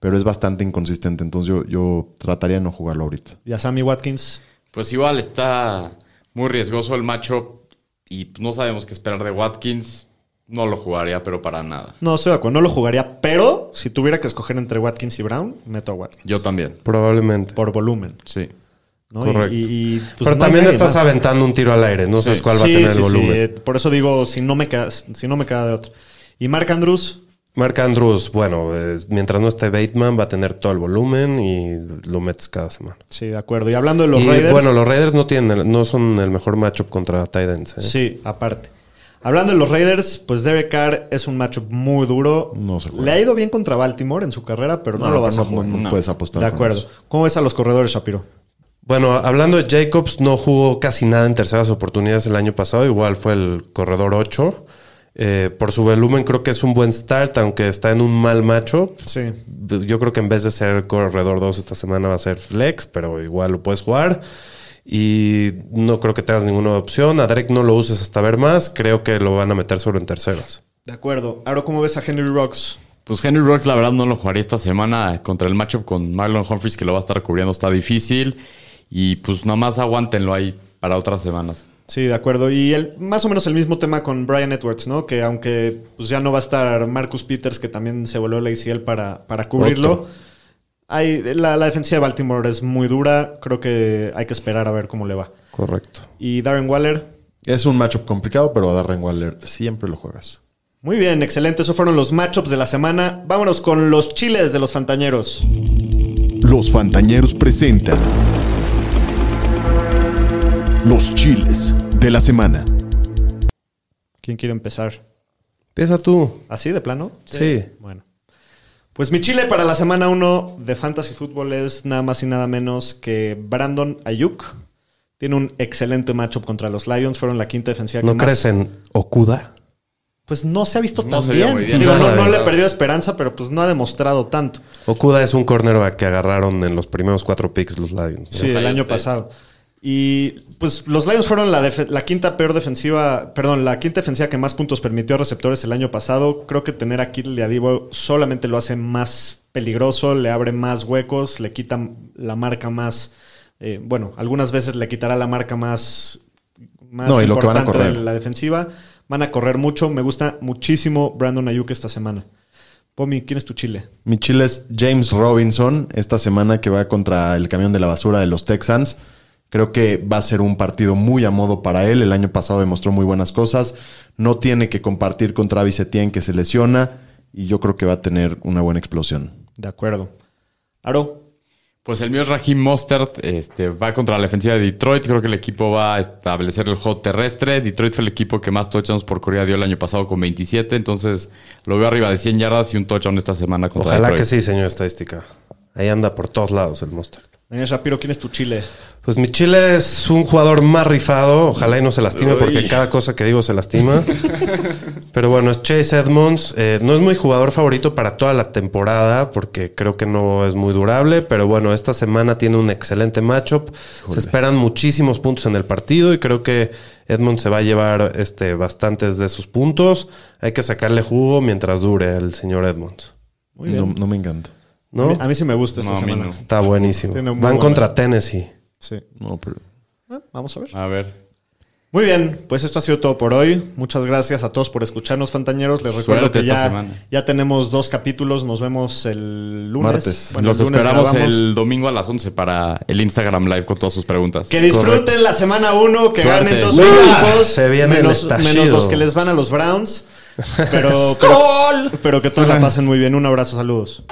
Speaker 2: pero es bastante inconsistente. Entonces yo, yo trataría de no jugarlo ahorita.
Speaker 3: Y a Sammy Watkins.
Speaker 5: Pues igual está muy riesgoso el macho y pues, no sabemos qué esperar de Watkins. No lo jugaría, pero para nada.
Speaker 3: No, estoy de acuerdo. No lo jugaría, pero si tuviera que escoger entre Watkins y Brown, meto a Watkins.
Speaker 5: Yo también,
Speaker 4: Probablemente.
Speaker 3: Por volumen.
Speaker 5: sí.
Speaker 3: ¿no?
Speaker 4: Correcto.
Speaker 3: Y- y- y, pues,
Speaker 4: Pero
Speaker 3: no hay
Speaker 4: también
Speaker 3: nadie
Speaker 4: estás
Speaker 3: más.
Speaker 4: aventando un tiro al aire. No sabes
Speaker 5: Sí.
Speaker 4: cuál va a
Speaker 3: Sí,
Speaker 4: tener
Speaker 3: sí,
Speaker 4: el
Speaker 3: sí.
Speaker 4: volumen.
Speaker 3: Eh, Por eso digo, si no me queda, si no me queda de otra. Y Mark Andrews,
Speaker 4: Mark Andrews, bueno, eh, mientras no esté Bateman, va a tener todo el volumen y lo metes cada semana.
Speaker 3: sí, de acuerdo. Y hablando de los
Speaker 4: y
Speaker 3: Raiders.
Speaker 4: bueno, los Raiders no tienen, el- no son el mejor matchup contra Titans. ¿eh?
Speaker 3: Sí, aparte. Hablando de los Raiders, pues Derek Carr es un matchup muy duro.
Speaker 2: No se juega.
Speaker 3: Le ha ido bien contra Baltimore en su carrera, pero no, lo vas
Speaker 2: no,
Speaker 3: a jugar.
Speaker 2: no
Speaker 5: no.
Speaker 2: puedes apostar.
Speaker 3: de
Speaker 2: con
Speaker 3: acuerdo.
Speaker 2: eso.
Speaker 3: ¿Cómo ves a los corredores, Shapiro?
Speaker 4: Bueno, hablando de Jacobs, no jugó casi nada en terceras oportunidades el año pasado. Igual fue el corredor 8. Eh, por su volumen creo que es un buen start, aunque está en un mal matchup.
Speaker 3: Sí.
Speaker 4: Yo creo que en vez de ser corredor 2 esta semana va a ser flex, pero igual lo puedes jugar. Y no creo que tengas ninguna opción. A Drake no lo uses hasta ver más. Creo que lo van a meter solo en terceras.
Speaker 3: De acuerdo. Ahora, ¿cómo ves a Henry Rocks?
Speaker 5: Pues Henry Rocks, la verdad, no lo jugaría esta semana contra el matchup con Marlon Humphries, que lo va a estar cubriendo, está difícil. Y pues nada más aguántenlo ahí para otras semanas.
Speaker 3: Sí, de acuerdo. Y el, más o menos el mismo tema con Brian Edwards, ¿no? Que aunque pues, ya no va a estar Marcus Peters, que también se volvió la ICL para, para cubrirlo.
Speaker 4: Otro.
Speaker 3: Hay, la, la defensiva de Baltimore es muy dura. Creo que hay que esperar a ver cómo le va.
Speaker 4: Correcto.
Speaker 3: Y Darren Waller.
Speaker 2: Es un matchup complicado, pero a Darren Waller siempre lo juegas.
Speaker 3: Muy bien, excelente. Esos fueron los matchups de la semana. Vámonos con los chiles de los fantañeros.
Speaker 7: Los Fantañeros presentan Los Chiles de la Semana.
Speaker 3: ¿Quién quiere empezar?
Speaker 4: Empieza tú.
Speaker 3: ¿Así de plano?
Speaker 4: Sí.
Speaker 3: Bueno. Pues mi chile para la semana 1 de Fantasy Football es nada más y nada menos que Brandon Ayuk. Tiene un excelente matchup contra los Lions. Fueron la quinta defensiva
Speaker 4: ¿No
Speaker 3: que más-
Speaker 4: crees en Okuda?
Speaker 3: Pues no se ha visto
Speaker 5: No
Speaker 3: tan
Speaker 5: se vio
Speaker 3: bien.
Speaker 5: muy bien.
Speaker 3: Digo, no,
Speaker 4: Nada
Speaker 3: no
Speaker 4: de
Speaker 3: le
Speaker 5: nada.
Speaker 3: perdió esperanza, pero pues no ha demostrado tanto.
Speaker 4: Okuda es un cornerback que agarraron en los primeros cuatro picks los Lions. ¿no?
Speaker 3: Sí, el
Speaker 5: Ohio
Speaker 3: año
Speaker 5: State.
Speaker 3: pasado. Y pues los Lions fueron la, defe- la quinta peor defensiva, perdón, la quinta defensiva que más puntos permitió a receptores el año pasado. Creo que tener a Kittle y a Divo solamente lo hace más peligroso, le abre más huecos, le quita la marca más. eh, bueno, algunas veces le quitará la marca más, más
Speaker 2: No, y lo que van a
Speaker 3: importante de
Speaker 2: correr.
Speaker 3: la defensiva. Van a correr mucho. Me gusta muchísimo Brandon Ayuk esta semana. Pomi, ¿quién es tu chile?
Speaker 2: Mi chile es James Robinson esta semana que va contra el camión de la basura de los Texans. Creo que va a ser un partido muy a modo para él. El año pasado demostró muy buenas cosas. No tiene que compartir con Travis Etienne que se lesiona. Y yo creo que va a tener una buena explosión.
Speaker 3: De acuerdo. Aro,
Speaker 5: Pues el mío es Raheem Mostert, este, va contra la defensiva de Detroit, creo que el equipo va a establecer el juego terrestre, Detroit fue el equipo que más touchdowns por corrida dio el año pasado con 27, entonces lo veo arriba de 100 yardas y un touchdown esta semana contra
Speaker 4: Ojalá
Speaker 5: Detroit.
Speaker 4: que sí, señor estadística. Ahí anda por todos lados el Mustard.
Speaker 3: Daniel Shapiro, ¿quién es tu chile?
Speaker 4: Pues mi Chile es un jugador más rifado. Ojalá y no se lastime porque cada cosa que digo se lastima. Pero bueno, es Chase Edmonds. Eh, no es mi jugador favorito para toda la temporada porque creo que no es muy durable. Pero bueno, esta semana tiene un excelente matchup. Se esperan muchísimos puntos en el partido y creo que Edmonds se va a llevar este, bastantes de sus puntos. Hay que sacarle jugo mientras dure el señor Edmonds.
Speaker 2: No, no me encanta.
Speaker 4: ¿No?
Speaker 3: A mí sí me gusta esta
Speaker 5: No, a mí
Speaker 3: semana.
Speaker 5: no.
Speaker 4: Está buenísimo.
Speaker 3: Tiene muy
Speaker 4: Van
Speaker 3: buena.
Speaker 4: contra Tennessee.
Speaker 3: Sí.
Speaker 2: No, pero.
Speaker 3: Ah, vamos a ver.
Speaker 5: A ver.
Speaker 3: Muy bien, pues esto ha sido todo por hoy. Muchas gracias a todos por escucharnos, Fantañeros. Les recuerdo
Speaker 5: Suerte
Speaker 3: que
Speaker 5: esta
Speaker 3: ya,
Speaker 5: semana.
Speaker 3: ya tenemos dos capítulos. Nos vemos el lunes.
Speaker 2: Martes.
Speaker 3: Bueno,
Speaker 5: Los
Speaker 3: el lunes
Speaker 5: esperamos
Speaker 3: grabamos.
Speaker 5: el domingo a las 11 para el Instagram Live con todas sus preguntas.
Speaker 3: Que disfruten la semana 1, que
Speaker 5: Suerte.
Speaker 3: ganen todos sus equipos.
Speaker 4: Se viene el
Speaker 3: menos,
Speaker 4: estallido.
Speaker 3: menos los que les van a los Browns. Pero, pero, pero que todos la pasen muy bien. Un abrazo, saludos.